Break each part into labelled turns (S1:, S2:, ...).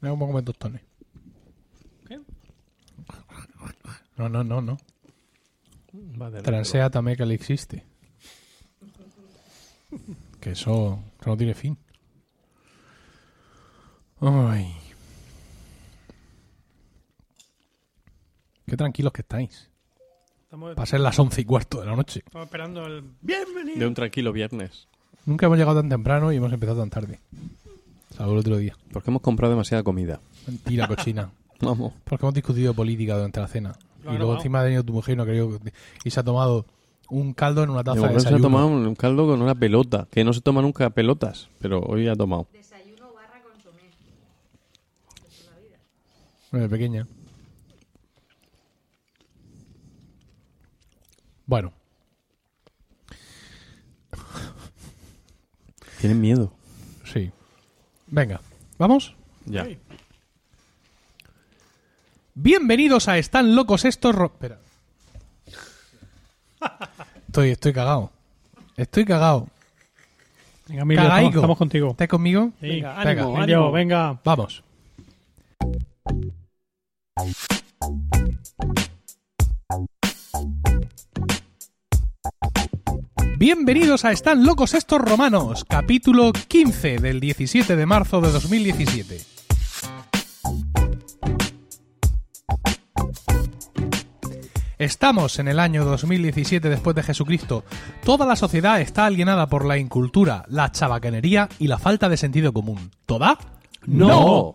S1: Me voy a comer tostones.
S2: ¿Qué?
S1: No, no, no, no.
S2: Vale,
S1: Transea también que le existe. Que eso, eso no tiene fin. Ay. Qué tranquilos que estáis.
S2: Estamos,
S1: Va a ser las once y cuarto de la noche.
S2: estamos esperando el.
S3: De
S2: ¡Bienvenido!
S3: un tranquilo viernes.
S1: Nunca hemos llegado tan temprano y hemos empezado tan tarde. Salvo el otro día.
S3: Porque hemos comprado demasiada comida.
S1: Mentira, cochina.
S3: Vamos.
S1: Porque hemos discutido política durante la cena.
S2: Lo ha
S1: y luego
S2: grabado.
S1: encima ha venido tu mujer y no ha querido... Y se ha tomado un caldo en una
S3: De
S1: taza de
S3: momento se ha
S1: desayuno.
S3: tomado un un caldo con una pelota, que no se toma nunca pelotas, pero hoy ha tomado.
S4: Desayuno barra consomé. Es la vida.
S1: Bueno, pequeña. Bueno,
S3: Tienen miedo.
S1: sí. Venga, ¿vamos?
S3: Ya.
S2: Sí.
S1: Bienvenidos a Están locos estos... Ro Espera. Estoy, estoy cagado. Estoy cagado.
S2: Venga, Emilio, estamos,
S1: Cagaico.
S2: estamos contigo.
S1: ¿Estás conmigo?
S2: Sí.
S1: Venga,
S2: Emilio,
S1: ánimo, ánimo.
S2: venga.
S1: Vamos. Bienvenidos a Están locos estos romanos, capítulo 15 del 17 de marzo de 2017. Estamos en el año 2017 después de Jesucristo. Toda la sociedad está alienada por la incultura, la chabacanería y la falta de sentido común. ¿Toda?
S3: No.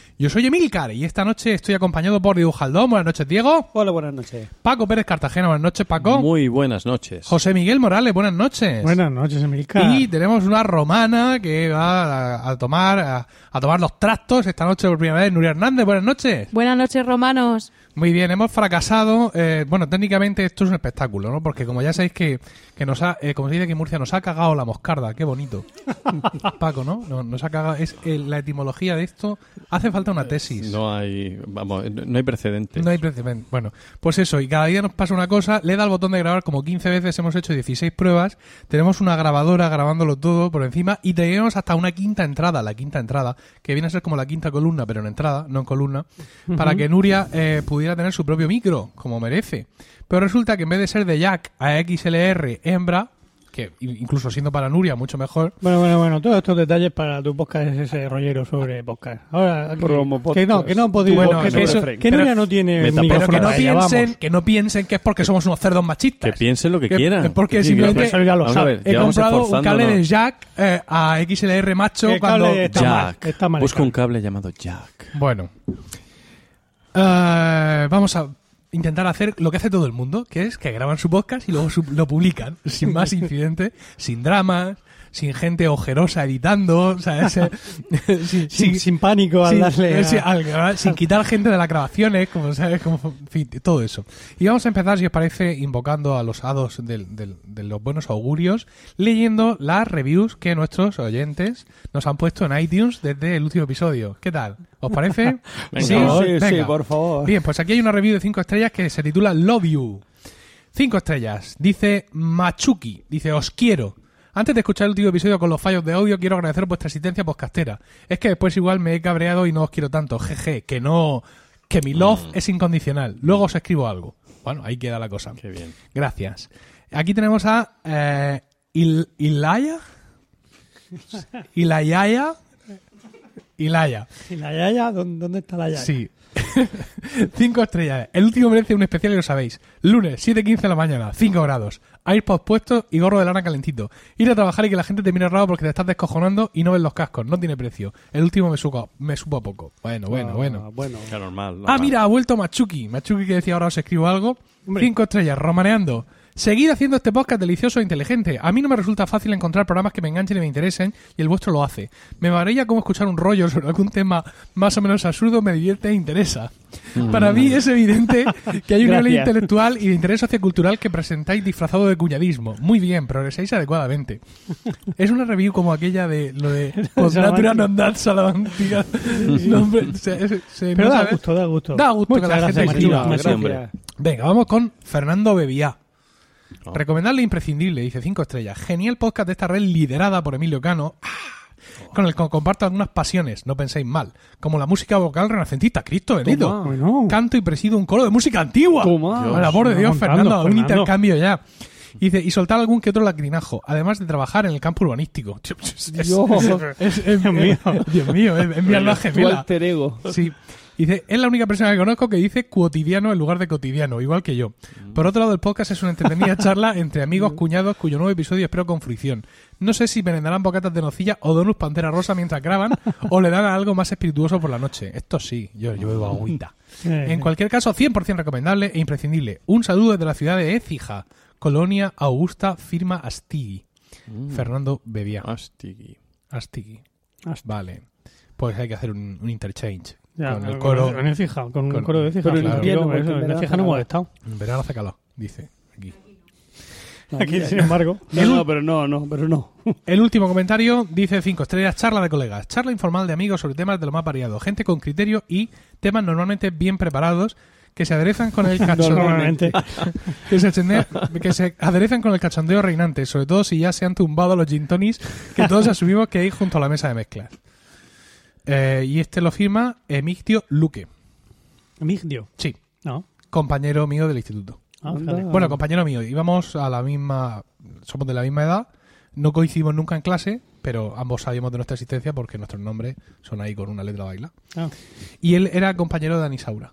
S1: Yo soy Emilcar y esta noche estoy acompañado por Diego Jaldón. Buenas noches, Diego.
S5: Hola, buenas noches.
S1: Paco Pérez Cartagena. Buenas noches, Paco.
S3: Muy buenas noches.
S1: José Miguel Morales. Buenas noches.
S2: Buenas noches, Emilcar.
S1: Y tenemos una romana que va a, a tomar a, a tomar los tractos esta noche por primera vez. Nuria Hernández, buenas noches.
S4: Buenas noches, romanos.
S1: Muy bien, hemos fracasado. eh, bueno, técnicamente esto es un espectáculo, ¿no? Porque como ya sabéis que, que nos ha, eh, como se dice que Murcia nos ha cagado la moscarda, qué bonito. Paco, ¿no? No, Nos ha cagado. Es eh, la etimología de esto. Hace falta una tesis.
S3: No hay, vamos, no no hay precedentes.
S1: No hay precedente. Bueno, pues eso, y cada día nos pasa una cosa, le da al botón de grabar como 15 veces, hemos hecho 16 pruebas, tenemos una grabadora grabándolo todo por encima y tenemos hasta una quinta entrada, la quinta entrada, que viene a ser como la quinta columna, pero en entrada, no en columna, para que Nuria eh, pudiera tener su propio micro, como merece. Pero resulta que en vez de ser de Jack a XLR hembra, que i- incluso siendo para Nuria mucho mejor,
S2: Bueno, bueno, bueno, todos estos detalles para tu podcast es ese rollero sobre podcast. Ahora, aquí-
S3: Promo
S2: que
S3: podcast.
S2: no, que no han podido.
S1: Bueno,
S2: que,
S1: sobre
S2: eso-
S1: Frank.
S2: que
S1: Pero-
S2: Nuria no tiene
S1: pero que
S3: Meta-
S2: micrófono
S1: no
S2: para ella,
S1: piensen,
S2: vamos.
S1: que no piensen que es porque somos unos cerdos machistas.
S3: Que piensen lo que
S1: Que-
S3: quieran.
S1: Porque
S3: Sí,
S1: simplemente
S2: eso ya lo
S3: Vamos a
S2: sabe.
S3: ver,
S1: He
S3: llevamos
S1: comprado un cable de
S3: esforzándonos.
S1: Jack eh, a XLR macho
S2: ¿Qué
S1: cuando...
S2: cable es? Está mal,
S3: Jack.
S2: está mal el
S3: Busca
S2: cable.
S3: un cable llamado Jack.
S1: Bueno. Eh, vamos a intentar hacer lo que hace todo el mundo, que es que graban su podcast y luego su- lo publican, sin más incidentes, sin dramas, sin gente ojerosa editando, ¿sabes? Eh, sin,
S2: Sin,
S1: sin-
S2: sin pánico al
S1: sin-
S2: darle.
S1: eh, sí,
S2: a-
S1: al grabar, sin quitar gente de las grabaciones, como sabes, como, en fin, todo eso. Y vamos a empezar, si os parece, invocando a los hados del- del- de los buenos augurios, leyendo las reviews que nuestros oyentes nos han puesto en iTunes desde el último episodio. ¿Qué tal? ¿Os parece?
S3: Venga,
S5: Sí,
S3: vamos.
S5: sí,
S1: Venga.
S5: sí, por favor.
S1: Bien, pues aquí hay una review de 5 estrellas que se titula Love You. 5 estrellas. Dice Machuki. Dice, os quiero. Antes de escuchar el último episodio con los fallos de audio, quiero agradecer vuestra asistencia podcastera. Es que después igual me he cabreado y no os quiero tanto. Jeje, que no... Que mi love es incondicional. Luego os escribo algo. Bueno, ahí queda la cosa.
S3: Qué bien.
S1: Gracias. Aquí tenemos a eh, Il- Ilaya. Ilayaya. Ilaya.
S2: ¿Y la Yaya? ¿Dónde, dónde está la Yaya?
S1: Sí. Cinco estrellas. El último merece un especial y lo sabéis. Lunes, 7.15 de la mañana, 5 grados. AirPods puestos y gorro de lana calentito. Ir a trabajar y que la gente te mire raro porque te estás descojonando y no ves los cascos. No tiene precio. El último me, suco- me supo a poco. Bueno, bueno,
S2: Ah,
S1: bueno.
S2: Bueno.
S3: Ya normal. normal.
S1: Ah, mira, ha vuelto Machuki. Machuki que decía ahora os escribo algo.
S2: Hombre.
S1: Cinco estrellas, romaneando. Seguid haciendo este podcast delicioso e inteligente. A mí no me resulta fácil encontrar programas que me enganchen y me interesen, y el vuestro lo hace. Me maravilla cómo escuchar un rollo sobre algún tema más o menos absurdo me divierte e interesa.
S3: Mm.
S1: Para mí es evidente que hay un nivel
S2: Gracias.
S1: intelectual y de interés sociocultural que presentáis disfrazado de cuñadismo. Muy bien, progresáis adecuadamente. Es una review como aquella de lo de Natura
S2: Salamanca.
S1: Nondad Salamantica. No, hombre, se- se- se-
S2: Pero
S1: no
S2: da
S1: sabes.
S2: gusto, da gusto.
S1: Da gusto que
S2: Muchas
S1: la
S2: gracias,
S1: gente
S2: Martín.
S3: escriba,
S2: Muchas
S3: hombre.
S2: gracias.
S1: Venga, vamos con Fernando Bebiá.
S3: Ah.
S1: Recomendarle imprescindible, dice 5 estrellas. Genial podcast de esta red liderada por Emilio Cano, ¡Ah! con el que comparto algunas pasiones, no penséis mal, como la música vocal renacentista, Cristo bendito. Uh.
S2: Bueno,
S1: Canto y presido un coro de música antigua.
S2: Toma.
S1: Por el amor de
S2: Dios,
S1: Dios,
S2: Fernando,
S1: Fernando, un
S2: Fernando.
S1: intercambio ya. Dice, y soltar algún que otro lacrinajo, además de trabajar en el campo urbanístico. Es- es- es- es-
S2: Dios mío.
S1: Dios mío, es, es mi alma
S5: Tu
S1: gemela.
S5: alter ego.
S1: Sí. Dice, es la única persona que conozco que dice cotidiano en lugar de cotidiano, igual que yo.
S2: Mm.
S1: Por otro lado, el podcast es una entretenida charla entre amigos, cuñados, cuyo nuevo episodio espero con fruición. No sé si merendarán bocatas de nocilla o donuts pantera rosa mientras graban o le dan a algo más espirituoso por la noche. Esto sí, yo, yo bebo agüita. En cualquier caso, 100% recomendable e imprescindible. Un saludo desde la ciudad de Écija, Colonia Augusta, firma Astigui.
S3: Mm.
S2: Mm.
S1: Fernando Bebía.
S3: Asti.
S1: Astigui.
S2: Asti.
S1: Vale. Pues hay que hacer un, un interchange.
S2: Ya,
S1: con el coro.
S2: Con el fija, con
S1: Con-
S2: un coro de fija.
S1: Pero en
S2: claro.
S5: invierno,
S2: Pero
S5: porque
S2: eso,
S5: en
S2: en
S5: verano
S2: fija no
S5: hace
S2: hemos estado.
S1: En verano hace calor, dice. Aquí.
S2: Aquí, sin embargo.
S5: No, no, pero no, no, pero no.
S1: El último comentario dice 5 estrellas, charla de colegas, charla informal de amigos sobre temas de lo más variado, gente con criterio y temas normalmente bien preparados que se aderezan con el cachondeo,
S2: Normalmente.
S1: que, se achende- que se aderezan con el cachondeo reinante, sobre todo si ya se han tumbado los gin tonics que todos asumimos que hay junto a la mesa de mezclas. Eh, y este lo firma Emictio Luque,
S2: Migdio.
S1: sí,
S2: No.
S1: compañero mío del instituto.
S2: Ah,
S5: Anda.
S2: fíjate.
S1: Bueno, compañero mío, íbamos a la misma. Somos de la misma edad, no coincidimos nunca en clase, pero ambos sabíamos de nuestra existencia porque nuestros nombres son ahí con una letra baila.
S2: Ah,
S1: Y él era compañero de Anisaura.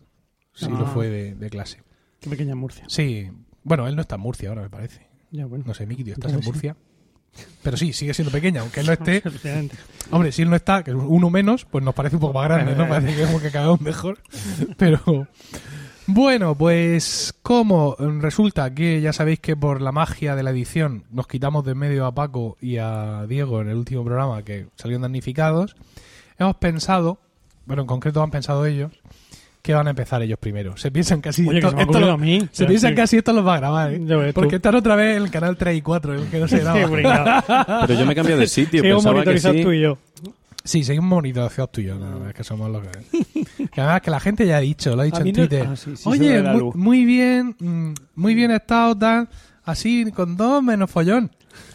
S1: Sí,
S2: Ah.
S1: lo fue de, de clase.
S2: qué pequeña Murcia.
S1: Sí, bueno, él no está en Murcia ahora, me parece.
S2: Ya, bueno.
S1: No sé, Miki, tío, estás en
S2: Entonces sí.
S1: Murcia. Pero sí, sigue siendo pequeña, aunque él no esté.
S2: Efectivamente.
S1: Hombre, si él no está, que es uno menos, pues nos parece un poco más grande, ¿no? Parece que es como que cada uno mejor. Pero. Bueno, pues como resulta que ya sabéis que por la magia de la edición nos quitamos de en medio a Paco y a Diego en el último programa que salieron damnificados, hemos pensado, bueno, en concreto han pensado ellos, que van a empezar ellos primero. Se piensan casi
S2: Oye, que se me ha
S1: esto
S2: ocurrido
S1: lo-
S2: a mí.
S1: se
S2: Ya,
S1: piensan
S2: sí.
S1: que así esto los va a grabar, ¿eh?
S2: Ya ves tú.
S1: Porque están otra vez en el canal 3 y 4, el que no se graba.
S2: Qué brigada.
S3: Pero yo me cambié de sitio,
S2: Sigo
S3: pensaba que
S2: monitorizando
S3: sí.
S2: tú y yo.
S1: Sí, seguimos monitoreados tú y yo, la verdad es que somos los que... que además que la gente ya ha dicho, lo ha dicho
S5: A mí
S1: en
S5: no-
S1: Twitter.
S5: ah, sí, sí, se
S1: Oye,
S5: ve la
S1: muy,
S5: luz".
S1: muy bien, mm, muy bien estado tan así con dos menos follón,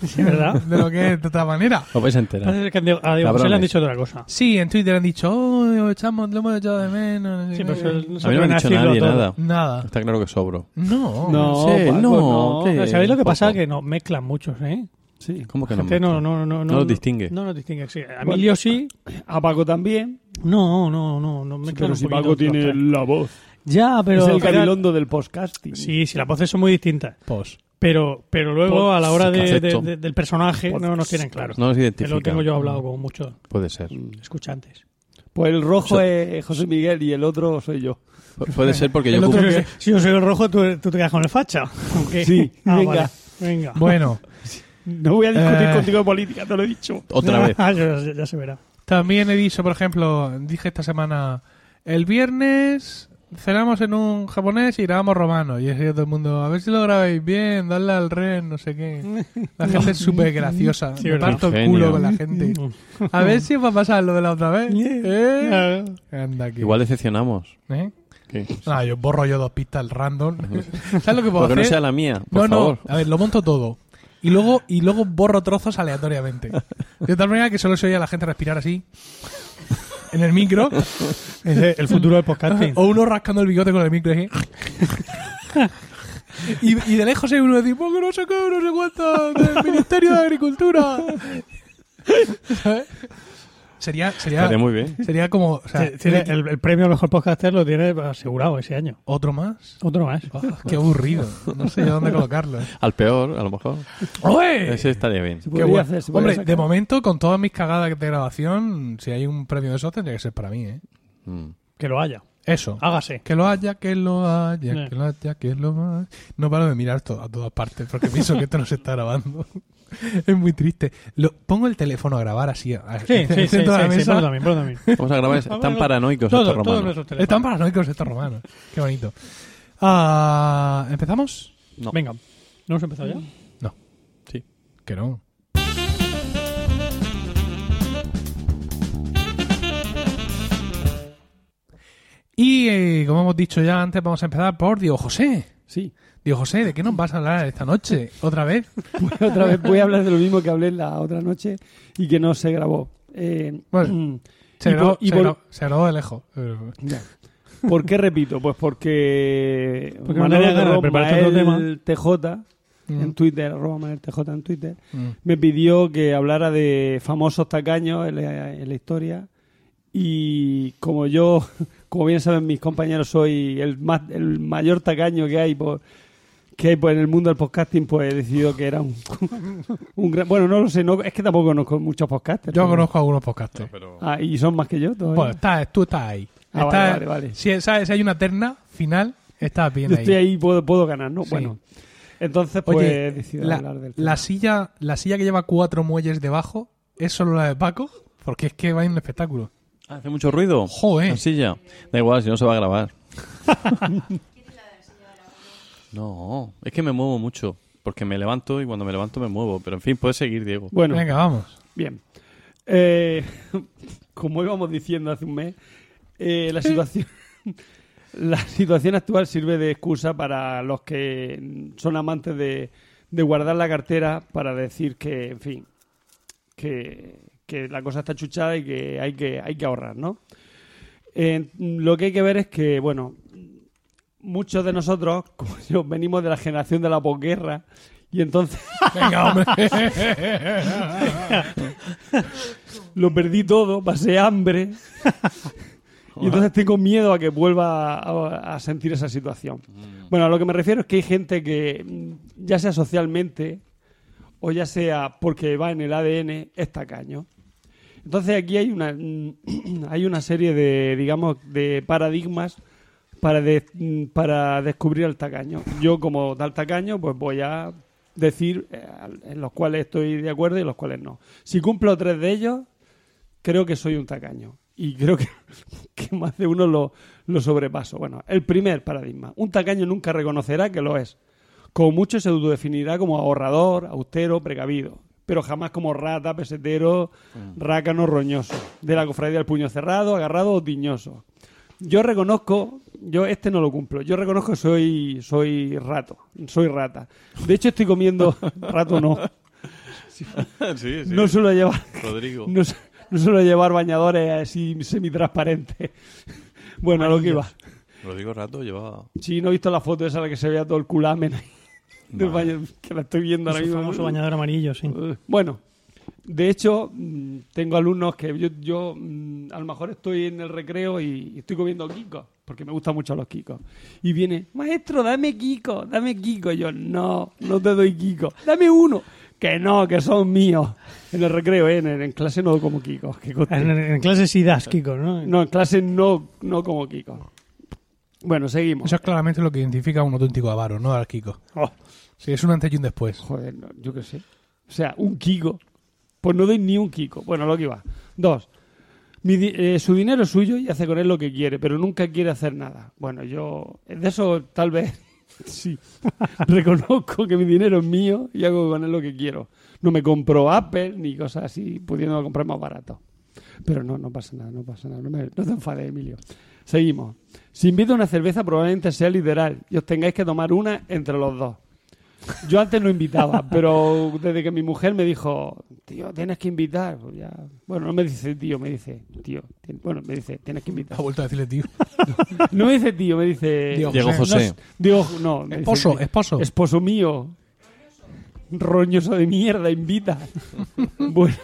S2: Sí, ¿verdad?
S1: de lo que es de otra manera.
S3: Os vais a enterar.
S2: Parece que han dicho- a Diego José le han dicho otra cosa.
S1: Sí, en Twitter han dicho, oh, echamos, lo hemos echado de menos. no sé
S2: Sí,
S1: qué".
S2: pero eso- no
S3: A mí no me ha dicho
S2: decirlo
S3: nadie
S2: todo.
S3: nada.
S1: Nada.
S3: Está claro que sobro.
S1: No.
S5: No,
S3: Sí,
S5: Paco,
S3: no,
S5: no.
S3: ¿qué?
S2: Pero ¿Sabéis lo que
S3: Poco.
S2: pasa? Que nos mezclan muchos, ¿eh?
S5: Sí.
S3: ¿Cómo que no?
S2: Gente no,
S3: me-
S2: no, no, no,
S3: No los distingue.
S2: No los distingue, sí. A Emilio sí.
S5: A Paco también.
S2: No, no, no. no mezclan
S5: Pero
S2: un
S5: si
S2: poquito
S5: Paco
S2: los
S5: tiene
S2: tres.
S5: la voz.
S2: Ya, pero.
S5: es el
S2: pero-
S5: cabilondo del podcasting.
S2: Sí, sí, las voces son muy distintas.
S1: Pos.
S2: Pero, pero luego,
S3: Pod-
S2: a la hora de- de-
S3: concepto.
S2: de- del personaje, no nos tienen claro.
S3: No los
S2: Que
S3: identifica.
S2: lo tengo yo hablado con muchos
S3: Puede ser.
S5: Mm.
S2: escuchantes.
S5: Pues el rojo
S3: Yo-
S5: es José Miguel y el otro soy yo.
S3: Pu- Puede ser porque yo
S1: El
S2: Tú,
S1: otro
S3: ocupo-
S1: que-
S2: si- Si yo soy el rojo, tú, tú te quedas con el facha. ¿o qué?
S5: Sí,
S2: Ah,
S5: venga.
S2: vale. Venga.
S1: Bueno,
S5: No voy a discutir
S1: Eh.
S5: contigo de política, te lo he dicho.
S3: otra vez.
S2: Ah, ya, ya- ya se verá.
S1: también he dicho, por ejemplo, dije esta semana, el viernes cenamos en un japonés y grabamos romano. Y decía todo el mundo, a ver si lo grabáis bien, darle al ren, no sé qué. La gente es súper graciosa.
S2: Sí,
S1: Me
S2: verdad.
S1: parto el
S3: Genio.
S1: culo con la gente. A ver si os va a pasar lo de la otra vez. ¿Eh?
S2: Ah,
S1: Anda aquí.
S3: Igual decepcionamos.
S1: ¿Eh?
S3: ¿Qué?
S1: Nah, yo borro yo dos pistas al random. ¿Sabes lo que puedo
S3: Porque no
S1: hacer?
S3: sea la mía, por
S1: no,
S3: favor.
S1: no. A ver, lo monto todo. Y luego, y luego borro trozos aleatoriamente. De tal manera que solo se oye a la gente respirar así. En el micro.
S2: ese es el futuro del podcasting.
S1: O uno rascando el bigote con el micro. así. Y, y de lejos hay uno que dice, "Porque no sé qué, no sé cuánto, del Ministerio de Agricultura. ¿Sabes? Sería, sería,
S3: Estaría muy bien.
S1: sería como... o sea,
S2: Tiene- tiene el, el premio al mejor podcaster lo tiene asegurado ese año.
S1: ¿Otro más?
S2: Otro más.
S1: Ah, Qué aburrido. No sé yo dónde colocarlo. ¿eh?
S3: Al peor, a lo mejor.
S1: ¡Oye!
S3: Ese estaría bien.
S1: Qué
S5: Se podría
S1: guay.
S5: hacer, se podría
S1: Hombre,
S5: sacar.
S1: de momento, con todas mis cagadas de grabación, si hay un premio de eso, tendría que ser para mí, ¿eh?
S3: Mm.
S2: Que lo haya.
S1: Eso.
S2: Hágase.
S1: Que lo haya, que lo haya,
S2: Ya.
S1: que lo haya, que lo haya. No paro de mirar to- a todas partes porque pienso que esto no se está grabando. es muy triste. Lo, pongo el teléfono a grabar así. a-
S2: Sí,
S1: en
S2: sí, sí, sí,
S1: centro de la
S2: sí,
S1: mesa.
S2: ponlo también, ponlo también.
S3: Vamos a grabar. Están
S2: Vámonos.
S3: paranoicos estos
S2: Todo, todos
S3: romanos.
S2: nuestros teléfonos.
S1: Están paranoicos estos romanos. Qué bonito. Ah, ¿Empezamos?
S3: No.
S2: Venga, ¿no hemos empezado ya?
S3: Sí.
S1: Que no. Y eh, como hemos dicho ya antes, vamos a empezar por Diego José.
S5: Sí.
S1: Digo, José, ¿de qué nos vas a hablar esta noche? ¿Otra vez?
S5: Pues otra vez voy a hablar de lo mismo que hablé la otra noche y que no se grabó. Eh,
S1: Bueno. Se
S5: Y
S1: grabó,
S5: por- y
S1: se
S5: por-
S1: grabó- se grabó de lejos. pero-
S5: Ya. ¿Por qué repito? Pues porque,
S2: Porque no tenía ganas de prepararte otro
S5: Mael TJ en
S1: Mm,
S5: Twitter, arroba Mael TJ en Twitter,
S1: mm.
S5: me pidió que hablara de famosos tacaños en la, en la historia y como yo, como bien saben mis compañeros, soy el, más, el mayor tacaño que hay por que hay pues, en el mundo del podcasting, pues he decidido que era un, un gran... Bueno, no lo sé, no, es que tampoco conozco muchos podcasters.
S1: Yo
S5: pero-
S1: conozco algunos podcasters.
S5: Ah, y son más que yo todavía.
S1: Bueno, estás- tú estás ahí.
S5: Ah, vale,
S1: Estás-
S5: vale, vale.
S1: Si, ¿sabes? Si hay una terna final, estás bien
S5: Yo
S1: ahí.
S5: estoy ahí, puedo, puedo ganar, ¿no?
S1: Sí.
S5: Bueno, entonces pues he
S1: Oye,
S5: decidido
S1: la,
S5: hablar del
S1: la silla, la silla que lleva cuatro muelles debajo es solo la de Paco, porque es que va en un espectáculo.
S3: ¿Hace mucho ruido?
S1: Joder.
S3: La silla. Da igual, si no se va a grabar. no, es que me muevo mucho. Porque me levanto y cuando me levanto me muevo. Pero en fin, puedes seguir, Diego.
S5: Bueno,
S1: Venga, vamos.
S5: bien. Eh, como íbamos diciendo hace un mes, eh, la situación... La situación actual sirve de excusa para los que son amantes de, de guardar la cartera para decir que, en fin, que, que la cosa está chuchada y que hay que, hay que ahorrar, ¿no? Eh, lo que hay que ver es que, bueno, muchos de nosotros, como yo, venimos de la generación de la posguerra y entonces
S1: Venga, hombre.
S5: lo perdí todo, pasé hambre y entonces tengo miedo a que vuelva a, a sentir esa situación. Bueno, a lo que me refiero es que hay gente que, mm, ya sea socialmente o ya sea porque va en el ADN, es tacaño. Entonces aquí hay una, mm, hay una serie de, digamos, de paradigmas para, de- mm, para descubrir al tacaño. Yo como tal tacaño, pues voy a decir eh, al- en los cuales estoy de acuerdo y en los cuales no. Si cumplo tres de ellos, creo que soy un tacaño. Y creo que, que más de uno lo, lo sobrepaso. Bueno, el primer paradigma. Un tacaño nunca reconocerá que lo es. Como mucho se autodefinirá como ahorrador, austero, precavido. Pero jamás como rata, pesetero, rácano, roñoso. De la cofradía del puño cerrado, agarrado o tiñoso. Yo reconozco, yo este no lo cumplo. Yo reconozco que soy, soy rato, soy rata. De hecho, estoy comiendo rato no.
S3: sí,
S5: No suelo llevar
S3: Rodrigo.
S5: no, su- no suelo llevar bañadores así semitransparentes. Bueno, a lo que iba.
S3: Rodrigo Rato llevaba...
S5: Sí, no he visto la foto esa en la que se vea todo el culamen ahí del
S3: Vale.
S5: baño, que la estoy viendo ahora
S2: Ese
S5: mismo.
S2: famoso bañador amarillo, sí.
S5: Eh, Bueno, de hecho, mm, tengo alumnos que yo, yo, mm, a lo mejor estoy en el recreo y estoy comiendo kikos, porque me gustan mucho los kikos. Y viene, maestro, dame kiko, dame kiko. Y yo, no, no te doy kiko, dame uno. Que no, que son míos. En el recreo, ¿eh? en, en clase no como kikos. que conste.
S2: En, en clase sí das, Kiko, ¿no?
S5: No, en clase no, no como Kiko. Bueno, seguimos.
S1: Eso es claramente lo que identifica a un auténtico avaro, ¿no? Al Kiko.
S5: Oh,
S1: Sí, es un antes y un después.
S5: joder, no, yo qué sé. O sea, un Kiko. Pues no doy ni un Kiko. Bueno, lo que iba. Dos. Mi di- eh, su dinero es suyo y hace con él lo que quiere, pero nunca quiere hacer nada. Bueno, yo de eso tal vez sí. Reconozco que mi dinero es mío y hago con él lo que quiero. No me compro Apple ni cosas así, pudiendo comprar más barato. Pero no, no pasa nada, no pasa nada. No, me- no te enfades, Emilio. Seguimos. Si invito a una cerveza, probablemente sea literal y os tengáis que tomar una entre los dos. Yo antes no invitaba, pero desde que mi mujer me dijo, tío, tienes que invitar. pues ya- Bueno, no me dice tío, me dice tío. Tien- Bueno, me dice, tienes que invitar.
S1: Ha vuelto a decirle, tío.
S5: No me dice tío, me dice.
S1: Diego
S3: Diego
S5: No,
S3: José.
S5: es- Diego, no. me dice
S1: Esposo,
S5: tío.
S1: esposo.
S5: Esposo mío. Roñoso de mierda, invita. bueno,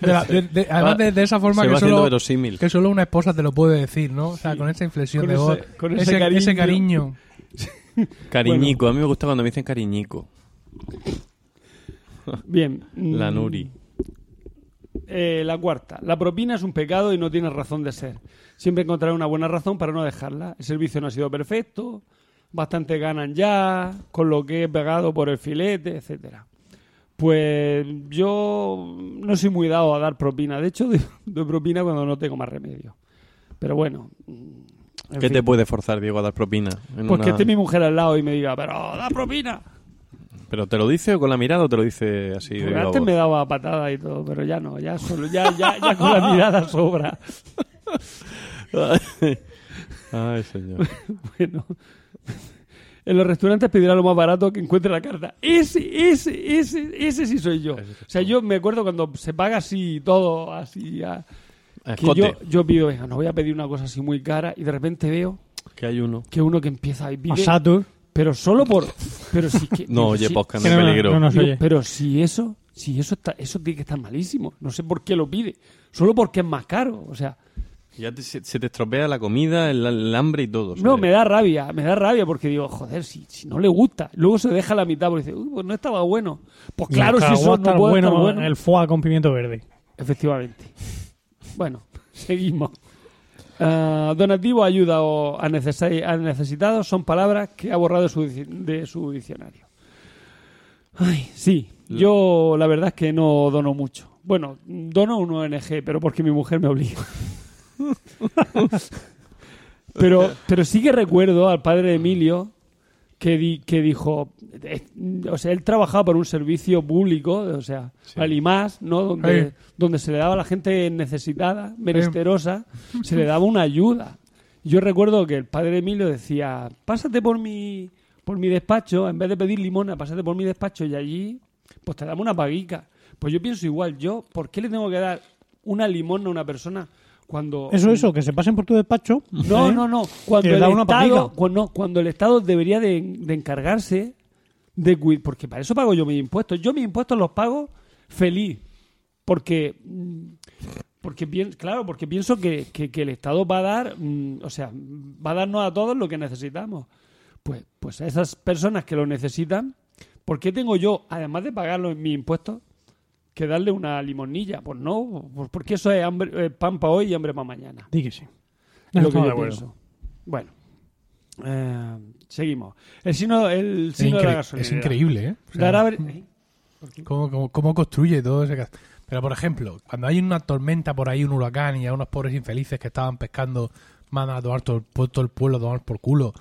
S1: De la- de- de- además, de, de esa forma
S3: se
S1: que
S3: va haciendo
S1: solo,
S3: verosímil.
S1: que solo una esposa te lo puede decir, ¿no? O sea, con esa inflexión
S5: Con
S1: de
S5: ese-
S1: voz.
S5: con ese cariño.
S1: cariño.
S3: Cariñico. A mí me gusta cuando me dicen cariñico.
S5: bien. Mm,
S3: La Nuri.
S5: Eh, la cuarta, la propina es un pecado y no tiene razón de ser. Siempre encontraré una buena razón para no dejarla. El servicio no ha sido perfecto, bastante ganan ya, con lo que he pagado por el filete, etcétera. Pues yo no soy muy dado a dar propina. De hecho, doy, doy propina cuando no tengo más remedio. Pero bueno. en
S3: ¿Qué
S5: fin.
S3: te puede forzar, Diego, a dar propina? En
S5: Pues que
S3: una-
S5: esté mi mujer al lado y me diga, pero da propina.
S3: ¿Pero te lo dice con la mirada o te lo dice así? de
S5: Porque
S3: viva
S5: antes
S3: voz?
S5: me daba patada y todo, pero ya no, ya solo, ya, ya, ya con la mirada sobra.
S3: Ay, señor.
S5: Bueno. En los restaurantes pedirá lo más barato que encuentre la carta. Ese, ese, ese, ese sí soy yo. O sea, yo me acuerdo cuando se paga así todo, así. a-
S3: A
S5: que yo,
S3: escote,
S5: yo pido, venga, no voy a pedir una cosa así muy cara y de repente veo
S3: que hay uno.
S5: que uno que empieza y
S2: A
S5: pide,
S2: Satur,
S5: pero solo por... Pero sí que...
S3: No, oye,
S5: sí-
S3: posca, no
S2: que
S3: hay
S2: no, no,
S3: peligro.
S2: no nos
S5: Digo,
S2: oye.
S5: pero si eso, si eso está, eso tiene que estar malísimo. No sé por qué lo pide. Solo porque es más caro. O sea,
S3: Ya te- se, se te estropea la comida, el, el hambre y todo.
S5: no,
S3: ¿sabes?
S5: me da rabia, me da rabia porque digo, joder, si, si no le gusta. Luego se deja la mitad porque dice, uy, pues no estaba bueno. Pues claro, si
S2: Nunca va
S5: eso
S2: a estar
S5: no puede
S2: bueno,
S5: estar bueno.
S2: el foie con pimiento verde.
S5: Efectivamente. Bueno, seguimos. Ah, donativo, ayuda o a, necesai- a necesitados son palabras que ha borrado su dic- de su diccionario. Ay, sí, yo la verdad es que no dono mucho. Bueno, dono a una ONG, pero porque mi mujer me obliga. pero, pero sí que recuerdo al padre de Emilio que, di- que dijo, eh, o sea, él trabajaba para un servicio público, o sea,
S3: Sí.
S5: al IMAS, ¿no? Donde,
S1: Sí.
S5: donde se le daba a la gente necesitada, menesterosa, se le daba una ayuda. Yo recuerdo que el padre Emilio decía, pásate por mi, por mi despacho, en vez de pedir limona, pásate por mi despacho y allí pues te damos una paguica. Pues yo pienso igual, yo, ¿por qué le tengo que dar una limona a una persona cuando...
S2: Eso, eso, que se pasen por tu despacho.
S5: No,
S2: ¿eh?
S5: no, no. Cuando
S2: Que le
S5: el,
S2: da una
S5: Estado,
S2: patica.
S5: cuando, no, cuando el Estado debería de, de encargarse de cuidar. Porque para eso pago yo mis impuestos. Yo mis impuestos los pago feliz. Porque. mm, Porque pien- claro, porque pienso que, que- que el Estado va a dar, mm, o sea, va a darnos a todos lo que necesitamos. Pues, pues a esas personas que lo necesitan, ¿por qué tengo yo, además de pagar los- mis impuestos, que darle una limonilla? Pues no, pues porque eso es hambre, eh, pan para hoy y hambre para mañana
S2: Di que sí.
S5: es lo que
S2: Estamos de
S5: yo
S2: acuerdo.
S5: pienso. Bueno, eh, seguimos. El sino, el
S1: Es,
S5: sino de la
S1: incre-
S5: gasolina.
S1: es increíble, ¿eh? O sea,
S5: Dar abre- Ay,
S1: ¿Cómo, cómo, cómo construye todo ese cas- Pero, por ejemplo, cuando hay una tormenta por ahí, un huracán y a unos pobres infelices que estaban pescando, mandan a tomar todo, el pu- todo el pueblo, a tomar por culo.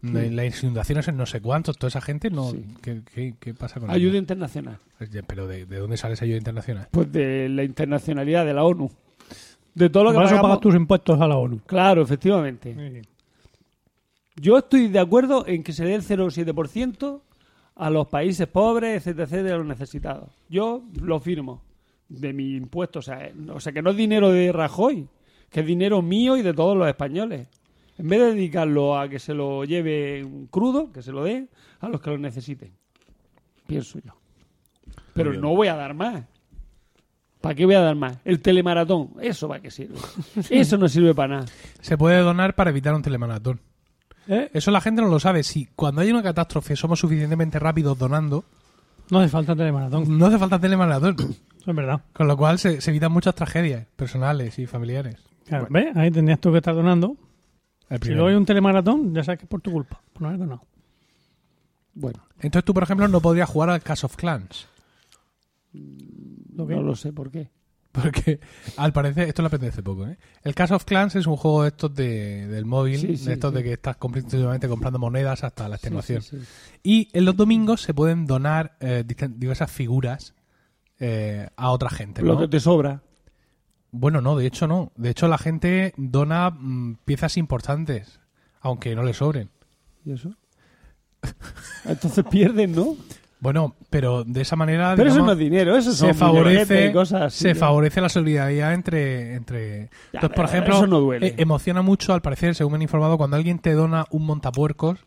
S2: Mm.
S1: de Las inundaciones en no sé cuántos, toda esa gente, no
S5: Sí.
S1: ¿qué, qué, qué pasa con
S5: ayuda
S1: ellos?
S5: internacional.
S1: Pero, de, ¿de dónde sale esa ayuda internacional?
S5: Pues de la internacionalidad de la ONU. De todo lo que
S2: Por eso
S5: pagamos.
S2: pagas tus impuestos a la ONU.
S5: Claro, efectivamente. Yo estoy de acuerdo en que se dé el 0,7% a los países pobres, etcétera, etcétera, a los necesitados. Yo lo firmo de mi impuesto. O sea, eh, o sea, que no es dinero de Rajoy, que es dinero mío y de todos los españoles. En vez de dedicarlo a que se lo lleve crudo, que se lo dé a los que lo necesiten. Pienso yo. Pero
S3: bien.
S5: no voy a dar más. ¿Para qué voy a dar más? El telemaratón, eso para qué sirve. Eso no sirve para nada.
S1: Se puede donar para evitar un telemaratón.
S2: ¿Eh?
S1: Eso la gente no lo sabe. Si cuando hay una catástrofe somos suficientemente rápidos donando,
S2: No hace falta telemaratón.
S1: no hace falta telemaratón.
S2: Eso es verdad.
S1: Con lo cual se, se evitan muchas tragedias personales y familiares.
S2: Claro, ¿Ves? Ahí tendrías tú que estar donando.
S1: El
S2: Si
S1: primero.
S2: luego hay un telemaratón, ya sabes que es por tu culpa. Por no haber donado.
S5: Bueno.
S1: Entonces tú, por ejemplo, no podrías jugar al Clash of Clans.
S2: ¿Lo qué?
S5: No lo sé por qué.
S1: Porque al parecer, esto lo aprendí hace poco, ¿eh? El Clash of Clans es un juego de estos de, del móvil,
S5: Sí, sí,
S1: de estos
S5: sí.
S1: de que estás continuamente comprando monedas hasta la extenuación.
S5: Sí, sí, sí.
S1: Y en los domingos se pueden donar eh, distan- diversas figuras eh, a otra gente. ¿no?
S5: Lo que te sobra.
S1: Bueno, no, de hecho no. De hecho la gente dona mm, piezas importantes, aunque no le sobren.
S5: ¿Y eso? Entonces pierden, ¿no?
S1: Bueno, pero de esa manera...
S5: Pero eso
S1: digamos,
S5: no es dinero, eso son
S1: Ah, se favorece
S5: billetes y cosas así, ¿eh?
S1: se
S5: ¿no?
S1: favorece la solidaridad entre entre
S5: Ya,
S1: entonces por
S5: pero
S1: ejemplo
S5: eso no duele.
S1: eh, emociona mucho al parecer según me han informado cuando alguien te dona un montapuercos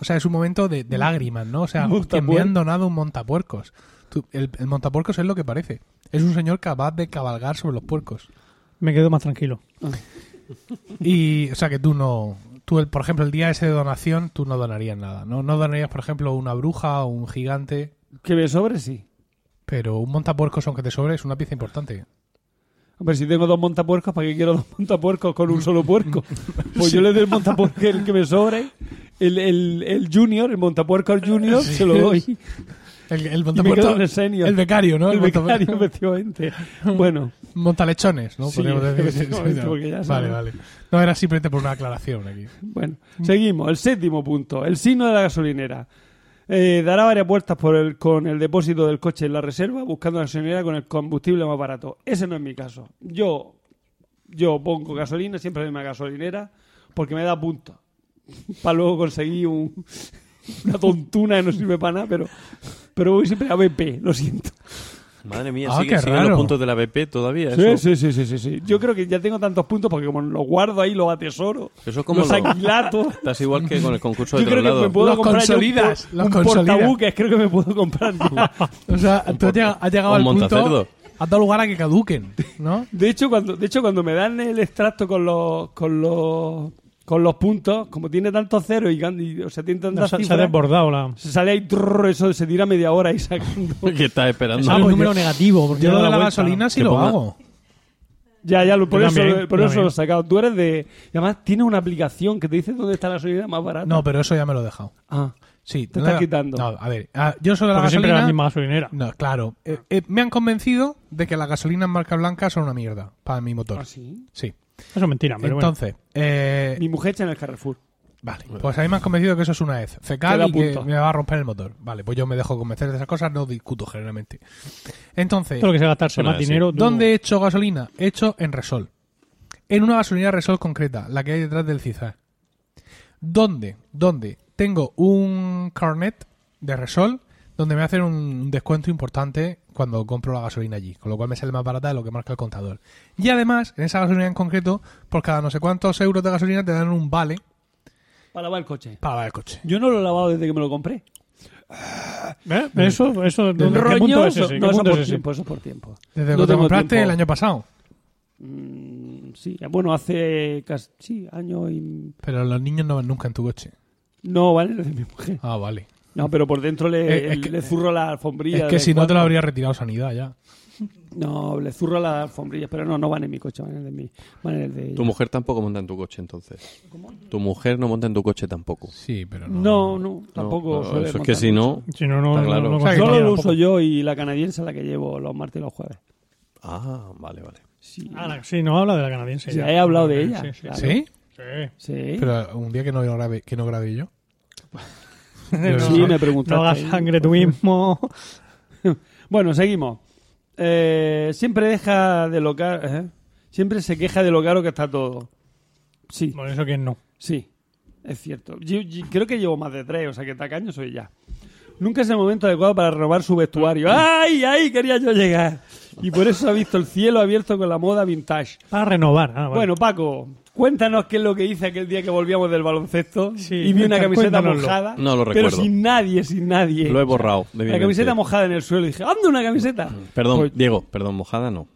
S1: o sea es un momento de, de lágrimas no o sea
S5: Un
S1: hostia, me han
S5: montapuer-
S1: donado un montapuercos Tú- el, el montapuercos es lo que parece es un señor capaz de cabalgar sobre los puercos
S2: Me quedo más tranquilo.
S1: y o sea que tú no tú el, por ejemplo el día ese de donación tú no donarías nada no no donarías por ejemplo una bruja o un gigante
S5: Que me sobre, sí.
S1: pero un montapuercos aunque te sobre es una pieza importante
S5: Hombre, si tengo dos montapuercos, ¿para qué quiero dos montapuercos con un solo puerco? Pues yo le doy el montapuerco el que me sobre, el, el, el junior, el montapuerco al junior, se lo doy.
S1: El, el
S5: Y me quedo en el
S1: montapuerto-
S5: senior.
S1: el becario, ¿no?
S5: El
S1: monta-
S5: becario, efectivamente. Bueno,
S1: Montalechones, ¿no?
S5: Sí,
S1: Podríamos decir. Sí,
S5: efectivamente,
S1: señor.
S5: porque ya
S1: vale,
S5: sabes.
S1: vale. No, era simplemente por una aclaración aquí.
S5: bueno. Seguimos. El séptimo punto. El signo de la gasolinera. Eh, dará varias vueltas por el, con el depósito del coche en la reserva buscando la gasolinera con el combustible más barato. Ese no es mi caso. Yo, yo pongo gasolina, siempre la misma gasolinera, porque me da puntos. Para luego conseguir un- una tontuna que no sirve para nada, pero, pero voy siempre a BP, lo siento.
S3: Madre mía,
S1: Ah,
S3: siguen,
S1: qué
S3: siguen
S1: raro.
S3: los puntos de la BP todavía.
S5: Sí,
S3: eso,
S5: sí, sí, sí, sí, sí. Yo creo que ya tengo tantos puntos porque como los guardo ahí, los atesoro,
S3: Eso es como
S5: los
S3: lo-
S5: aquilato.
S3: Estás igual que con el concurso de
S5: Yo creo que me
S3: traslado.
S5: puedo
S1: Los
S5: comprar yo
S1: consolidas,
S5: un, por-
S1: los
S5: un
S1: consolidas.
S5: portabuques, creo que me puedo comprar ya.
S1: O sea, tú has llegado, has llegado
S3: Un
S1: al punto.
S3: montacerdo.
S1: Has dado lugar a que caduquen, ¿no?
S5: De hecho, cuando, de hecho, cuando me dan el extracto con los, con los, con los puntos, como tiene tantos ceros y, gan- y, o sea, tiene
S2: No,
S5: tantas
S2: se, se ha
S5: cifras,
S2: desbordado la.
S5: se sale ahí, trrr, eso se tira media hora ahí sacando.
S3: ¿Qué estás
S2: Ah,
S3: esperando?
S2: pues
S1: pues
S2: número
S1: yo-
S2: negativo. Porque
S1: Yo
S2: no
S1: lo
S2: da
S1: de la
S2: vuelta.
S1: gasolina sí
S3: Que
S1: lo
S3: ponga-
S1: hago.
S5: Ya, ya, lo, por,
S2: Yo
S5: eso,
S2: también,
S5: por
S2: yo
S5: eso lo he
S2: también.
S5: sacado. Tú eres de... Y además, tiene una aplicación que te dice dónde está la gasolina más barata.
S1: No, pero eso ya me lo he dejado.
S5: Ah.
S1: Sí,
S5: Te
S1: no
S5: estás
S1: la-
S5: quitando.
S1: No, a ver, ah, yo sobre la
S2: Porque siempre
S1: gasolina.
S2: era la misma gasolinera.
S1: No, claro. Eh, eh, me han convencido de que las gasolinas marca blanca son una mierda para mi motor.
S5: ¿Ah, sí?
S1: Sí.
S2: Eso es mentira, pero bueno.
S1: Entonces, eh,
S5: Mi mujer está en el Carrefour.
S1: vale. Pues a mí me han convencido que eso es una ez fecal
S5: Queda
S1: y que
S5: punto.
S1: me va a romper el motor. Vale, pues yo me dejo convencer de esas cosas, no discuto generalmente. Entonces,
S2: Todo lo que sea gastarse
S3: Bueno,
S2: más
S3: sí.
S2: dinero. tú- ¿eh?
S1: ¿Dónde he hecho gasolina? He hecho en Resol. En una gasolinera Resol concreta, la que hay detrás del CISAR. ¿Dónde? ¿Dónde? Tengo un carnet de Resol donde me hacen un descuento importante cuando compro la gasolina allí, con lo cual me sale más barata de lo que marca el contador. Y además, en esa gasolina en concreto, por cada no sé cuántos euros de gasolina te dan un vale
S5: Para lavar el coche.
S1: para lavar el coche.
S5: Yo no lo he lavado desde que me lo compré.
S2: ¿Eh? Eso, eso.
S5: Un
S2: ¿Qué punto es
S5: roñoso.
S2: ese? ¿Qué
S5: No, eso
S2: punto
S5: por
S2: es ese?
S5: tiempo, eso por tiempo.
S1: Desde que
S5: No
S1: te
S5: tengo
S1: compraste
S5: tiempo.
S1: el año pasado.
S5: Mm, sí, bueno, hace casi sí, año y...
S1: Pero los niños no van nunca en tu coche.
S5: No, vale, de mi mujer.
S1: Ah, vale.
S5: No, pero por dentro le,
S1: Eh, es que-
S5: le zurro la alfombrilla.
S1: Es
S5: de
S1: que
S5: vez
S1: si
S5: en
S1: no te lo
S5: cuando.
S1: habría retirado sanidad ya.
S5: No, le zurro las alfombrillas, pero no, no van en mi coche, van en el de mi... Van en el de...
S3: Tu mujer tampoco monta en tu coche, entonces. Tu mujer no monta en tu coche tampoco.
S1: Sí, pero
S5: No, no,
S3: No,
S5: tampoco
S3: no,
S5: suele
S3: eso es
S5: montar
S3: que si
S5: mucho.
S3: no...
S2: Si no, no,
S3: Está
S2: no-
S3: claro.
S2: no
S1: O sea, que
S2: conseguía
S5: Solo lo
S2: tampoco.
S5: uso yo y la canadiense la que llevo los martes y los jueves.
S3: Ah, vale, vale.
S5: Sí,
S2: Ah, la- sí, no habla de la canadiense.
S5: Ya he hablado de ella,
S2: Sí, sí,
S5: claro.
S1: ¿Sí?
S2: sí.
S5: sí.
S1: Pero un día que no grabe, que no grabe yo.
S5: Sí,
S2: No,
S5: me preguntaste.
S2: No hagas sangre tú mismo.
S5: Bueno, seguimos. Eh, siempre deja de lo caro. ¿eh? Siempre se queja de lo caro que está todo. Sí,
S2: Bueno, eso que no.
S5: sí, es cierto. Yo, yo creo que llevo más de tres, o sea que tacaño soy ya. Nunca es el momento adecuado para renovar su vestuario.
S2: Mm.
S5: ¡Ay, ay! Quería yo llegar. Y por eso ha visto el cielo abierto con la moda vintage.
S2: Para renovar. Ah, vale.
S5: Bueno, Paco, cuéntanos qué es lo que hice aquel día que volvíamos del baloncesto
S2: Sí,
S5: y vi una
S2: cuéntanos,
S5: camiseta
S2: cuéntanoslo.
S5: mojada.
S3: No lo
S5: Pero
S3: recuerdo.
S5: sin nadie, sin nadie.
S3: Lo he borrado de mi
S5: La camiseta
S3: mente.
S5: mojada en el suelo. Y dije, ¡anda una camiseta!
S3: Perdón,
S5: Pues,
S3: Diego, perdón, mojada no.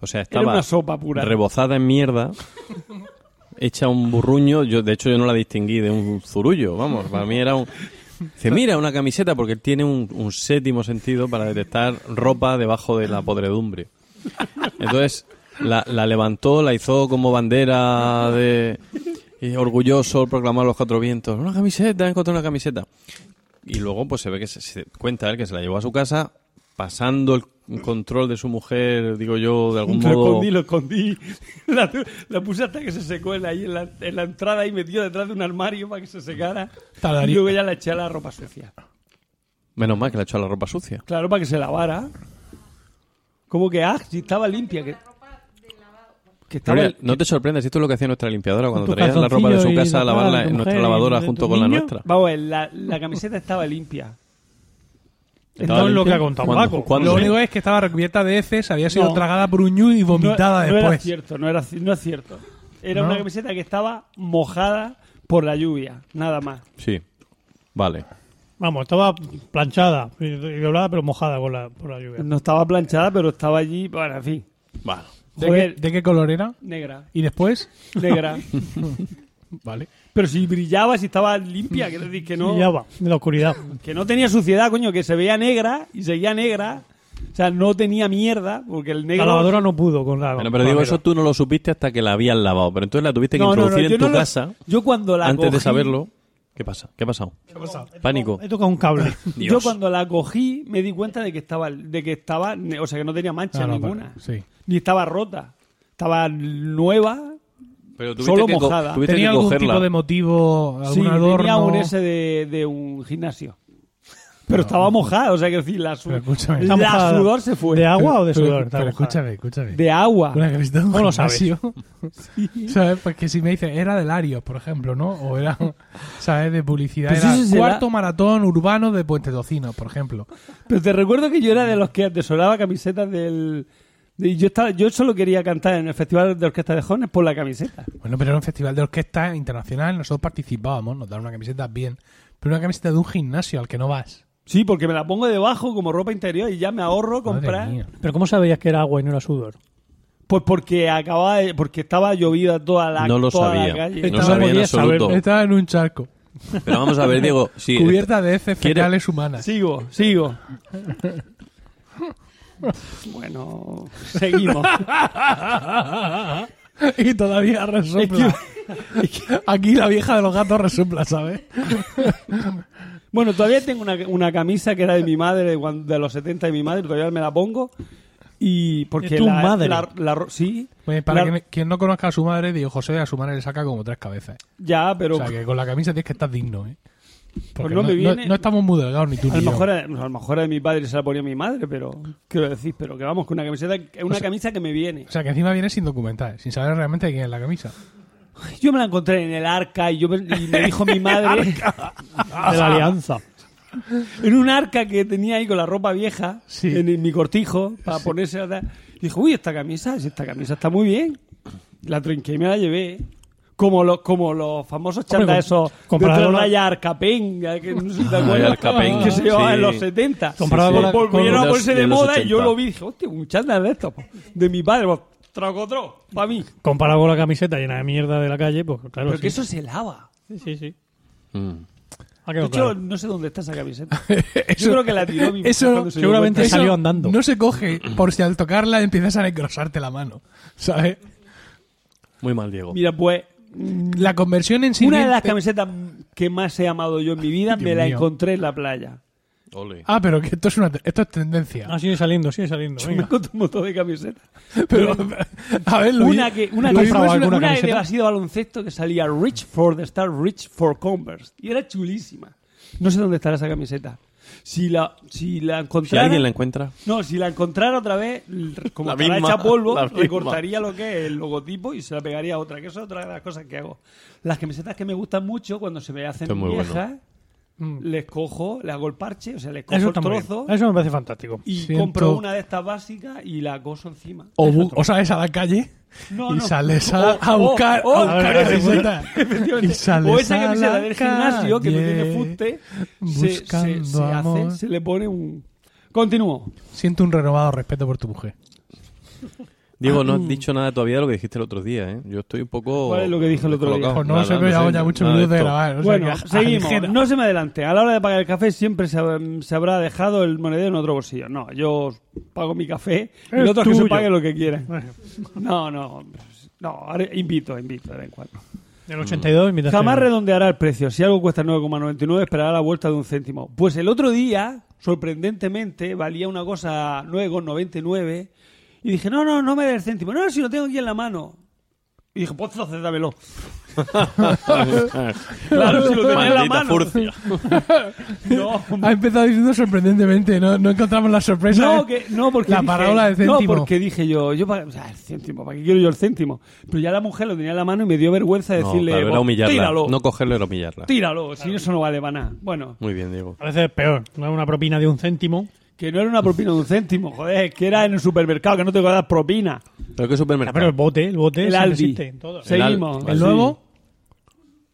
S3: O sea, estaba
S5: Era una sopa pura.
S3: rebozada en mierda, hecha un burruño. Yo, de hecho, yo no la distinguí de un zurullo, vamos. Para mí era un... Dice, mira, una camiseta, porque tiene un, un séptimo sentido para detectar ropa debajo de la podredumbre. Entonces, la, la levantó, la hizo como bandera de... y orgulloso proclamar los cuatro vientos. Una camiseta, encontré una camiseta. Y luego, pues se ve que se, se cuenta él que se la llevó a su casa, pasando el control de su mujer, digo yo, de algún
S5: lo
S3: modo.
S5: escondí, lo escondí. La, la puse hasta que se secó él ahí en la, en la entrada y metió detrás de un armario para que se secara.
S1: Tardaría-
S5: Y luego ya la eché a la ropa sucia.
S3: Menos mal que le ha hecho a la ropa sucia.
S5: Claro, para que se lavara. Como que, ah, si estaba limpia. Que, que estaba
S3: Nuria, no te sorprendas, esto es lo que hacía nuestra limpiadora cuando
S2: tus
S3: traía la ropa de su
S2: calzoncillos y
S3: casa a
S2: la
S3: lavarla
S2: cara de tu
S3: en nuestra
S2: mujer y
S3: lavadora
S2: de
S3: junto
S2: tus
S3: con la
S2: niños.
S3: nuestra.
S5: Vamos a ver, la, la camiseta estaba limpia.
S3: Estaba
S2: Esto es lo que
S3: limpia.
S2: ha contado
S3: ¿Cuándo?
S2: Paco.
S3: ¿Cuándo?
S1: Lo único es que estaba recubierta de heces, había sido
S5: No.
S1: tragada por un ñu y vomitada
S5: no, no era
S1: después.
S5: cierto, no, era, ci- no es cierto. Era
S1: ¿No?
S5: una camiseta que estaba mojada por la lluvia, nada más.
S3: Sí. Vale.
S2: Vamos, estaba planchada y y doblada, pero mojada por la, por la lluvia.
S5: No estaba planchada, pero estaba allí, bueno, en fin.
S3: Vale.
S1: ¿De,
S5: Joder.
S1: qué, de qué color era?
S5: Negra,
S1: ¿Y después?
S5: negra.
S1: Vale.
S5: pero si brillaba, si estaba limpia, quiero decir que no,
S2: Y ya va, de la oscuridad.
S5: que no tenía suciedad, coño, que se veía negra y seguía negra O sea, no tenía mierda porque el negro...
S2: La lavadora no pudo con la.
S3: Bueno, pero digo, eso tú no lo supiste hasta que la habían lavado. Pero entonces la tuviste que
S5: No, no, no,
S3: introducir
S5: yo
S3: en tu
S5: no lo-
S3: casa
S5: yo cuando la
S3: antes de
S5: cogí-
S3: saberlo. ¿Qué pasa? ¿Qué ha pasado?
S1: ¿Qué ha pasado?
S3: Pánico.
S2: He tocado un cable.
S5: Yo
S3: Dios.
S5: cuando la cogí me di cuenta de que estaba, de que estaba, o sea que no tenía mancha
S1: Ah, no,
S5: ninguna,
S1: pero- sí.
S5: ni estaba rota, estaba nueva.
S3: Pero
S5: solo
S3: que co-
S5: mojada.
S3: tuviste
S1: ¿Tenía
S3: que
S1: algún
S3: cogerla.
S1: tipo de motivo, algún
S5: Sí, tenía
S1: adorno?
S5: un S de, de un gimnasio, pero estaba mojada, o sea que decir la, su-
S1: Pero escúchame.
S5: la
S2: Está mojada.
S5: sudor se fue
S2: ¿De agua o de
S1: Pero-
S2: sudor?
S1: Pero,
S2: Está mojada.
S1: escúchame, escúchame.
S5: De agua.
S1: Una que visitó un
S2: Ah, ¿Cómo lo sabes?
S1: gimnasio. ¿Sabes? Porque si me dices, era del Arios, por ejemplo, ¿no? O era, ¿sabes? De publicidad.
S5: Pues
S1: era
S5: eso será-
S1: cuarto maratón urbano de Puente Tocino, por ejemplo.
S5: Pero te recuerdo que yo era de los que atesoraba camisetas del. de- yo, estaba, yo solo quería cantar en el Festival de Orquesta de Jones por la camiseta.
S1: Bueno, pero era un festival de orquesta internacional, nosotros participábamos, nos dan una camiseta bien. Pero una camiseta de un gimnasio al que no vas.
S5: Sí, porque me la pongo debajo como ropa interior y ya me ahorro comprar.
S1: Madre mía.
S2: Pero ¿cómo sabías que era agua y no era sudor?
S5: Pues porque acababa de- porque estaba llovida toda la
S3: No lo
S5: toda la
S3: sabía.
S5: calle.
S3: No
S2: Estaba-
S3: sabía en
S2: podías
S3: absoluto.
S2: saberlo.
S1: Estaba en un charco,
S3: Pero vamos a ver, Diego. Sí,
S1: cubierta de heces
S3: Quiero-
S1: fecales humanas.
S5: Sigo, sigo. bueno, seguimos.
S1: y todavía resopla. Aquí la vieja de los gatos resopla, ¿sabes?
S5: Bueno, todavía tengo una, una camisa que era de mi madre, de, cuan- de los 70 de mi madre, todavía me la pongo. Y porque
S2: ¿De tu
S5: la,
S2: madre?
S5: la- la ro- sí,
S1: Oye, Pues para
S5: la-
S1: quien, quien no conozca a su madre, Diego José a su madre le saca como tres cabezas.
S5: ya, pero
S1: O sea, que con la camisa tienes que estar digno, ¿eh? Porque
S5: Pues no
S1: no,
S5: me
S1: no-
S5: viene-
S1: no estamos muy delgados ni tú
S5: a lo
S1: ni yo.
S5: mejor a, lo mejor era de mi padre se la ponía mi madre, pero quiero decir, pero que vamos con una camiseta, una camisa que me viene.
S1: O sea, que encima viene sin documentar, sin saber realmente quién es la camisa.
S5: Yo me la encontré en el arca y yo me, y me dijo mi madre Ah.
S2: De la alianza.
S5: en un arca que tenía ahí con la ropa vieja
S1: Sí.
S5: en, en mi cortijo para ponerse a dar. Y Dijo, uy, esta camisa, si esta camisa está muy bien. La trinqué y me la llevé. Como los, como los famosos
S2: Hombre,
S5: chantas
S2: com-
S5: esos de
S2: comparado con la-
S5: raya arcapenga, que no sé si te acuerdas,
S3: Raya Ah, Arcapenga,
S5: que se llevaba
S3: sí.
S5: en los 70.
S2: Comparado
S5: Sí,
S2: con
S5: sí.
S2: la-
S5: Volvieron
S3: con
S5: a
S3: los-
S5: ponerse
S3: de
S5: de
S3: los
S5: moda y yo
S3: 80.
S5: lo vi y dije, hostia, un chándal de estos, po, de mi padre, pues, trocotro, para mí.
S2: Comparado con la camiseta llena de mierda de la calle, pues claro.
S5: Pero
S2: sí.
S5: que eso se lava.
S2: Sí, sí, sí.
S3: Mm.
S2: Ha
S5: De
S2: quedado
S5: hecho,
S2: claro.
S5: no sé dónde está esa camiseta. Yo creo que la tiró mi
S1: eso
S5: cuando se dio
S2: seguramente
S5: cuenta.
S1: Eso
S2: salió andando.
S1: No se coge por si al tocarla empiezas a engrosarte la mano, ¿sabes?
S3: Muy mal, Diego.
S5: Mira, pues
S1: La conversión en sí...
S5: Una de
S1: bien
S5: las
S1: te-
S5: camisetas que más he amado yo en mi vida me
S1: Dios
S5: la
S1: mío.
S5: encontré en la playa.
S3: Ole.
S1: Ah, pero que esto es, una, esto es tendencia.
S2: Ah, sigue saliendo, sigue saliendo.
S5: Yo me
S2: venga.
S5: encontré un montón de camisetas.
S1: pero, a ver, lo
S5: Una
S1: vi-
S5: que una
S1: lo mismo
S2: compraba
S5: que
S1: es
S5: una,
S2: alguna
S5: una de
S2: camiseta?
S5: vacío baloncesto que salía Rich for the Star, Rich for Converse. Y era chulísima. No sé dónde estará esa camiseta. Si la, si la
S3: Si
S5: encontrara...
S3: alguien la encuentra.
S5: No, si la encontrara otra vez, l- como
S3: La
S5: estará
S3: misma,
S5: hecha polvo,
S3: la misma.
S5: recortaría lo que es el logotipo y se la pegaría a otra, que eso es otra de las cosas que hago. Las camisetas que me gustan mucho, cuando se me hacen
S3: Esto es muy
S5: viejas,
S2: Mm.
S5: les cojo, les hago el parche, o sea, les cojo
S2: Eso
S5: el
S2: está muy bien.
S5: trozo
S2: Eso me parece fantástico.
S5: y
S1: Siento-
S5: compro una de estas básicas y la coso encima.
S3: Oh,
S1: O, bu- o sales a la calle
S5: No,
S1: y
S5: no. Oh,
S1: sales a, a
S5: O-
S1: buscar,
S5: o-
S1: a buscar
S2: o-
S1: camiseta.
S5: Efectivamente.
S1: Y sales
S5: o esa
S1: a
S5: camiseta
S1: la
S5: del gimnasio que no tiene
S1: calle
S5: fuste, se, se,
S1: buscando
S5: se hace,
S1: amor.
S5: se le pone un... Continúo.
S1: Siento un renovado respeto por tu mujer.
S3: Diego, no has dicho nada todavía de lo que dijiste el otro día, ¿eh? Yo estoy un poco.
S5: Ah, mm. ¿Cuál es lo que dije el otro día?
S3: descolocado.
S1: Pues no
S3: Nada,
S1: lo sé, pero llevamos ya
S3: sé,
S1: muchos
S3: nada de
S1: minutos de
S3: esto.
S1: grabar. o sea
S5: Bueno,
S1: que a- a
S5: seguimos.
S1: ligera.
S5: No se me adelante. A la hora de pagar el café siempre se, hab- se habrá dejado el monedero en otro bolsillo. No, yo pago mi café y
S2: Es
S5: los otros que se
S2: tuyo.
S5: paguen lo que quieran. No, no. No, ahora invito, invito de vez en cuando.
S2: El 82 invitación.
S5: Jamás redondeará el precio. Si algo cuesta 9,99, esperará la vuelta de un céntimo. Pues el otro día, sorprendentemente, valía una cosa 9,99 y dije, no, no, no me dé el céntimo. No, si lo tengo aquí en la mano. Y dije, pues entonces dámelo. Claro, si lo tenía en la
S3: Maldita
S5: mano.
S3: furcia.
S5: No,
S1: Ha empezado diciendo sorprendentemente, no, no encontramos la sorpresa.
S5: No,
S1: ¿eh?
S5: que, no, porque
S1: La
S5: dije-
S1: parábola del céntimo.
S5: No, porque dije yo, yo para, o sea, el céntimo, ¿para qué quiero yo el céntimo? Pero ya la mujer lo tenía en la mano y me dio vergüenza
S3: No,
S5: decirle,
S3: claro, era
S5: "Pues,
S3: humillarla.
S5: tíralo,
S3: No cogerlo era humillarla.
S5: tíralo, si eso no vale para nada. Bueno,
S3: Muy bien, Diego.
S2: A veces es peor. No es una propina de un céntimo.
S5: que no era una propina de un céntimo, joder, que era en el supermercado, que no tengo que dar propina.
S3: Pero qué
S2: Ah, pero
S3: supermercado.
S2: el bote, el bote
S5: El
S2: siempre
S5: Albi.
S2: existe en todo.
S3: Sí. El
S5: Seguimos.
S3: al-
S1: El
S5: Sí.
S1: nuevo,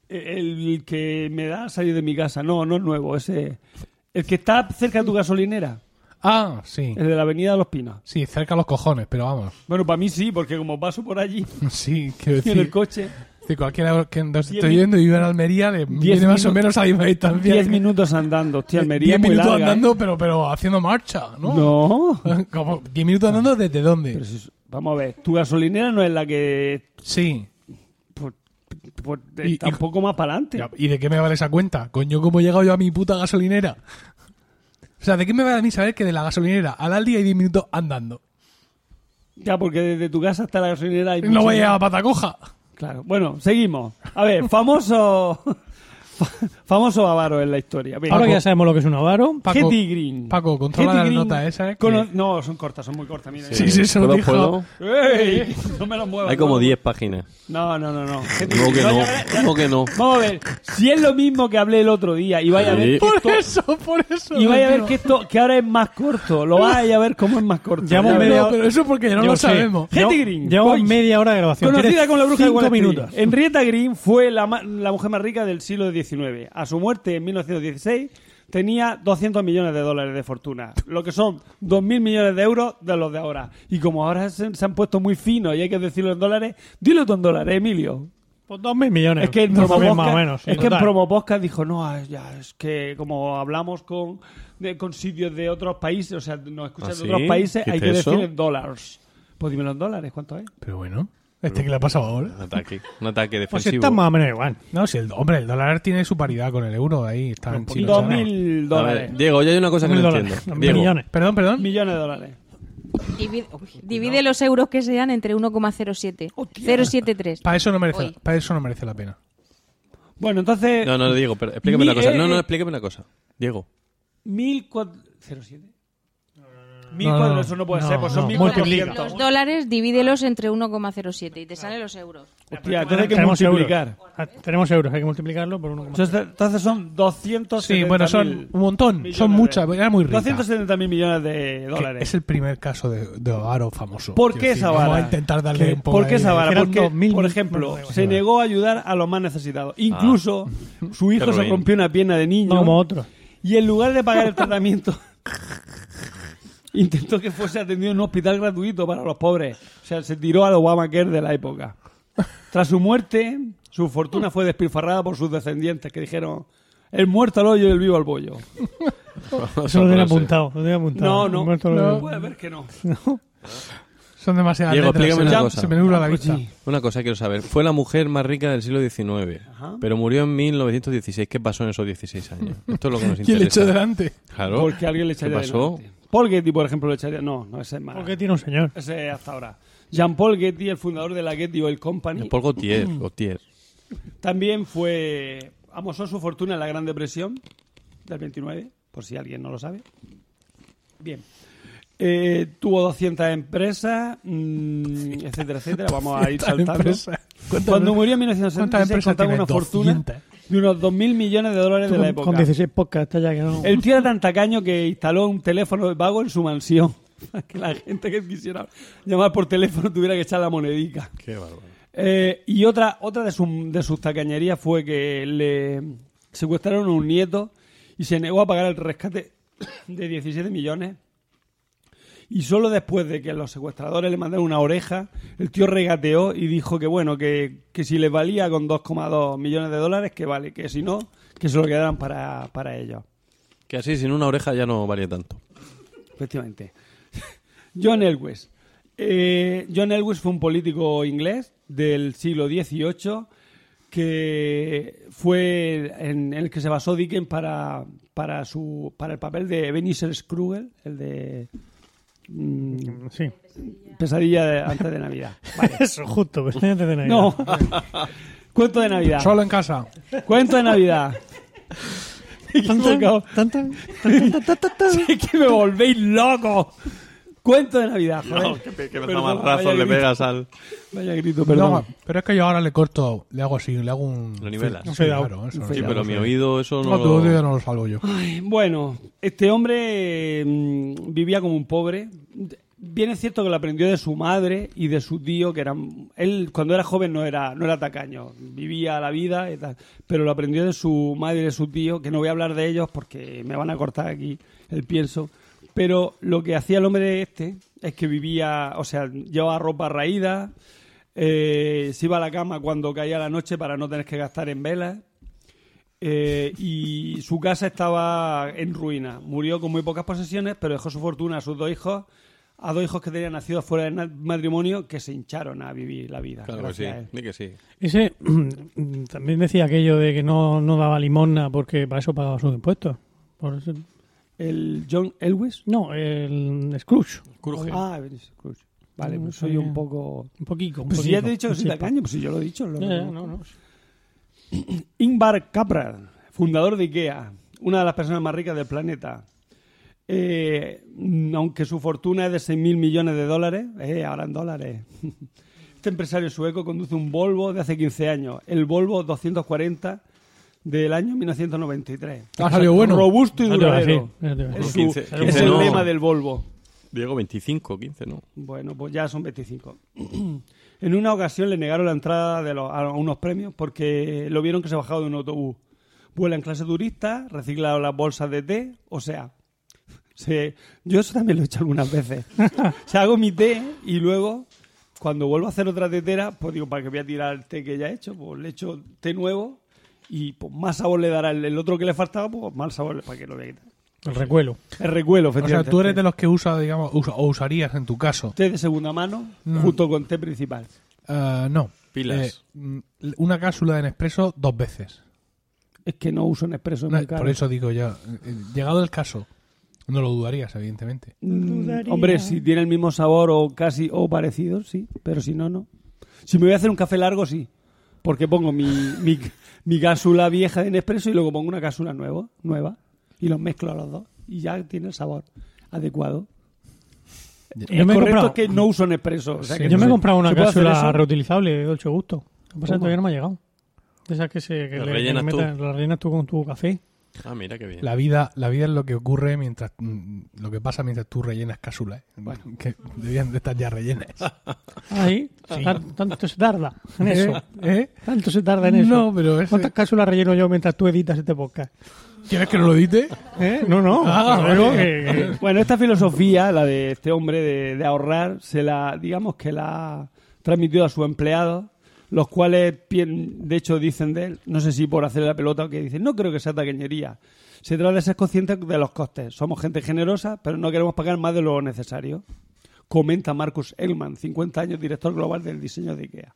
S5: El, el que me da salir de mi casa, no, no el nuevo, ese... El que está cerca de tu gasolinera,
S1: ah, sí.
S5: el de la Avenida de los Pinos.
S1: Sí, cerca a los cojones, pero vamos.
S5: Bueno, para mí sí, porque como paso por allí
S1: Pues Sí, quiero
S5: en el
S1: decir.
S5: coche,
S1: Si cualquiera que nos
S5: Diez
S1: esté
S5: mi-
S1: viendo y vive en Almería, le viene más o
S5: minutos-
S1: menos a la misma distancia.
S5: 10 minutos andando. Hostia, Almería
S1: Diez
S5: es muy
S1: minutos
S5: larga, ¿eh?
S1: andando, pero, pero haciendo marcha, ¿no?
S5: No.
S1: Como, ¿10 minutos andando desde dónde?
S5: Pero si es- vamos a ver, tu gasolinera no es la que.
S1: sí.
S5: Por, por-
S1: Y-
S5: está un
S1: y-
S5: poco más para adelante.
S1: Ya, ¿Y de qué me vale esa cuenta? Coño, ¿cómo he llegado yo a mi puta gasolinera? O sea, ¿de qué me vale a mí saber que de la gasolinera al Aldi hay 10 minutos andando?
S5: Ya, porque desde tu casa hasta la gasolinera hay.
S1: No voy a
S5: mucho-
S1: llegar a patacoja.
S5: Claro. Bueno, seguimos. A ver, famoso. fa- famoso avaro en la historia. Bien.
S2: Ahora que ya
S5: Paco-
S2: sabemos lo que es un avaro.
S1: Paco,
S5: Getty Green.
S1: Paco, controla
S5: Getty
S1: las
S5: Green
S1: notas esas, ¿eh?
S5: cono-
S1: Que-
S5: No, son cortas, son muy cortas. Mira,
S1: Sí, sí, se lo
S3: ¿Puedo,
S1: dijo.
S3: puedo?
S5: ¡Ey! No me lo muevas.
S3: Hay como
S5: no.
S3: 10 páginas.
S5: No, no, no, no. Getty
S3: No
S5: Green.
S3: que no,
S5: ya- ya-
S3: no que no.
S5: Vamos a ver, si es lo mismo que hablé el otro día y vaya a ver
S3: Sí.
S5: que
S1: Por
S5: esto-
S1: eso, por eso.
S5: y vaya a ver
S1: no.
S5: que esto que ahora es más corto, lo vaya a ver cómo es más corto.
S2: Llevamos
S5: Ya verás.
S2: media
S1: No, pero eso porque ya no
S2: Yo
S1: lo
S2: sé.
S1: sabemos.
S2: Llevo-
S5: Gente Green,
S2: Llevamos
S5: voy.
S2: media hora de grabación.
S5: Conocida
S2: Tienes
S5: como la bruja de
S2: cinco
S5: Wall Street.
S2: minutos.
S5: Henrietta Green fue la, ma- la mujer más rica del siglo XIX. A su muerte en 1916 tenía 200 millones de dólares de fortuna, lo que son 2.000 millones de euros de los de ahora. Y como ahora se, se han puesto muy finos y hay que decirlo en dólares, dilo tú en dólares, Emilio.
S2: Pues dos mil millones.
S5: Es que en
S2: Más o menos,
S5: Promopodcast,
S2: más o menos. sí,
S5: es que en
S2: total.
S5: Promopodcast dijo, no, ah, ya, es que como hablamos con, de- con sitios de otros países, o sea, nos escuchan
S3: ¿Ah,
S5: de
S3: sí?
S5: otros países, hay que
S3: ¿Dijiste eso?
S5: decir en dólares. Pues dime los dólares, ¿cuánto es?
S1: Pero bueno, ¿este que le ha pasado ahora?
S3: Un ataque, un ataque
S2: Pues
S3: defensivo.
S2: está más o menos igual.
S1: No, si el, do- hombre, el dólar tiene su paridad con el euro ahí. Está en chino,
S5: Dos
S1: ¿sabes?
S5: mil
S3: A ver,
S5: dólares.
S3: Diego, ya hay una cosa que
S2: Mil
S3: no
S2: dólares.
S3: entiendo.
S2: Mil
S3: Diego,
S2: millones.
S1: Perdón, perdón.
S5: Millones de dólares.
S4: Divide, uy, divide los euros que sean entre 1,07. 073.
S1: Para eso, no merece,
S4: Hoy.
S1: la- para eso no merece la pena.
S5: Bueno, entonces,
S3: No, no, Diego, pero explícame una
S5: Mi-
S3: cosa.
S5: eh,
S3: No, no,
S5: eh.
S3: explícame una cosa. Diego.
S5: mil cuatro... ¿Cero siete? Mil
S1: No, no,
S5: cuatro-
S1: no.
S5: eso no puede
S1: No,
S5: ser, pues son
S1: no,
S5: mil
S1: multiplica.
S5: cuatrocientos.
S4: Los dólares, divídelos entre 1,07 y te salen los euros.
S5: Hostia, entonces hay que
S2: Tenemos euros.
S5: multiplicar.
S2: Ah, Tenemos euros, hay que multiplicarlo por uno.
S5: Entonces, entonces son 270
S1: Sí, bueno, son un montón. Son
S5: millones de-
S1: muchas. Era muy rica.
S5: 270 mil millones de
S1: Que
S5: dólares.
S1: Es el primer caso de, de avaro famoso.
S5: ¿Por
S1: Quiero
S5: qué
S1: decir,
S5: esa
S1: Vamos
S5: vara?
S1: a intentar darle
S2: ¿Qué?
S1: un poco
S5: ¿Por
S1: ahí
S5: qué
S1: eh.
S5: esa
S1: de-
S5: vara?
S2: Eran
S5: Porque,
S2: 2000
S5: por
S2: mil-
S5: ejemplo,
S2: no, no,
S5: se
S2: no.
S5: negó a ayudar a los más necesitados. Incluso su hijo
S3: Ah. Qué
S5: se
S3: ruin.
S5: rompió una pierna de niño
S2: No como otro.
S5: y en lugar de pagar el tratamiento intentó que fuese atendido en un hospital gratuito para los pobres. O sea, se tiró al Obamacare de la época. Tras su muerte, su fortuna fue despilfarrada por sus descendientes que dijeron el muerto al hoyo y el vivo al bollo.
S2: Eso lo tiene
S3: Frase.
S2: apuntado. Lo tiene apuntado.
S5: No, no,
S2: Humberto
S5: no,
S2: lo-
S5: puede ver que no.
S1: Son demasiadas
S3: Diego,
S1: letras,
S3: explícame
S1: se-
S3: una cosa.
S1: Se me nubla la vista.
S5: Pues Sí.
S3: Una cosa quiero saber. Fue la mujer más rica del siglo XIX,
S5: Ajá.
S3: pero murió en 1916. ¿Qué pasó en esos 16 años? Esto es lo que nos
S1: ¿Quién
S3: interesa.
S1: le echó delante?
S3: Claro.
S5: Porque alguien le echaría
S3: ¿Qué pasó?
S5: delante. Paul Getty, por ejemplo, le echaría... No, no, ese es más.
S2: ¿Por qué tiene un señor?
S5: Ese hasta ahora. Jean-Paul Getty, el fundador de la Getty Oil Company,
S3: Paul Gaultier. Gaultier.
S5: también fue amosó su fortuna en la Gran Depresión del 29, por si alguien no lo sabe. Bien. Eh, tuvo 200 empresas, mm, etcétera, etcétera. Vamos a ir saltando.
S1: empresas. ¿Cuántas-
S5: Cuando murió en
S1: cuántas
S5: 1976
S1: empresas
S5: contaba
S1: tiene?
S5: una fortuna
S1: 200.
S5: de unos 2.000 millones de dólares
S2: Tú
S5: de la
S2: con,
S5: época.
S2: con 16 podcasts ya que no.
S5: El tío era tan tacaño que instaló un teléfono de pago en su mansión. para que la gente que quisiera llamar por teléfono tuviera que echar la monedica.
S3: Qué bárbaro.
S5: Eh, y otra, otra de, sus- de sus tacañerías fue que le secuestraron a un nieto y se negó a pagar el rescate de 17 millones. Y solo después de que los secuestradores le mandaron una oreja, el tío regateó y dijo que bueno, que, que si les valía con 2,2 millones de dólares, que vale, que si no, que se lo quedaran para, para ellos.
S3: Que así, sin una oreja ya no varía tanto.
S5: Efectivamente. John Elwes. Eh, John Elwes fue un político inglés del siglo XVIII que fue en el que se basó Dickens para, para, su, para el papel de Ebenezer Scrooge, el de mm,
S2: Sí.
S5: Pesadilla de- antes de Navidad. Vale.
S2: Eso, justo. Pero ya te tenéis.
S5: No. Cuento de Navidad.
S1: Solo en casa.
S5: Cuento de Navidad. Me he
S2: Tan,
S5: equivocado.
S2: tan, tan, tan, tan, tan, tan, tan, tan.
S5: Es que me volvéis loco. Cuento de Navidad, joder. Perdón, vaya grito,
S3: al.
S5: Vaya grito, perdón.
S1: No, pero es que yo ahora le corto, le hago así, le hago un.
S3: Lo nivelas.
S1: Sí,
S2: Un fade out.
S1: claro, eso
S5: Un
S1: no
S5: fade
S3: Sí,
S1: lo
S3: pero
S1: sé.
S3: mi oído, eso no.
S1: No, tu oído ya no lo salgo yo.
S5: Ay, Bueno, este hombre mm, vivía como un pobre. Bien es cierto que lo aprendió de su madre y de su tío, que eran. Él, cuando era joven, no era, no era tacaño. Vivía la vida y tal. Pero lo aprendió de su madre y de su tío, que no voy a hablar de ellos porque me van a cortar aquí el pienso. Pero lo que hacía el hombre este es que vivía, o sea, llevaba ropa raída, Eh, se iba a la cama cuando caía la noche para no tener que gastar en velas. Eh, y su casa estaba en ruina. Murió con muy pocas posesiones, pero dejó su fortuna a sus dos hijos, a dos hijos que tenían nacido fuera del na- matrimonio, que se hincharon a vivir la vida.
S3: Claro que sí,
S5: gracias a él.
S3: di que sí.
S2: Ese mm, también decía aquello de que no, no daba limosna porque para eso pagaba sus impuestos. Por eso-
S5: El John Elwes.
S2: no, el Scrooge.
S3: Cruje.
S5: Ah, Vince Cruise. Vale,
S2: No
S5: pues
S2: sabía.
S5: soy un poco.
S2: Un poquito. Un
S5: Pues si
S2: poquito.
S5: ya te he dicho que soy
S2: Sí,
S5: tacaño, pues si yo lo he dicho. lo-
S2: ya, ya, no, no.
S5: Ingvar Capra, fundador de IKEA, una de las personas más ricas del planeta. Eh, mm, aunque su fortuna es de 6.000 millones de dólares, eh, ahora en dólares. Este empresario sueco conduce un Volvo de hace 15 años, el Volvo 240 del año 1993.
S1: Ha salido bueno.
S5: Robusto y
S2: No te iba a decir,
S5: duradero.
S2: no te iba a
S5: Es,
S2: decir.
S5: su-
S3: 15,
S5: es
S3: 15
S5: el
S3: no.
S5: lema del Volvo.
S3: Diego, 25, 15, ¿no?
S5: Bueno, pues ya son 25. en una ocasión le negaron la entrada de los- a unos premios porque lo vieron que se bajaba de un autobús. Vuela en clase turista, recicla las bolsas de té, o sea, se- yo eso también lo he hecho algunas veces. o sea, hago mi té y luego, cuando vuelvo a hacer otra tetera, pues digo, ¿para qué voy a tirar el té que ya he hecho? Pues le echo té nuevo y pues, más sabor le dará el, el otro que le faltaba, pues más sabor, le- ¿para qué lo voy a quitar?
S2: El recuelo.
S5: El recuelo,
S1: O sea,
S5: efectivamente.
S1: tú eres de los que usa, digamos, usa- o usarías en tu caso.
S5: Té de segunda mano
S1: Mm.
S5: junto con té principal.
S1: Ah, no.
S3: Pilas.
S1: Eh, mm, una cápsula de Nespresso dos veces.
S5: Es que no uso Nespresso, es
S1: No,
S5: muy caro.
S1: por eso digo yo, eh, llegado el caso, no lo dudarías, evidentemente.
S5: Mm,
S2: Dudaría.
S5: hombre, si tiene el mismo sabor o casi o parecido, sí, pero si no, no. Si me voy a hacer un café largo, sí. Porque pongo mi, mi, mi cápsula vieja de Nespresso y luego pongo una cápsula nueva, nueva y los mezclo a los dos y ya tiene el sabor adecuado.
S2: Yo me, he
S5: Correcto
S2: comprado,
S5: es que no uso Nespresso. o sea
S1: Sí,
S5: que
S2: yo me he
S5: no sé.
S2: comprado una
S5: ¿Se puede hacer
S2: cápsula
S5: eso?
S2: reutilizable de 8 gustos. Lo que pasa es que
S5: ¿Cómo?
S2: todavía no me ha llegado. De Esas que se. Que
S3: Las
S2: le- que
S3: rellenas
S2: le
S3: tú.
S2: metas- las rellenas tú con tu café.
S3: Ah, mira qué bien.
S1: La vida, la vida es lo que ocurre mientras, mm, lo que pasa mientras tú rellenas cápsulas. ¿eh? Que debían de estar ya rellenas.
S2: Ahí. tan- Tanto se tarda en eso.
S1: ¿Eh?
S2: Tanto se tarda en eso.
S1: No, pero es-
S2: ¿Cuántas cápsulas relleno yo mientras tú editas este podcast?
S1: ¿Quieres que no lo edite?
S2: ¿Eh? No, no.
S1: Ah,
S2: Te digo
S1: vale.
S2: que-
S5: Bueno, esta filosofía, la de este hombre de, de ahorrar, se la, digamos que la ha transmitido a sus empleados, los cuales, pien- de hecho, dicen de él, no sé si por hacerle la pelota o que dicen, no creo que sea taqueñería. Se trata de ser conscientes de los costes. Somos gente generosa, pero no queremos pagar más de lo necesario. Comenta Marcus Elman, 50 años director global del diseño de IKEA.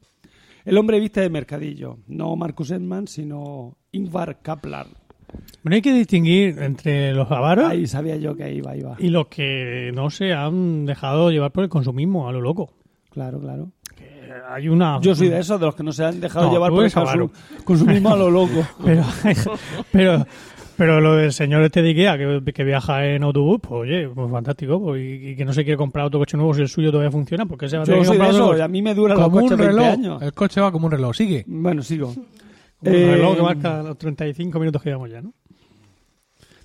S5: El hombre viste de mercadillo, no Marcus Elman, sino Ingvar Kaplan.
S2: Bueno, hay que distinguir entre los avaros
S5: Ahí sabía yo que ahí iba, ahí va.
S2: ¿Eh? y los que no se han dejado llevar por el consumismo a lo loco. Eh,
S5: Claro, claro.
S2: Hay una.
S5: Yo soy de esos, de los que no se han dejado
S2: No,
S5: llevar
S2: tú
S5: por el
S2: eres avaro.
S5: consum- consumismo a lo loco.
S2: Pero, pero, pero lo del señor este de Ikea que, que viaja en autobús, pues oye, pues fantástico. pues, y, y que no se quiere comprar otro coche nuevo si el suyo todavía funciona, porque se va a tener
S5: Yo
S2: que
S5: soy de
S2: comprar otro
S5: esos,
S2: coche?
S5: a mí me duran los
S1: Como un
S5: coches 20
S1: reloj.
S5: años.
S1: El coche va como un reloj. Sigue.
S5: Bueno, sigo.
S2: Un
S5: Eh,
S2: reloj que marca los 35 minutos que llevamos ya, ¿no?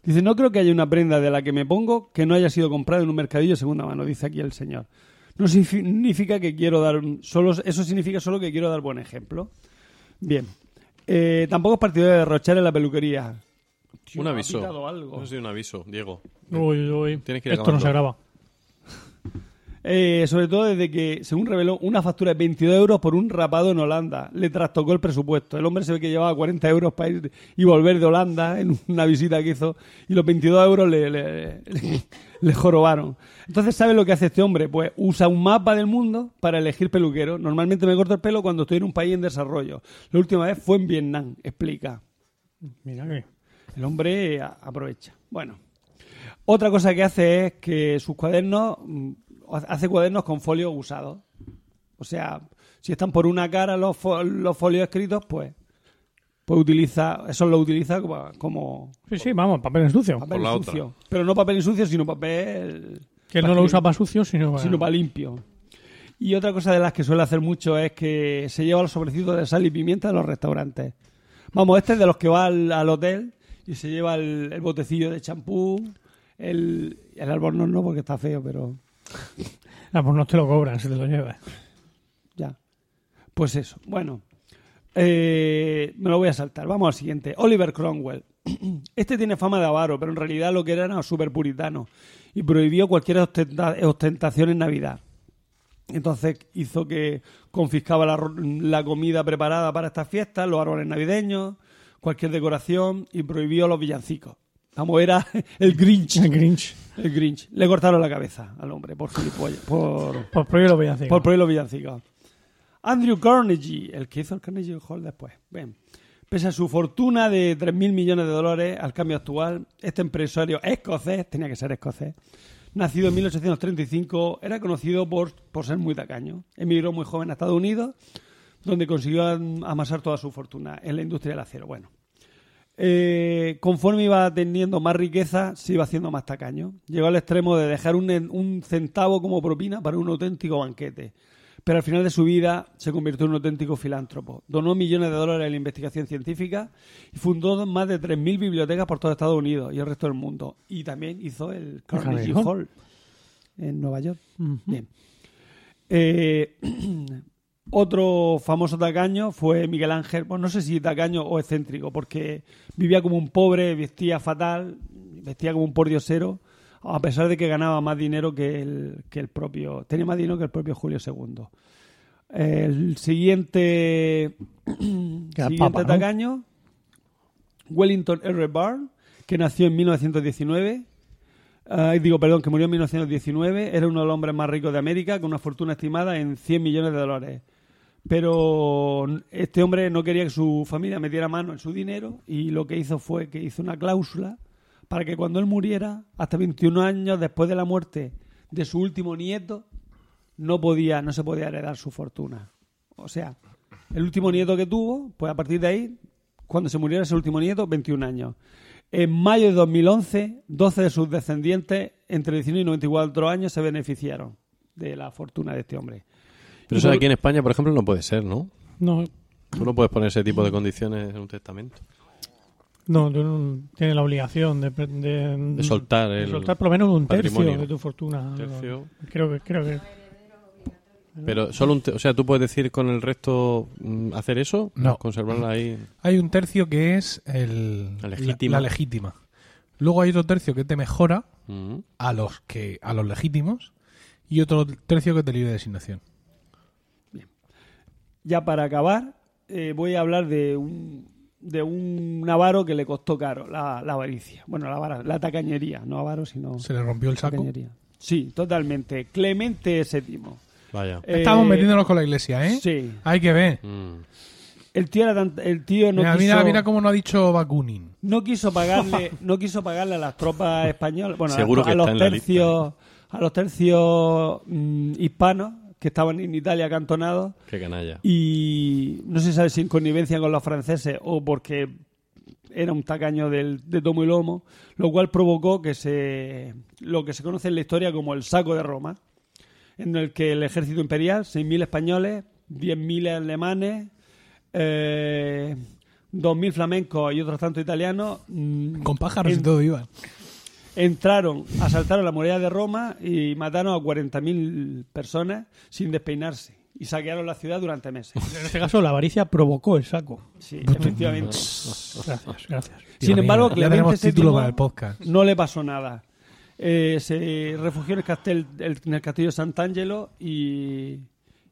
S5: Dice, no creo que haya una prenda de la que me pongo que no haya sido comprada en un mercadillo de segunda mano, dice aquí el señor. No significa que quiero dar un- solo eso significa solo que quiero dar buen ejemplo. Bien. Eh, tampoco es partidario de derrochar en la peluquería. Tío,
S3: un
S5: ha
S3: aviso.
S5: pitado algo.
S3: Eso sí, un aviso, Diego.
S2: Uy, uy,
S3: Tienes que ir
S2: Esto no se graba.
S5: Eh, sobre todo desde que, según reveló, una factura de 22 euros por un rapado en Holanda. Le trastocó el presupuesto. El hombre se ve que llevaba 40 euros para ir y volver de Holanda en una visita que hizo y los 22 euros le, le- le- le jorobaron. Entonces, ¿sabes lo que hace este hombre? Pues usa un mapa del mundo para elegir peluquero. Normalmente me corto el pelo cuando estoy en un país en desarrollo. La última vez fue en Vietnam, explica.
S2: Mira que.
S5: El hombre eh, a- aprovecha. Bueno. Otra cosa que hace es que sus cuadernos, mm, hace cuadernos con folios usados. O sea, si están por una cara los, fo- los folios escritos, pues, pues utiliza, eso lo utiliza como, como
S2: Sí, sí, vamos, papel en sucio.
S5: papel
S3: la
S5: sucio. Pero no papel sucio, sino papel...
S2: Que él no lo usa para sucio, sino para.
S5: Sino para limpio. Y otra cosa de las que suele hacer mucho es que se lleva los sobrecitos de sal y pimienta de los restaurantes. Vamos, este es de los que va al, al hotel y se lleva el, el botecillo de champú, el, el albornoz no porque está feo, pero
S2: Ah, pues no te lo cobran, se te lo llevas.
S5: ya. Pues eso, bueno. Eh, me lo voy a saltar. Vamos al siguiente. Oliver Cromwell. Este tiene fama de avaro, pero en realidad lo que era era súper puritano y prohibió cualquier ostenta- ostentación en Navidad. Entonces hizo que confiscaba la, ro- la comida preparada para estas fiestas, los árboles navideños, cualquier decoración y prohibió los villancicos. Vamos, era el Grinch.
S2: El Grinch.
S5: El Grinch. Le cortaron la cabeza al hombre por gilipollas, por,
S2: Pues por lo voy a hacer.
S5: por prohibir los villancicos. Andrew Carnegie, el que hizo el Carnegie Hall después. Bien. Pese a su fortuna de 3.000 millones de dólares al cambio actual, este empresario escocés, tenía que ser escocés, nacido en 1835, era conocido por, por ser muy tacaño. Emigró muy joven a Estados Unidos, donde consiguió am- amasar toda su fortuna en la industria del acero. Bueno, eh, conforme iba teniendo más riqueza, se iba haciendo más tacaño. Llegó al extremo de dejar un, en- un centavo como propina para un auténtico banquete. Pero al final de su vida se convirtió en un auténtico filántropo. Donó millones de dólares en la investigación científica y fundó más de 3.000 bibliotecas por todo Estados Unidos y el resto del mundo. Y también hizo el Carnegie
S2: Hall.
S5: Hall en Nueva York. Bien. Eh, otro famoso tacaño fue Miguel Ángel. Bueno, no sé si tacaño o excéntrico, porque vivía como un pobre, vestía fatal, vestía como un pordiosero, a pesar de que ganaba más dinero que el, que el propio. Tenía más dinero que el propio Julio II. El siguiente, siguiente
S2: Papa, ¿no?
S5: tacaño, Wellington R. Barr, que nació en 1919. Ah, digo, perdón, que murió en 1919. Era uno de los hombres más ricos de América, con una fortuna estimada en 100 millones de dólares. Pero este hombre no quería que su familia metiera mano en su dinero y lo que hizo fue que hizo una cláusula para que cuando él muriera, hasta 21 años después de la muerte de su último nieto, no podía, no se podía heredar su fortuna. O sea, el último nieto que tuvo, pues a partir de ahí, cuando se muriera ese último nieto, 21 años. En mayo de 2011, 12 de sus descendientes, entre 19 y 94 años, se beneficiaron de la fortuna de este hombre.
S3: Pero eso de aquí en España, por ejemplo, no puede ser, ¿no?
S2: No,
S3: Tú no puedes poner ese tipo de condiciones en un testamento.
S2: no, tú no tienes la obligación de, pre- de-
S5: Mm.
S3: De soltar
S2: de
S3: el
S2: soltar por lo menos un tercio
S3: patrimonio.
S2: de tu fortuna.
S3: tercio.
S2: Creo que, creo que.
S3: Pero solo un... te- O sea, tú puedes decir con el resto mm, hacer eso,
S1: No.
S3: conservarla ahí.
S1: Hay un tercio que es el,
S3: La legítima.
S1: la- la legítima. Luego hay otro tercio que te mejora
S3: Mm.
S1: a los que a los legítimos y otro tercio que te libre de designación.
S5: Ya para acabar, eh, voy a hablar de un, de un avaro que le costó caro, la, la avaricia. Bueno, la, avara- la tacañería, no avaro, sino
S1: Se le rompió el saco.
S5: tacañería. Sí, totalmente. Clemente VII.
S3: Vaya.
S5: Eh,
S1: Estamos metiéndonos con la iglesia, ¿eh?
S5: Sí.
S1: Hay que ver.
S3: Mm.
S5: El tío, era tan- el tío no
S1: mira,
S5: quiso...
S1: mira, mira cómo no ha dicho Bakunin.
S5: no quiso pagarle no quiso pagarle a las tropas españolas bueno a las
S3: Seguro
S5: tro-
S3: que
S5: a,
S3: está
S5: los
S3: en la lista.
S5: tercios a los tercios mm, hispanos que estaban en Italia acantonados
S3: Qué canalla.
S5: y no se sabe si en connivencia con los franceses o porque era un tacaño del, de tomo y lomo, lo cual provocó que se lo que se conoce en la historia como el saco de Roma, en el que el ejército imperial, 6.000 españoles, 10.000 alemanes, eh, 2.000 flamencos y otros tantos italianos mm,
S1: Con pájaros y
S5: en-
S1: todo iban.
S5: entraron, asaltaron la muralla de Roma y mataron a 40.000 personas sin despeinarse y saquearon la ciudad durante meses.
S2: En este caso, la avaricia provocó el saco.
S5: Sí, efectivamente.
S2: Gracias, gracias.
S5: Sin embargo,
S1: ya
S5: Clemente
S1: tenemos
S5: VII
S1: título para el podcast.
S5: No le pasó nada. Eh, se refugió en el, castel- el- en el castillo de Sant'Angelo y,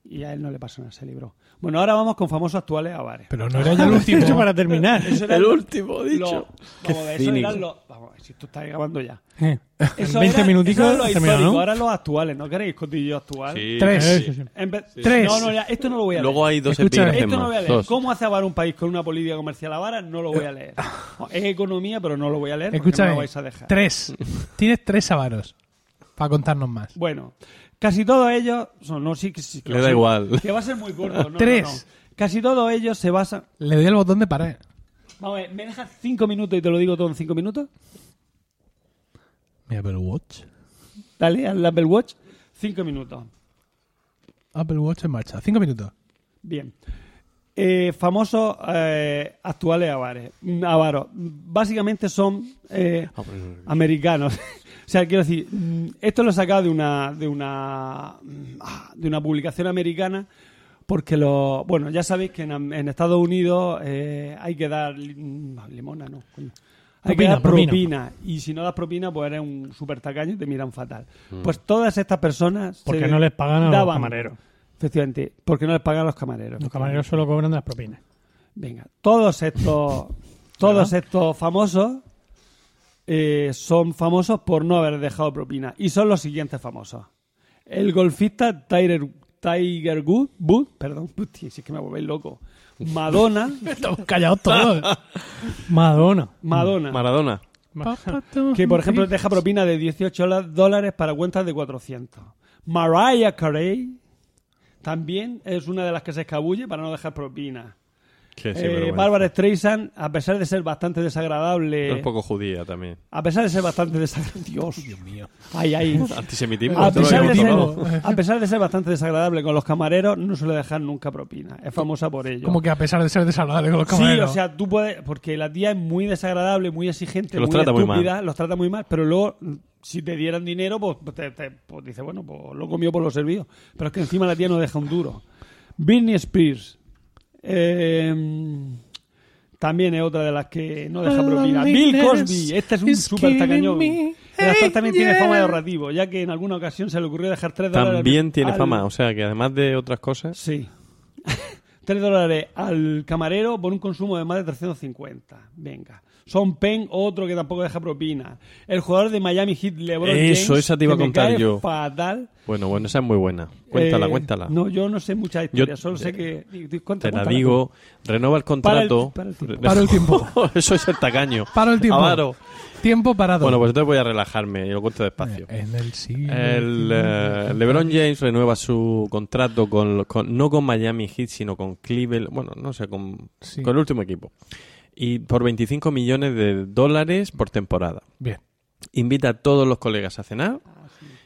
S5: y a él no le pasó nada, se libró. Bueno, ahora vamos con famosos actuales avares.
S1: Pero no era ya el último.
S2: Eso para terminar.
S5: Eso era
S3: El
S5: lo-
S3: último dicho.
S5: lo-
S3: Qué
S5: vamos a ver, eso
S3: cínico.
S5: eran los- vamos a ver, si esto está acabando ya.
S2: Eh,
S5: Eso
S2: 20
S5: era-
S2: minuticos,
S5: eso eran los
S2: terminado,
S5: históricos,
S2: ¿no?
S5: ahora los actuales, ¿no queréis cotillo actual?
S1: Tres.
S2: Eh, sí, sí.
S5: En vez-
S1: Tres.
S5: No, no, ya, esto no lo voy a leer.
S3: Luego hay dos
S1: Escúchame.
S3: epígrafes
S5: Esto no
S3: más.
S5: lo voy a leer.
S3: Dos.
S5: ¿Cómo hace avara un país con una política comercial avara? No lo voy a leer. No, Es economía, pero no lo voy a leer. porque
S1: Escúchame.
S5: no lo vais a dejar.
S1: Tres. Tienes tres avaros para contarnos más.
S5: Bueno, casi todos ellos. son- No, sí, que sí, que
S3: Le
S5: va a
S3: da
S5: ser-
S3: igual.
S5: Que va a ser muy corto. no, no,
S1: Tres.
S5: no. Casi todos ellos se basan.
S1: Le doy el botón de parar.
S5: Vamos a ver, ¿me dejas cinco minutos y te lo digo todo en cinco minutos?
S1: Mi Apple Watch.
S5: Dale al Apple Watch. Cinco minutos.
S1: Apple Watch en marcha. Cinco minutos.
S5: Bien. Eh, famosos eh, actuales avares, mm, avaros. Básicamente son eh, americanos. o sea, quiero decir, mm, esto lo he sacado de una, de una, mm, ah, de una publicación americana porque lo, bueno, ya sabéis que en, am- en Estados Unidos eh, hay que dar li- mm, limona, no. coño. Hay que
S2: Propina,
S5: dar
S2: propina.
S5: propina. Y si no das propina, pues eres un súper tacaño y te miran fatal. Pues todas estas personas. se
S2: Porque no les pagan a los
S5: daban-
S2: camareros.
S5: Efectivamente, porque no les pagan a los camareros.
S2: Los camareros solo cobran de las propinas.
S5: Venga, todos estos, todos estos famosos eh, son famosos por no haber dejado propina. Y son los siguientes famosos. El golfista Tiger, Tiger Wood, Wood, perdón, hostia, si es que me volvéis loco. Madonna,
S2: Estamos callados todos. Madonna.
S5: Madonna,
S3: Maradona.
S5: que por ejemplo deja propina de 18 dola- dólares para cuentas de 400. Mariah Carey también es una de las que se escabulle para no dejar propina.
S3: Que sí,
S5: Eh,
S3: pero bueno.
S5: Bárbara eh, Streisand, a pesar de ser bastante
S3: Pero Es
S5: desagradable,
S3: poco judía también.
S5: a pesar de ser bastante desagradable, Dios, mío, ay, ay.
S3: Antisemitismo.
S5: A
S3: esto lo
S5: pesar, de
S3: habíamos
S5: ser,
S3: hablado.
S5: a pesar de ser bastante desagradable con los camareros, no suele dejar nunca propina. Es famosa por ello.
S1: Como que a pesar de ser desagradable con los
S5: Sí, o
S1: camareros.
S5: sea, tú puedes. Porque la tía es muy desagradable, muy exigente,
S3: Que los
S5: muy
S3: trata muy mal.
S5: estúpida, los trata muy mal, pero luego, mm, si te dieran dinero, pues, pues te, te- pues dice, bueno, pues lo comió por lo servido. Pero es que encima la tía no deja un duro. Britney Spears. eh, también es otra de las que no deja propina. Bill Cosby, este es un
S1: Is
S5: super tacañón.
S1: killing me.
S5: El actor también tiene
S1: Yeah.
S5: fama de ahorrativo, ya que en alguna ocasión se le ocurrió dejar tres dólares.
S3: También tiene
S5: al-
S3: fama. O sea, que además de otras cosas.
S5: Sí. 3 dólares al camarero por un consumo de más de 350. Venga. Son Penn, otro que tampoco deja propina. El jugador de Miami Heat, LeBron
S3: Eso,
S5: James,
S3: esa te iba
S5: que
S3: a
S5: me
S3: contar
S5: cae
S3: yo.
S5: fatal.
S3: Bueno, bueno, esa es muy buena. Cuéntala,
S5: Eh,
S3: cuéntala.
S5: No, yo no sé mucha historia,
S3: Yo-
S5: solo sé que... di- di- cuenta,
S3: Te la
S5: cuéntala
S3: digo, renova el contrato. Oh,
S5: para el tiempo.
S1: Para el tiempo.
S3: Eso es el tacaño.
S1: Paro el tiempo.
S3: Avaro.
S1: Tiempo parado. Eh,
S3: Bueno, pues entonces voy a relajarme y lo cuento despacio.
S1: en el siglo
S3: El eh, LeBron James renueva su contrato con, los- con- no con Miami Heat, sino con Cleveland, bueno, no sé, con,
S1: Sí.
S3: con el último equipo. Y por 25 millones de dólares por temporada.
S1: Bien.
S3: Invita a todos los colegas a cenar,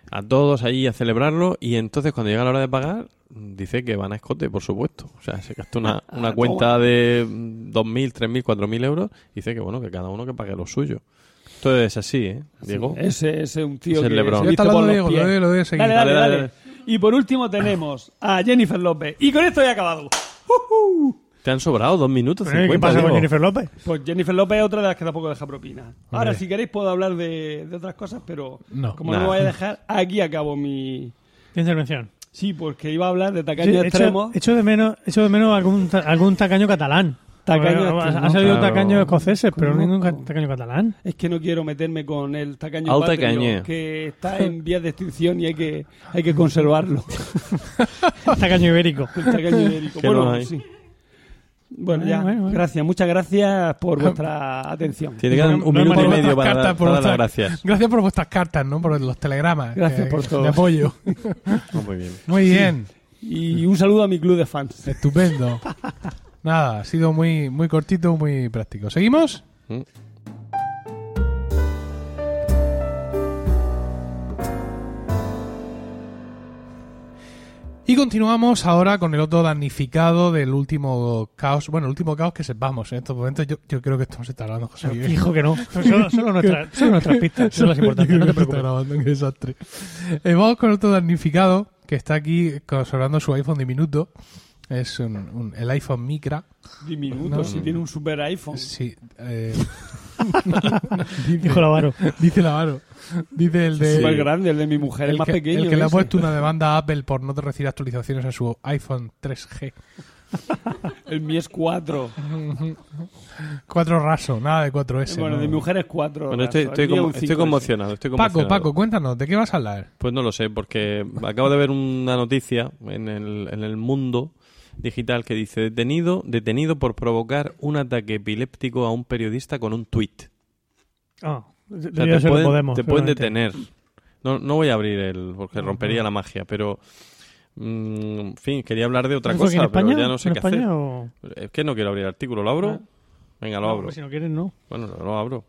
S3: a todos allí a celebrarlo, y entonces cuando llega la hora de pagar, dice que van a escote, por supuesto. O sea, se gastó una, una cuenta de mm, 2.000, 3.000, 4.000 euros, y dice que bueno, que cada uno que pague lo suyo. Esto es así, ¿eh, Diego?
S5: Ese ese es un tío
S3: Es el
S5: que
S3: LeBron.
S5: se
S3: Yo
S5: viste
S1: estaba
S5: por los
S1: hablando de Diego,
S5: pies.
S1: lo de- lo de seguir.
S5: Dale, dale,
S3: Dale,
S5: dale.
S3: dale,
S5: Y por último tenemos a Jennifer López. Y con esto he acabado. ¡Ujú!
S3: Te han sobrado dos minutos.
S2: Pero, ¿eh? ¿Qué
S3: 50,
S2: pasa con
S3: Diego.
S2: Jennifer López?
S5: Pues Jennifer López es otra de las que tampoco deja propina. Ahora,
S1: Hombre.
S5: si queréis, puedo hablar de, de otras cosas, pero
S1: No.
S5: como
S3: Nah.
S5: no voy a dejar, aquí acabo mi.
S2: ¿Qué intervención?
S5: Sí, porque iba a hablar de
S2: Sí,
S5: tacaño extremo.
S2: echo, echo de menos, echo de menos algún, ta- algún tacaño catalán.
S5: Tacaño
S2: Bueno, ha,
S5: extremo.
S2: ha salido
S3: Claro.
S2: tacaño escoceses, pero
S5: Conozco.
S2: ningún ca- tacaño catalán.
S5: Es que no quiero meterme con el tacaño
S3: Al
S5: patrio,
S3: tacaño.
S5: que está en vías de extinción y hay que, hay que conservarlo.
S2: Tacaño ibérico.
S5: El tacaño ibérico.
S3: Que
S5: Bueno,
S3: no hay.
S5: sí. Bueno,
S2: Bueno,
S5: ya.
S2: bueno, bueno.
S5: Gracias, muchas gracias por vuestra atención.
S3: Tiene que dar un
S2: No hay
S3: minuto y
S2: manera.
S3: medio para, dar- para dar las
S1: vuestras-
S3: gracias.
S1: gracias por vuestras cartas, ¿no? Por los telegramas.
S5: Gracias
S1: que-
S5: por todo.
S1: De apoyo.
S3: Oh, muy bien.
S1: Muy bien.
S5: Y un saludo a mi club de fans.
S1: Estupendo. Nada, ha sido muy, muy cortito, muy práctico. ¿Seguimos?
S3: Mm.
S1: Y continuamos ahora con el otro damnificado del último caos. Bueno, el último caos que sepamos en estos momentos. Yo, yo creo que esto no se está grabando, José. Miguel.
S2: Hijo que no. Solo, solo nuestra- solo nuestras pistas son las importantes, no te
S1: Está
S2: preocupes.
S1: grabando, qué desastre. Eh, vamos con otro damnificado que está aquí conservando su iPhone diminuto. Es un- un- el iPhone Micra.
S5: Diminuto,
S1: No.
S5: si tiene un super iPhone.
S1: Sí, eh,
S2: Hijo Lavaro.
S1: dice Lavaro. Dice el de.
S5: Súper grande, el de mi mujer, el, más
S1: que,
S5: pequeño.
S1: el que le ha
S5: ese.
S1: puesto una demanda a Apple por no recibir actualizaciones a su iPhone 3G.
S5: El mío es 4.
S1: 4 raso, nada de 4S.
S5: bueno,
S1: ¿no?
S5: de mi mujer es 4.
S3: Bueno, estoy, estoy como- estoy conmocionado. Estoy
S1: Paco,
S3: conmocionado.
S1: Paco, cuéntanos, ¿de qué vas a hablar?
S3: Pues no lo sé, porque acabo de ver una noticia en el, en el mundo digital que dice detenido, detenido por provocar un ataque epiléptico a un periodista con un tuit.
S2: Ah,
S3: O sea,
S2: debería
S3: te
S2: ser
S3: pueden,
S2: Podemos,
S3: te pueden
S2: seguramente.
S3: detener. No, no voy a abrir el, porque rompería la magia, pero... mm, en fin, quería hablar de otra
S2: ¿Eso aquí
S3: cosa,
S2: en España?
S3: pero ya no sé
S2: ¿En
S3: qué
S2: España
S3: hacer.
S2: o...?
S3: Es que no quiero abrir el artículo, ¿lo abro? Venga, lo
S2: No,
S3: abro.
S2: pues si no quieres, no.
S3: Bueno, lo, lo abro.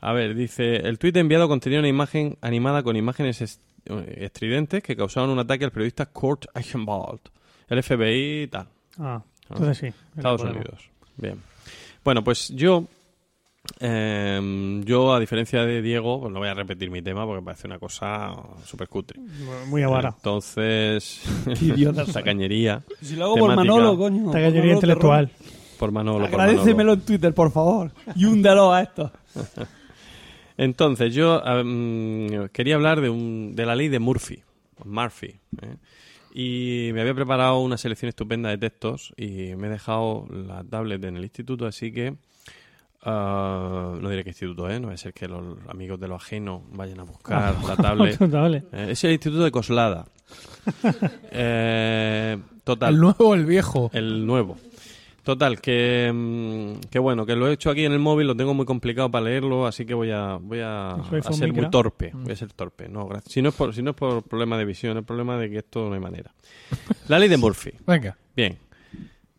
S3: A ver, dice, el tuit enviado contenía una imagen animada con imágenes est- eh, estridentes que causaron un ataque al periodista Kurt Eichenwald, el FBI y tal,
S2: Ah, entonces sí.
S3: Estados
S2: Podemos.
S3: Unidos. Bien. Bueno, pues yo, eh, yo a diferencia de Diego, pues no voy a repetir mi tema porque parece una cosa súper cutre.
S2: Muy avara.
S3: Entonces,
S5: Idiota
S3: esta cañería
S5: Si lo hago por
S3: Temática.
S5: Manolo, coño.
S2: Tacañería
S5: por Manolo
S2: intelectual.
S3: por Manolo. por Manolo.
S5: Agradecemelo en Twitter, por favor. Y húndalo a esto.
S3: Entonces, yo em, quería hablar de, un- de la ley de Murphy. Murphy. ¿eh? Y me había preparado una selección estupenda de textos y me he dejado la tablet en el instituto, así que ah, no diré qué instituto, ¿eh? No va a ser que los amigos de lo ajeno vayan a buscar la tablet.
S2: Vale.
S3: Eh, es el instituto de Coslada. Eh, total.
S1: ¿El nuevo o el viejo?
S3: El nuevo. Total, que, mm, que bueno, que lo he hecho aquí en el móvil, lo tengo muy complicado para leerlo, así que voy a, voy a,
S2: Eso iPhone
S3: a ser
S2: micro. Mm.
S3: muy torpe. Voy a ser torpe. No, gracias. Si no, es por, si no es por problema de visión, es problema de que esto no hay manera. La ley de Murphy.
S1: Venga.
S3: Bien.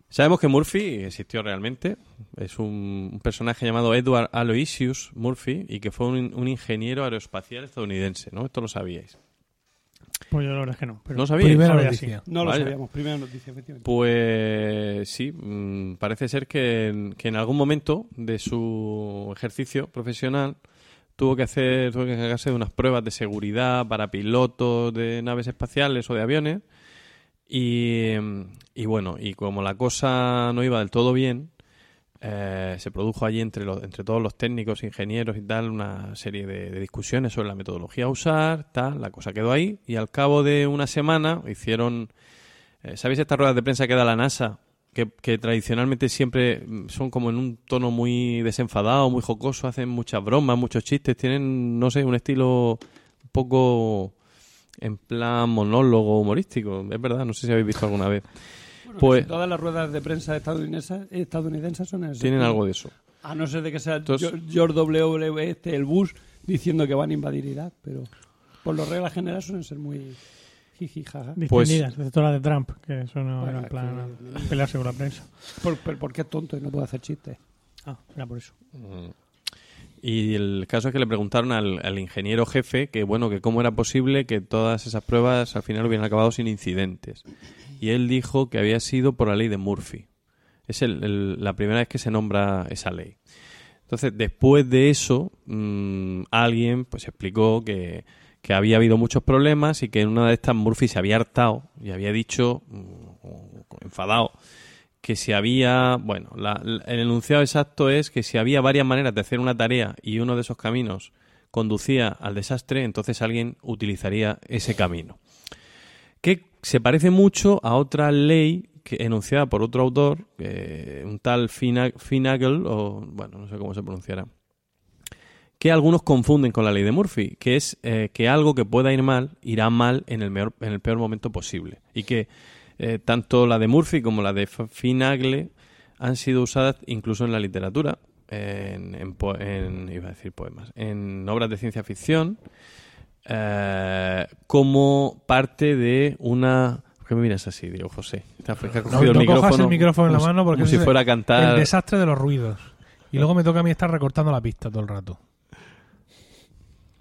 S3: Sabemos que Murphy existió realmente. Es un, un personaje llamado Edward Aloysius Murphy y que fue un, un ingeniero aeroespacial estadounidense, ¿no? Esto lo sabíais.
S2: Pues yo la verdad es que no. Pero
S3: ¿No sabíais?
S1: Primera
S2: ahora ya
S1: noticia.
S5: No lo
S3: Vaya.
S5: sabíamos. Primera noticia, efectivamente.
S3: Pues sí, mm, parece ser que en, que en algún momento de su ejercicio profesional tuvo que hacer, tuvo que encargarse de unas pruebas de seguridad para pilotos de naves espaciales o de aviones. Y, mm, y bueno, y como la cosa no iba del todo bien, eh, se produjo allí entre, los, entre todos los técnicos, ingenieros y tal una serie de, de discusiones sobre la metodología a usar, tal, la cosa quedó ahí y al cabo de una semana hicieron eh, ¿Sabéis estas ruedas de prensa que da la NASA? Que, que tradicionalmente siempre mm, son como en un tono muy desenfadado, muy jocoso, hacen muchas bromas, muchos chistes, tienen, no sé, un estilo un poco en plan monólogo humorístico. Es verdad, no sé si habéis visto alguna vez. Pues
S5: Todas las ruedas de prensa estadounidenses, estadounidenses son eso.
S3: tienen algo de eso.
S5: A no ser de que sea
S3: Entonces-
S5: Geor- George W. Este, el Bush, diciendo que van a invadir Irak, pero por lo reglas generales suelen ser muy jiji, jaja.
S3: Pues-
S2: Distendidas, excepto la de Trump, que eso no
S5: Bueno,
S2: era en
S5: es
S2: plan
S5: que-
S2: a pelearse con la prensa.
S5: Por, pero porque es tonto y no puede hacer chistes.
S2: Ah, era por eso.
S3: Y el caso es que le preguntaron al, al ingeniero jefe que, bueno, que cómo era posible que todas esas pruebas al final hubieran acabado sin incidentes. Y él dijo que había sido por la ley de Murphy. Es el- el- la primera vez que se nombra esa ley. Entonces, después de eso, mm, alguien pues explicó que, que había habido muchos problemas y que en una de estas Murphy se había hartado y había dicho, mm, enfadado, que si había, bueno, la- la- el enunciado exacto es que si había varias maneras de hacer una tarea y uno de esos caminos conducía al desastre, entonces alguien utilizaría ese camino. Que se parece mucho a otra ley que, enunciada por otro autor, eh, un tal Fina- Finagle, o bueno, no sé cómo se pronunciará, que algunos confunden con la ley de Murphy, que es eh, que algo que pueda ir mal irá mal en el, meor- en el peor momento posible. Y que eh, tanto la de Murphy como la de F- Finagle han sido usadas incluso en la literatura, en, en po- en- iba a decir poemas, en obras de ciencia ficción, eh, como parte de una... ¿Por qué me miras así, Diego José? Te has- has
S1: No,
S3: cogido
S1: no
S3: el micrófono,
S1: cojas el micrófono en la
S3: como si-
S1: mano porque
S3: como si
S1: eso es
S3: fuera a cantar...
S1: el desastre de los ruidos. Y luego me toca a mí estar recortando la pista todo el rato.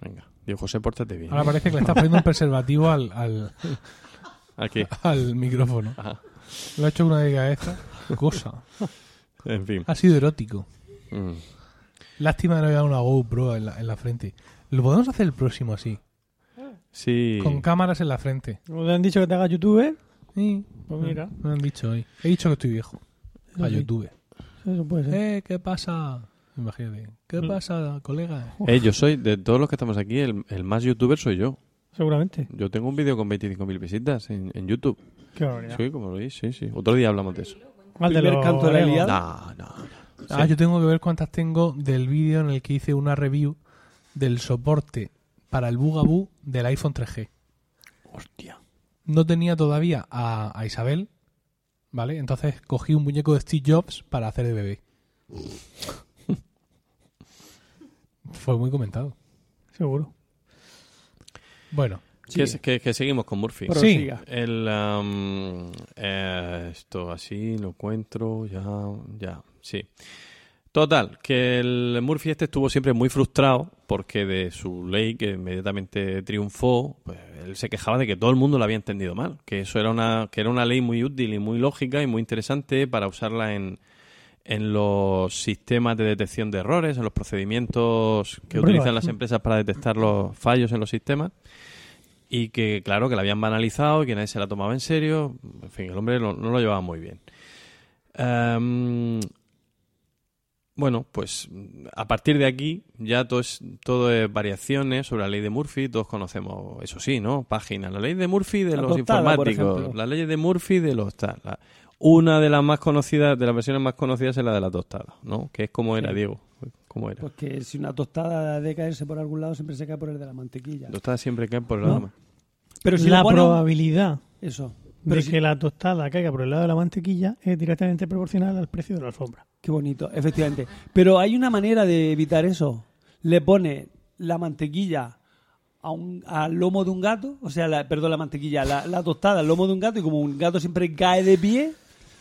S3: Venga, Diego José, pórtate bien.
S1: Ahora parece que le estás poniendo un preservativo al, al,
S3: Aquí.
S1: al micrófono.
S3: Ajá.
S1: Lo ha hecho una de esta. Cosa.
S3: En fin.
S1: Ha sido erótico.
S3: Mm.
S1: Lástima de no llevar una GoPro en la, en la frente. Lo podemos hacer el próximo así.
S3: Sí.
S1: Con cámaras en la frente.
S2: ¿No te han dicho que te hagas youtuber?
S1: Sí,
S2: Pues
S3: Ah.
S2: mira,
S1: me lo han dicho hoy. He dicho que estoy viejo. Para
S2: Sí.
S1: YouTube.
S2: eso puede ser.
S1: Eh, ¿qué pasa? Imagínate. ¿Qué pasa, colega?
S3: Eh, yo soy, de todos los que estamos aquí, el, el más youtuber soy yo.
S2: Seguramente.
S3: Yo tengo un vídeo con 25.000 visitas en, en YouTube.
S2: Qué barbaridad.
S3: Sí, como lo veis, sí, sí. Otro día hablamos de eso.
S2: Al de
S5: Primer
S2: los
S5: canto de la
S2: Oregón.
S5: Ilíada.
S3: No, no.
S1: Ah, yo tengo que ver cuántas tengo del vídeo en el que hice una review del soporte para el Bugaboo del iPhone 3G.
S5: Hostia.
S1: No tenía todavía a, a Isabel, ¿vale? Entonces cogí un muñeco de Steve Jobs para hacer de bebé. Fue muy comentado.
S2: Seguro.
S1: Bueno,
S3: Que, que- que seguimos con Murphy.
S1: Pero-
S5: Prosiga.
S3: El, am, eh, esto así lo encuentro, ya, ya, sí. Total, que el Murphy este estuvo siempre muy frustrado porque de su ley que inmediatamente triunfó, pues él se quejaba de que todo el mundo la había entendido mal, que eso era una que era una ley muy útil y muy lógica y muy interesante para usarla en en los sistemas de detección de errores, en los procedimientos que
S2: Pruebas.
S3: utilizan las empresas para detectar los fallos en los sistemas y que claro que la habían banalizado y que nadie se la tomaba en serio en fin el hombre lo- no lo llevaba muy bien Em, Bueno, pues a partir de aquí ya todo es, todo es variaciones sobre la ley de Murphy, todos conocemos, eso sí, ¿no? Páginas, la ley de Murphy de
S5: La
S3: los
S5: portada, por
S3: informáticos,
S5: ejemplo.
S3: la ley de Murphy de los tal. la- una de las más conocidas, de las versiones más conocidas es la de la tostada, ¿no? Que es como era, Diego, ¿cómo era?
S5: Porque si una tostada de caerse por algún lado, siempre se cae por el de la mantequilla.
S3: Tostada siempre cae por la
S5: No.
S3: dama.
S5: Pero si
S2: la
S5: le ponen-
S2: probabilidad
S5: Eso. Pero
S2: de
S5: si-
S2: que la tostada caiga por el lado de la mantequilla es directamente proporcional al precio de la alfombra.
S5: Qué bonito, efectivamente. Pero hay una manera de evitar eso. Le pone la mantequilla a un, al lomo de un gato, o sea, la, perdón, la mantequilla, la, la tostada al lomo de un gato, y como un gato siempre cae de pie,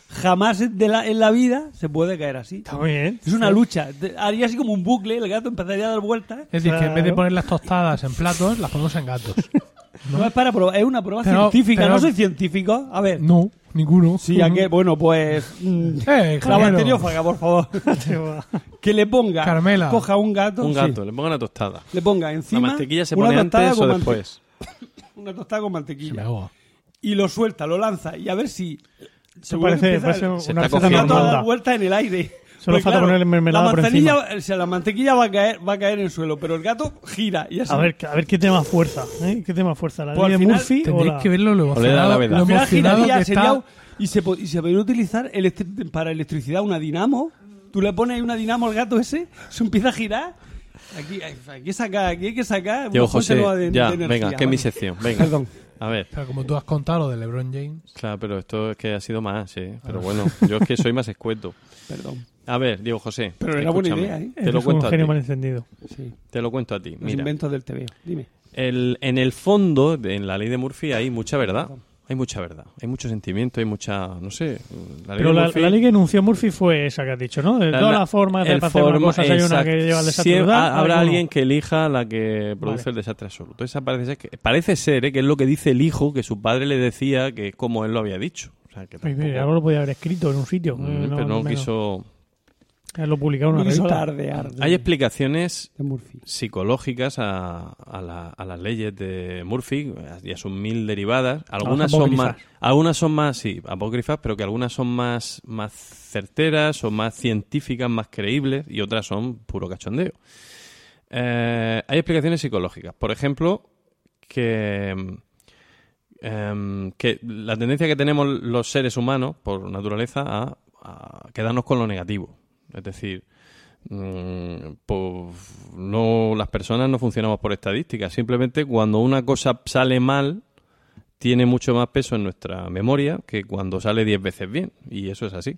S5: jamás en- de la- en la vida se puede caer así.
S2: Está bien.
S5: Es una lucha. Te- Haría así como un bucle, el gato empezaría a dar vueltas. ¿eh?
S1: Es decir, que en vez de
S2: Claro.
S1: poner las tostadas en platos, las ponemos en gatos.
S5: No, es para probar, es una prueba
S1: Pero-
S5: científica.
S1: pero-
S5: No soy científico. A ver.
S1: No, ninguno.
S5: Sí, ¿a qué? Bueno, pues. mm,
S1: Eh,
S5: la
S1: ingeniero.
S5: bacteriófaga, por favor. que le ponga.
S1: Carmela.
S5: Coja un gato.
S3: Un
S5: sí.
S3: gato, le pongo una tostada.
S5: Le ponga
S3: La
S5: encima.
S3: mantequilla se
S5: una
S3: pone
S5: tostada
S3: antes o
S5: con mante-
S3: después.
S5: Una tostada con
S1: Se me
S5: mantequilla.
S1: agua.
S5: Y lo suelta, lo lanza. Y a ver si.
S2: Se
S5: seguro que
S2: parece,
S5: empieza
S2: parece
S5: el-
S3: Se
S2: una
S3: está
S2: receta
S5: el gato
S3: cogiendo.
S5: a
S2: más
S5: dar
S2: honda.
S5: vueltas en el aire.
S2: Solo
S5: Porque,
S2: falta ponerle mermelada
S5: la
S2: por
S5: mantequilla, o sea, la mantequilla va a caer, va a caer en el suelo, pero el gato gira y así.
S2: A ver, a ver qué tema fuerza, ¿eh? ¿Qué tema fuerza? ¿La
S5: Pues al
S2: ley de
S5: final
S2: Murphy o
S1: Tendréis
S2: la...
S1: que verlo lo
S3: le da la
S1: emocionado,
S3: vela.
S1: lo
S5: Al final
S1: emocionado
S5: giraría,
S1: que
S5: sería un-
S1: está.
S5: y se, po- y se podría utilizar elect- para electricidad una dinamo. Tú le pones ahí una dinamo al gato ese, se empieza a girar. Aquí, aquí hay que sacar, aquí hay que sacar.
S3: Diego
S5: una fuente
S3: José,
S5: nueva de-
S3: ya,
S5: de energía,
S3: venga, que es mi
S5: vale.
S3: sección, venga.
S5: Perdón.
S3: A ver,
S1: Claro, como tú has contado lo de LeBron James.
S3: claro, pero esto es que ha sido más,
S5: Ah.
S3: ¿eh? Pero bueno, yo es que soy más escueto.
S5: Perdón.
S3: A ver, Diego José.
S5: Pero era buena
S3: escúchame,
S5: idea, ¿eh?
S3: Te lo,
S2: es un
S3: cuento a ti,
S2: genio mal encendido.
S5: Sí.
S3: te lo cuento a ti.
S5: Los
S3: Mira,
S5: inventos del TV. Dime.
S3: el- en el fondo, de- en la ley de Murphy, hay mucha verdad. Hay mucha verdad. Hay mucho sentimiento, hay mucha. No sé. La ley
S2: Pero
S3: de
S2: la,
S3: Murphy-
S2: la ley que anunció Murphy fue esa que has dicho, ¿no? De
S3: la-
S2: todas
S3: la-
S2: las formas de
S3: el
S2: hacer una
S3: forma-
S2: cosa, si hay una
S3: exacto.
S2: que lleva al desastre
S3: Siempre-
S2: total,
S3: ha- habrá
S2: alguno.
S3: alguien que elija la que produce el desastre absoluto. Esa parece ser que, parece ser ¿eh? que es lo que dice el hijo que su padre le decía que como él lo había dicho. O sea, que
S2: Ay,
S3: tampoco-
S2: Pues mira, algo lo podía haber escrito en un sitio.
S3: Mm,
S2: eh,
S3: pero no
S2: menos.
S3: quiso.
S2: Ya Lo publicaron en
S5: No
S2: una
S5: quiso
S2: revista.
S5: hablar de arte.
S3: Hay explicaciones
S5: de Murphy.
S3: psicológicas a, a la- a las leyes de Murphy y a sus mil derivadas.
S2: Algunas
S3: Algunas son más,
S2: apócrifas.
S3: algunas son más, sí, apócrifas, pero que algunas son más, más certeras o más científicas, más creíbles y otras son puro cachondeo. Eh, hay explicaciones psicológicas. Por ejemplo, que, em, que la tendencia que tenemos los seres humanos, por naturaleza, a, a quedarnos con lo negativo. Es decir, mm, pues no, las personas no funcionamos por estadísticas. Simplemente cuando una cosa sale mal, tiene mucho más peso en nuestra memoria que cuando sale 10 veces bien. Y eso es así.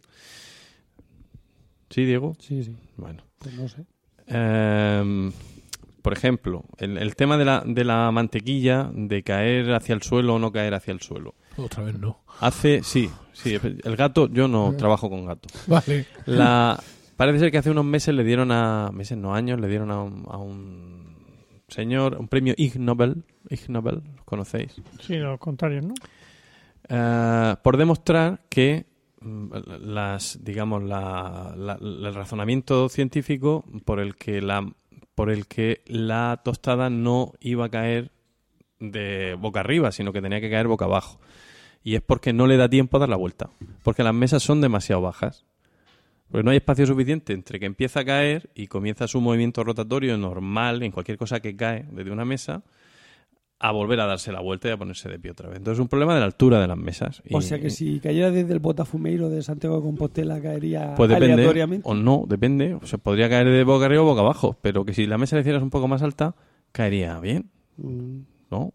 S3: ¿Sí, Diego?
S5: Sí, sí.
S3: Bueno.
S5: Pues no sé.
S3: Eh, por ejemplo, el, el tema de la, de la mantequilla, de caer hacia el suelo o no caer hacia el suelo.
S1: Otra vez no.
S3: Hace, sí, sí, el gato, yo no trabajo con gatos.
S1: Vale.
S3: La, parece ser que hace unos meses le dieron a, meses no años, le dieron a un, a un señor, un premio Ig Nobel, Ig Nobel, ¿lo conocéis?
S2: Sí, los contrarios, ¿no?
S3: Eh, por demostrar que mm, las digamos la- la- la- el razonamiento científico por el que la por el que la tostada no iba a caer de boca arriba sino que tenía que caer boca abajo y es porque no le da tiempo a dar la vuelta porque las mesas son demasiado bajas porque no hay espacio suficiente entre que empieza a caer y comienza su movimiento rotatorio normal en cualquier cosa que cae desde una mesa a volver a darse la vuelta y a ponerse de pie otra vez. Entonces es un problema de la altura de las mesas.
S5: O
S3: Y-
S5: sea que si cayera desde el Botafumeiro de Santiago de Compostela caería
S3: Pues depende,
S5: aleatoriamente.
S3: o no, depende. O sea, podría caer de boca arriba o boca abajo, pero que si la mesa la hicieras un poco más alta, caería bien,
S5: Mm,
S3: ¿no?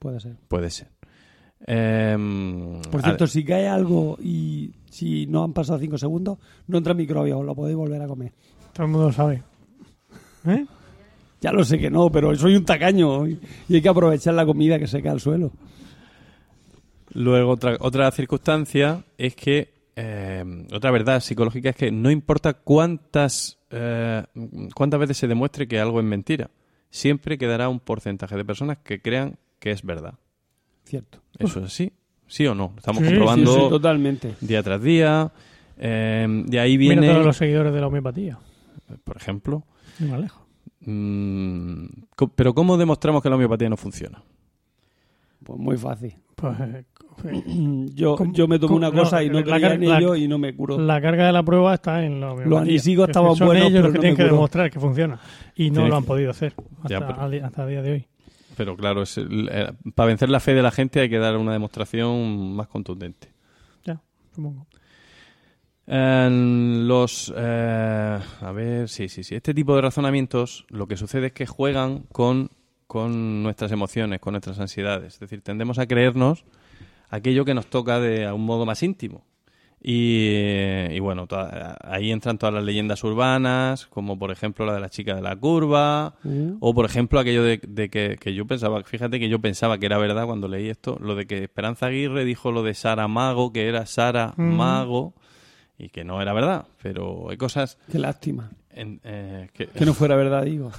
S5: puede ser.
S3: Puede ser. Em,
S5: Por
S3: a-
S5: cierto, si cae algo y si no han pasado 5 segundos, no entra microbios, lo podéis volver a comer.
S2: Todo el mundo lo sabe. ¿Eh?
S5: Ya lo sé que no, pero soy un tacaño y y hay que aprovechar la comida que se cae al suelo.
S3: Luego, otra, otra circunstancia es que, eh, otra verdad psicológica es que no importa cuántas, eh, cuántas veces se demuestre que algo es mentira, siempre quedará un porcentaje de personas que crean que es verdad.
S5: Cierto.
S3: ¿Eso es así? ¿Sí o no? Estamos
S2: Sí, sí,
S3: comprobando
S5: Sí, sí, totalmente.
S3: día tras día. eh, de ahí
S2: Mira
S3: viene,
S2: todos los seguidores de la homeopatía.
S3: por ejemplo,
S2: Ni más lejos.
S3: mm, co- pero ¿cómo demostramos que la homeopatía no funciona?
S5: Pues muy fácil. Mm,
S2: Pues eh,
S5: Yo,
S2: Com-
S5: yo me tomé
S2: com-
S5: una
S2: no,
S5: cosa y no
S2: la
S5: creía
S2: car-
S5: en
S2: la- Mm.
S5: ello y no me curó.
S2: La carga de la prueba está en los
S5: Los anisicos estaban
S2: son
S5: buenos,
S2: ellos
S5: pero
S2: los que
S5: no
S2: tienen
S5: me
S2: que
S5: curó.
S2: demostrar que funciona. Y no
S3: Tienes
S2: lo han
S3: que-
S2: podido hacer hasta,
S3: Ya, pero-
S2: al di- hasta el día de hoy.
S3: Pero claro, es el- eh, para vencer la fe de la gente hay que dar una demostración más contundente.
S2: Ya, supongo.
S3: En los. eh, a ver, sí, sí, sí. Este tipo de razonamientos lo que sucede es que juegan con, con nuestras emociones, con nuestras ansiedades. Es decir, tendemos a creernos aquello que nos toca de a un modo más íntimo. Y, eh, y bueno, toda- ahí entran todas las leyendas urbanas, como por ejemplo la de la chica de la curva, o por ejemplo aquello de, de que, que yo pensaba, fíjate que yo pensaba que era verdad cuando leí esto, lo de que Esperanza Aguirre dijo lo de Sara Mago, que era Sara Mago, y que no era verdad, pero hay cosas
S5: Qué lástima.
S3: en- eh, que,
S5: Que no fuera verdad, digo.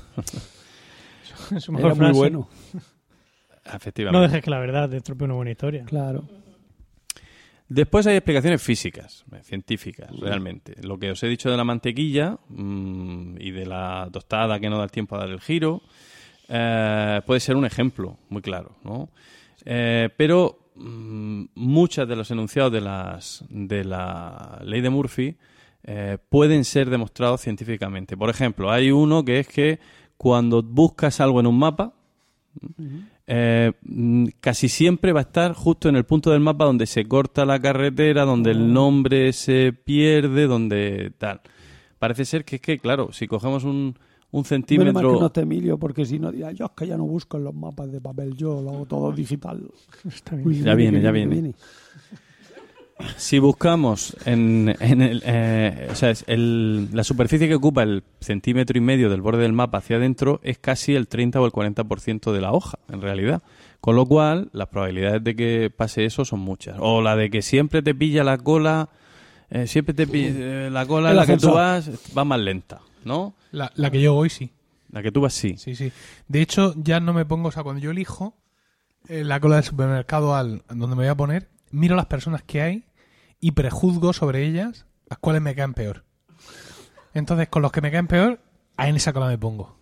S2: Su mejor
S5: Era muy
S2: frase,
S5: bueno.
S3: efectivamente.
S2: No dejes que la verdad te estropee una buena historia.
S5: Claro.
S3: Después hay explicaciones físicas, eh, científicas, realmente. Lo que os he dicho de la mantequilla mm, y de la tostada que no da el tiempo a dar el giro eh, puede ser un ejemplo muy claro, ¿no? Eh, pero mm, muchas de los enunciados de, las, de la ley de Murphy eh, pueden ser demostrados científicamente. Por ejemplo, hay uno que es que cuando buscas algo en un mapa, eh, mm, casi siempre va a estar justo en el punto del mapa donde se corta la carretera, donde
S5: Ah.
S3: el nombre se pierde, donde tal. Parece ser que es que, claro, si cogemos un, un
S5: Menos mal
S3: centímetro...
S5: que no está Emilio, porque si no dirá, yo es que ya no busco en los mapas de papel, yo lo hago todo digital.
S2: Está bien.
S5: Uy,
S3: Ya viene, ya viene. Si buscamos en, en el, eh, o sea, es el- la superficie que ocupa el centímetro y medio del borde del mapa hacia adentro es casi el 30 o el 40% de la hoja, en realidad. Con lo cual, las probabilidades de que pase eso son muchas. O la de que siempre te pilla la cola, eh, siempre te pi- eh, la cola en
S5: El
S3: la que tú
S5: ascensor.
S3: vas va más lenta, ¿no?
S1: La, la que yo voy, sí.
S3: La que tú vas sí.
S1: Sí, sí. De hecho, ya no me pongo, o sea, cuando yo elijo eh, la cola del supermercado al donde me voy a poner, miro las personas que hay y prejuzgo sobre ellas las cuales me caen peor. Entonces, con los que me caen peor, ahí en esa cola me pongo.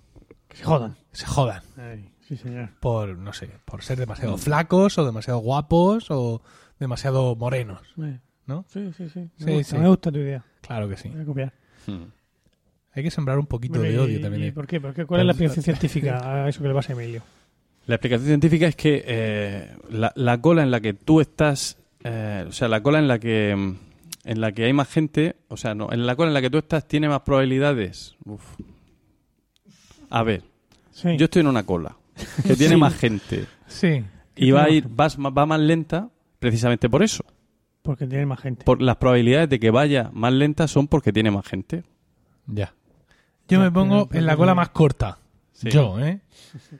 S2: Que se jodan.
S1: Se jodan
S2: Ay, sí, señor.
S1: por, no sé, por ser demasiado
S5: Mm.
S1: flacos o demasiado guapos o demasiado morenos,
S2: Eh,
S1: ¿no?
S2: Sí, sí, sí. Me,
S1: Sí,
S2: gusta,
S1: sí.
S2: me gusta tu idea.
S1: Claro que sí.
S2: Voy a copiar.
S3: Hmm.
S1: Hay que sembrar un poquito
S2: Bueno,
S1: de
S2: y-
S1: odio
S2: y
S1: también. ¿eh?
S2: ¿Por qué? ¿Por qué? ¿Cuál es la explicación científica a eso que le pasa a Emilio?
S3: La explicación científica es que eh, la, la cola en la que tú estás, eh, o sea, la cola en la que mm, en la que hay más gente, o sea, no, en la cola en la que tú estás tiene más probabilidades. Uf. A ver,
S2: Sí.
S3: yo estoy en una cola que tiene más gente
S1: Sí.
S3: y va a ir vas ma- va más lenta precisamente por eso.
S2: Porque tiene más gente.
S3: Por las probabilidades de que vaya más lenta son porque tiene más gente.
S1: Ya. Yo me pongo en la cola más corta.
S3: Sí.
S1: Yo, ¿eh?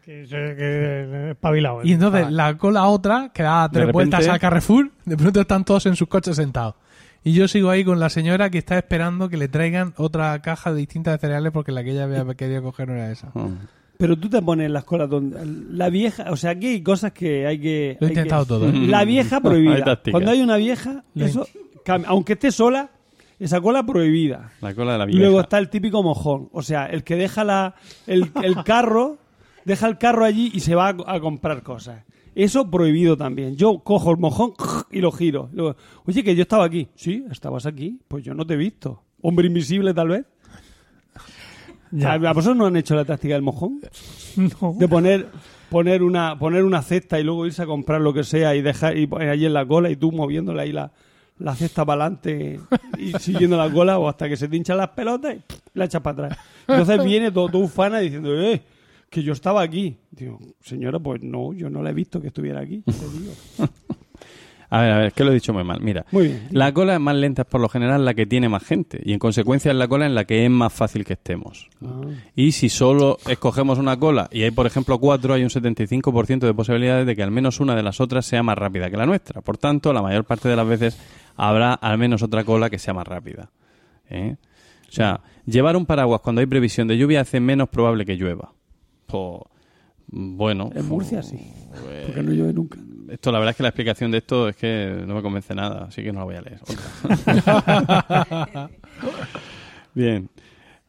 S2: Que, que- que- espabilado. ¿eh?
S1: Y entonces la cola otra, que da tres
S3: repente-
S1: vueltas a Carrefour, de pronto están todos en sus coches sentados. Y yo sigo ahí con la señora que está esperando que le traigan otra caja distinta de cereales porque la que ella había querido coger no era esa.
S3: Mm.
S5: Pero tú te pones en las colas donde. La vieja. O sea, aquí hay cosas que hay que.
S1: Lo he
S5: hay que-
S1: intentado todo, ¿eh?
S5: La vieja
S3: Hay
S5: prohibida.
S3: táctica.
S5: Cuando hay una vieja,
S1: Lo
S5: eso. cambia. Aunque esté sola, esa cola prohibida.
S3: La cola de la vieja.
S5: Luego está el típico mojón. O sea, el que deja la, el, el carro, deja el carro allí y se va a, a comprar cosas. Eso prohibido también. Yo cojo el mojón y lo giro. Luego, Oye, que yo estaba aquí. Sí, estabas aquí. Pues yo no te he visto. Hombre invisible, tal vez. ¿A, a vosotros no han hecho la táctica del mojón?
S2: Ah, No.
S5: De poner, poner, una, poner una cesta y luego irse a comprar lo que sea y dejar y poner allí en la cola y tú moviéndole ahí la, la cesta para adelante y siguiendo la cola o hasta que se te hinchan las pelotas y pff, la echas para atrás. Entonces viene todo tu ufana diciendo, eh, que yo estaba aquí. Digo, señora, pues no, yo no la he visto que estuviera aquí. te digo.
S3: A ver, a ver, es que lo he dicho muy mal. Mira,
S5: Muy bien.
S3: la cola más lenta es por lo general la que tiene más gente y en consecuencia es la cola en la que es más fácil que estemos.
S5: Ah,
S3: Y si solo escogemos una cola y hay, por ejemplo, cuatro, hay un 75% de posibilidades de que al menos una de las otras sea más rápida que la nuestra. Por tanto, la mayor parte de las veces habrá al menos otra cola que sea más rápida. ¿Eh? O sea, llevar un paraguas cuando hay previsión de lluvia hace menos probable que llueva. Po- bueno,
S5: En
S3: fu-
S5: Murcia sí, porque no llueve nunca.
S3: esto, la verdad es que la explicación de esto es que no me convence nada, así que no la voy a leer. Bien.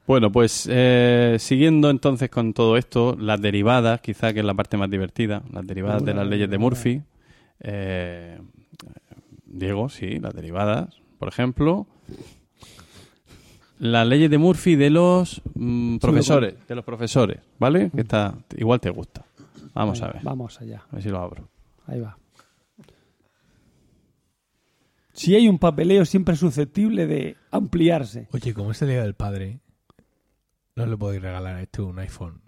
S3: Bueno, pues eh, siguiendo entonces con todo esto, las derivadas, quizá que es la parte más divertida, las derivadas de las leyes de Murphy, eh, Diego, sí, las derivadas, por ejemplo. Las leyes de Murphy de los mm, profesores, de los profesores, ¿vale? Que está, igual te gusta. Vamos a
S5: Venga,
S3: ver, a
S5: Vamos allá.
S3: ver si lo abro.
S5: Ahí va. Si hay un papeleo siempre susceptible de ampliarse.
S1: Oye, como es el día del padre, no le podéis regalar a este un iPhone.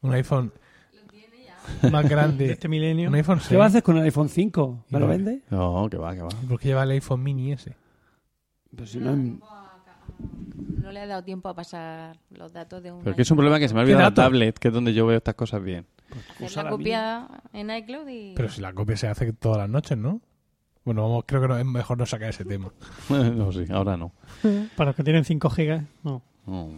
S1: Un iPhone más grande.
S2: Este milenio.
S1: un iPhone 6.
S5: ¿Qué vas a hacer con el iPhone 5? ¿Me lo
S1: No.
S5: vende?
S3: No, que va, que va.
S1: ¿Por qué lleva el iPhone mini ese? Pues
S5: Pero si no,
S4: No le ha dado tiempo a pasar los datos de un.
S3: Pero es que es un problema que se me ha olvidado la tablet, que es donde yo veo estas cosas bien.
S4: Hacer la copia en iCloud y.
S1: Pero si la copia se hace todas las noches, ¿no? Bueno, vamos, creo que no- es mejor no sacar ese tema.
S3: no, sí, ahora no.
S2: Para los que tienen 5 gigas, no.
S3: No.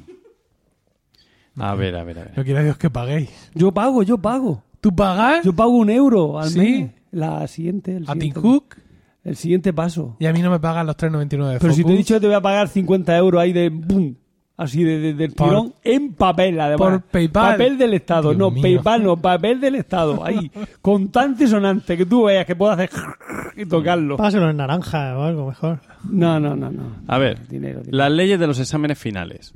S3: A ver, a ver, a ver.
S1: No quiera Dios que paguéis.
S5: yo pago, yo pago.
S1: ¿Tú pagas
S5: Yo pago un euro al
S1: ¿Sí?
S5: mes. La siguiente. El
S1: a Tim
S5: siguiente,
S1: Cook
S5: El siguiente paso.
S1: y a mí no me pagan los 3.99 de
S5: Pero si te he
S1: Focus
S5: dicho que te voy a pagar 50 euros ahí de boom, así de, de- del
S1: Por-
S5: tirón, en papel además.
S1: por PayPal.
S5: Papel del Estado,
S1: Dios
S5: no,
S1: mío.
S5: PayPal no, papel del Estado, ahí, contante y sonante, que tú veas que puedas hacer y tocarlo.
S2: Pásalo en naranja o algo mejor.
S5: No, no, no, no.
S3: A ver,
S5: Dinero, dinero.
S3: las leyes de los exámenes finales.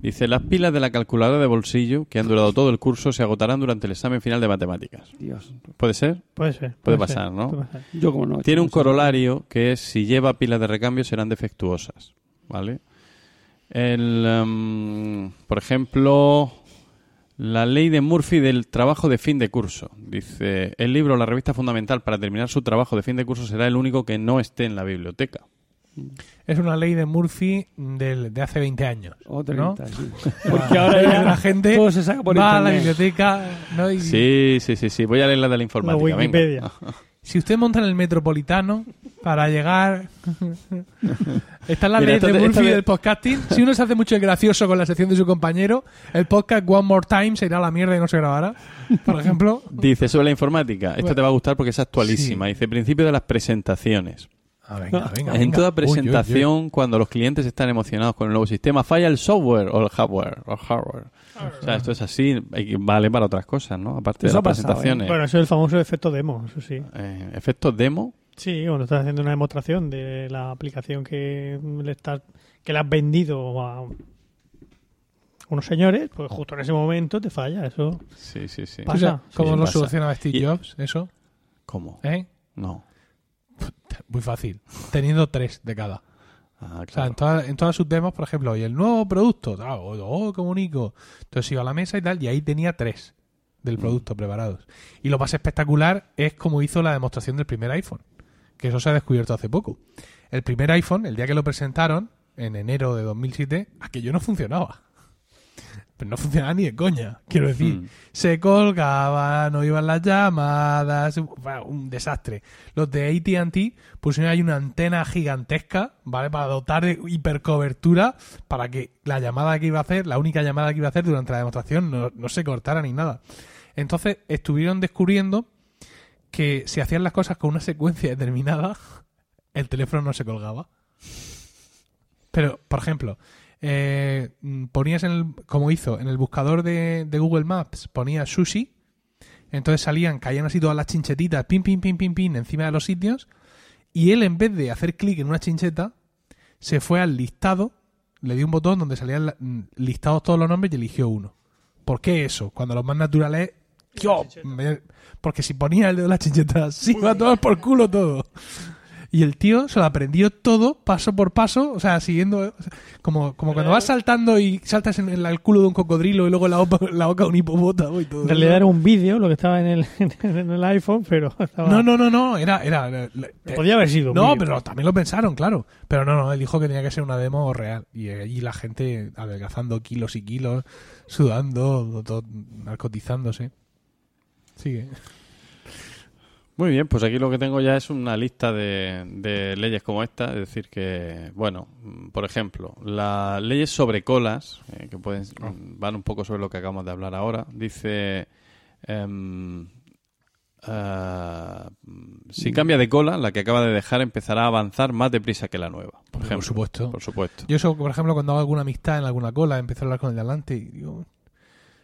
S3: Dice, las pilas de la calculadora de bolsillo, que han durado todo el curso, se agotarán durante el examen final de matemáticas.
S5: Dios.
S3: ¿Puede ser?
S2: Puede ser.
S3: Puede
S2: ser,
S3: pasar, ¿no?
S2: puede pasar.
S5: Yo como no.
S3: Tiene un
S5: chico,
S3: corolario que es, si lleva pilas de recambio, serán defectuosas. ¿Vale? El, em, por ejemplo, la ley de Murphy del trabajo de fin de curso. Dice, el libro o la revista fundamental para terminar su trabajo de fin de curso será el único que no esté en la biblioteca.
S1: es una ley de Murphy del, de hace 20 años.
S5: o
S1: ¿no?
S5: 30, sí. Porque ahora
S1: Ahora
S5: ya
S1: la gente
S5: Pues todo se saca por
S1: va a la
S5: internet.
S1: biblioteca ¿no? y
S3: Sí, sí, sí, sí. Voy a leer la de la
S2: La
S3: informática. venga.
S2: Wikipedia.
S1: si usted monta en el Metropolitano para llegar... Está la
S3: Mira,
S1: ley
S3: esta
S1: de
S3: te- esta
S1: Murphy
S3: te-
S1: del podcasting. Si uno se hace mucho el gracioso con la sección de su compañero, el podcast One More Time se irá a la mierda y no se grabará, por ejemplo.
S3: Dice sobre la informática. Esta te va a gustar porque es actualísima.
S1: Sí.
S3: Dice principio de las presentaciones.
S1: Ah, venga, venga,
S3: En
S1: venga.
S3: toda
S1: Uy, uy, uy.
S3: presentación, cuando los clientes están emocionados con el nuevo sistema, falla el software o el hardware. O el hardware. O sea, esto es así, y vale para otras cosas, ¿no? Aparte de
S5: Eso
S1: ¿eh?
S3: las
S5: ha pasado,
S3: presentaciones.
S2: Bueno, eso es el famoso efecto demo, eso sí.
S3: Eh, efectos demo.
S2: Sí, cuando estás haciendo una demostración de la aplicación que le estás que le has vendido a unos señores, pues justo en ese momento te falla eso.
S3: Sí, sí, sí.
S1: O sea,
S2: Pasa.
S1: ¿Cómo
S3: Sí,
S1: lo
S3: pasa.
S1: solucionaba Steve
S3: Y-
S1: Jobs eso?
S3: ¿Cómo?
S1: ¿Eh?
S3: No.
S1: Muy fácil. Teniendo tres de cada. O
S3: Ah,
S1: sea,
S3: claro.
S1: en, todas- en todas sus demos, por ejemplo, y el nuevo producto, tal, o- oh, qué bonito. Entonces iba a la mesa y tal, y ahí tenía tres del producto preparados. Y lo más espectacular es como hizo la demostración del primer iPhone, que eso se ha descubierto hace poco. El primer iPhone, el día que lo presentaron, en enero de 2007, aquello no funcionaba. Pero no funcionaba ni de coña, quiero decir.
S3: Mm.
S1: Se colgaba, no iban las llamadas, bueno, un desastre. Los de ATT pusieron ahí una antena gigantesca, ¿vale? Para dotar de hipercobertura, para que la llamada que iba a hacer, la única llamada que iba a hacer durante la demostración, no, no se cortara ni nada. Entonces estuvieron descubriendo que si hacían las cosas con una secuencia determinada, el teléfono no se colgaba. Pero, por ejemplo, eh, mm, ponías en el, como hizo, en el buscador de, de Google Maps, ponías sushi, entonces salían, caían así todas las chinchetitas, pin, pin, pin, pin, pin, encima de los sitios, y él en vez de hacer clic en una chincheta, se fue al listado, le dio un botón donde salían la- mm, listados todos los nombres y eligió uno. ¿Por qué eso? Cuando los más naturales... Yo, me- porque si ponía el dedo en la chincheta, sí, iba a tomar por culo todo. Y el tío se lo aprendió todo, paso por paso, o sea, siguiendo. o sea, Como, como cuando vas saltando y saltas en, el al culo de un cocodrilo y luego en la, opa- en la boca de un hipopótamo y todo.
S2: En realidad era un vídeo lo que estaba en el, en el iPhone, pero estaba-
S1: No, no, no, no, era. era la- la-
S2: podía haber sido. un
S1: no,
S2: vídeo.
S1: pero también lo pensaron, claro. Pero no, no, él dijo que tenía que ser una demo real. Y allí la gente adelgazando kilos y kilos, sudando, todo- narcotizándose. Sigue.
S3: Muy bien, pues aquí lo que tengo ya es una lista de, de leyes como esta. Es decir, que, bueno, mm, por ejemplo, las leyes sobre colas, eh, que pueden, mm, van un poco sobre lo que acabamos de hablar ahora, dice. em, ah, mm, si cambia de cola, la que acaba de dejar empezará a avanzar más deprisa que la nueva. Por,
S1: Por
S3: ejemplo,
S1: supuesto.
S3: Por supuesto.
S1: Yo eso, por ejemplo, cuando hago alguna amistad en alguna cola, empiezo a hablar con el de adelante y digo,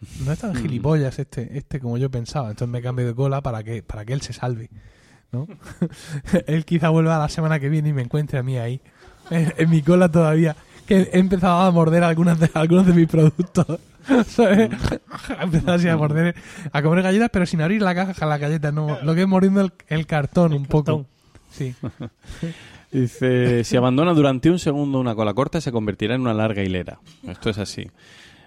S5: Mm.
S1: no es tan gilipollas este, este como yo pensaba. Entonces me cambio de cola para que, para que él se salve. ¿no? Él quizá vuelva la semana que viene y me encuentre a mí ahí, en, en mi cola todavía, que he empezado a morder algunas de, algunos de mis productos. ¿Sabes? He empezado así a morder, a comer galletas, pero sin abrir la caja, las galletas, no. Lo que es mordiendo el, el cartón un poco.
S2: cartón.
S1: Sí.
S3: Dice, si abandona durante un segundo una cola corta, se convertirá en una larga hilera. Esto es así.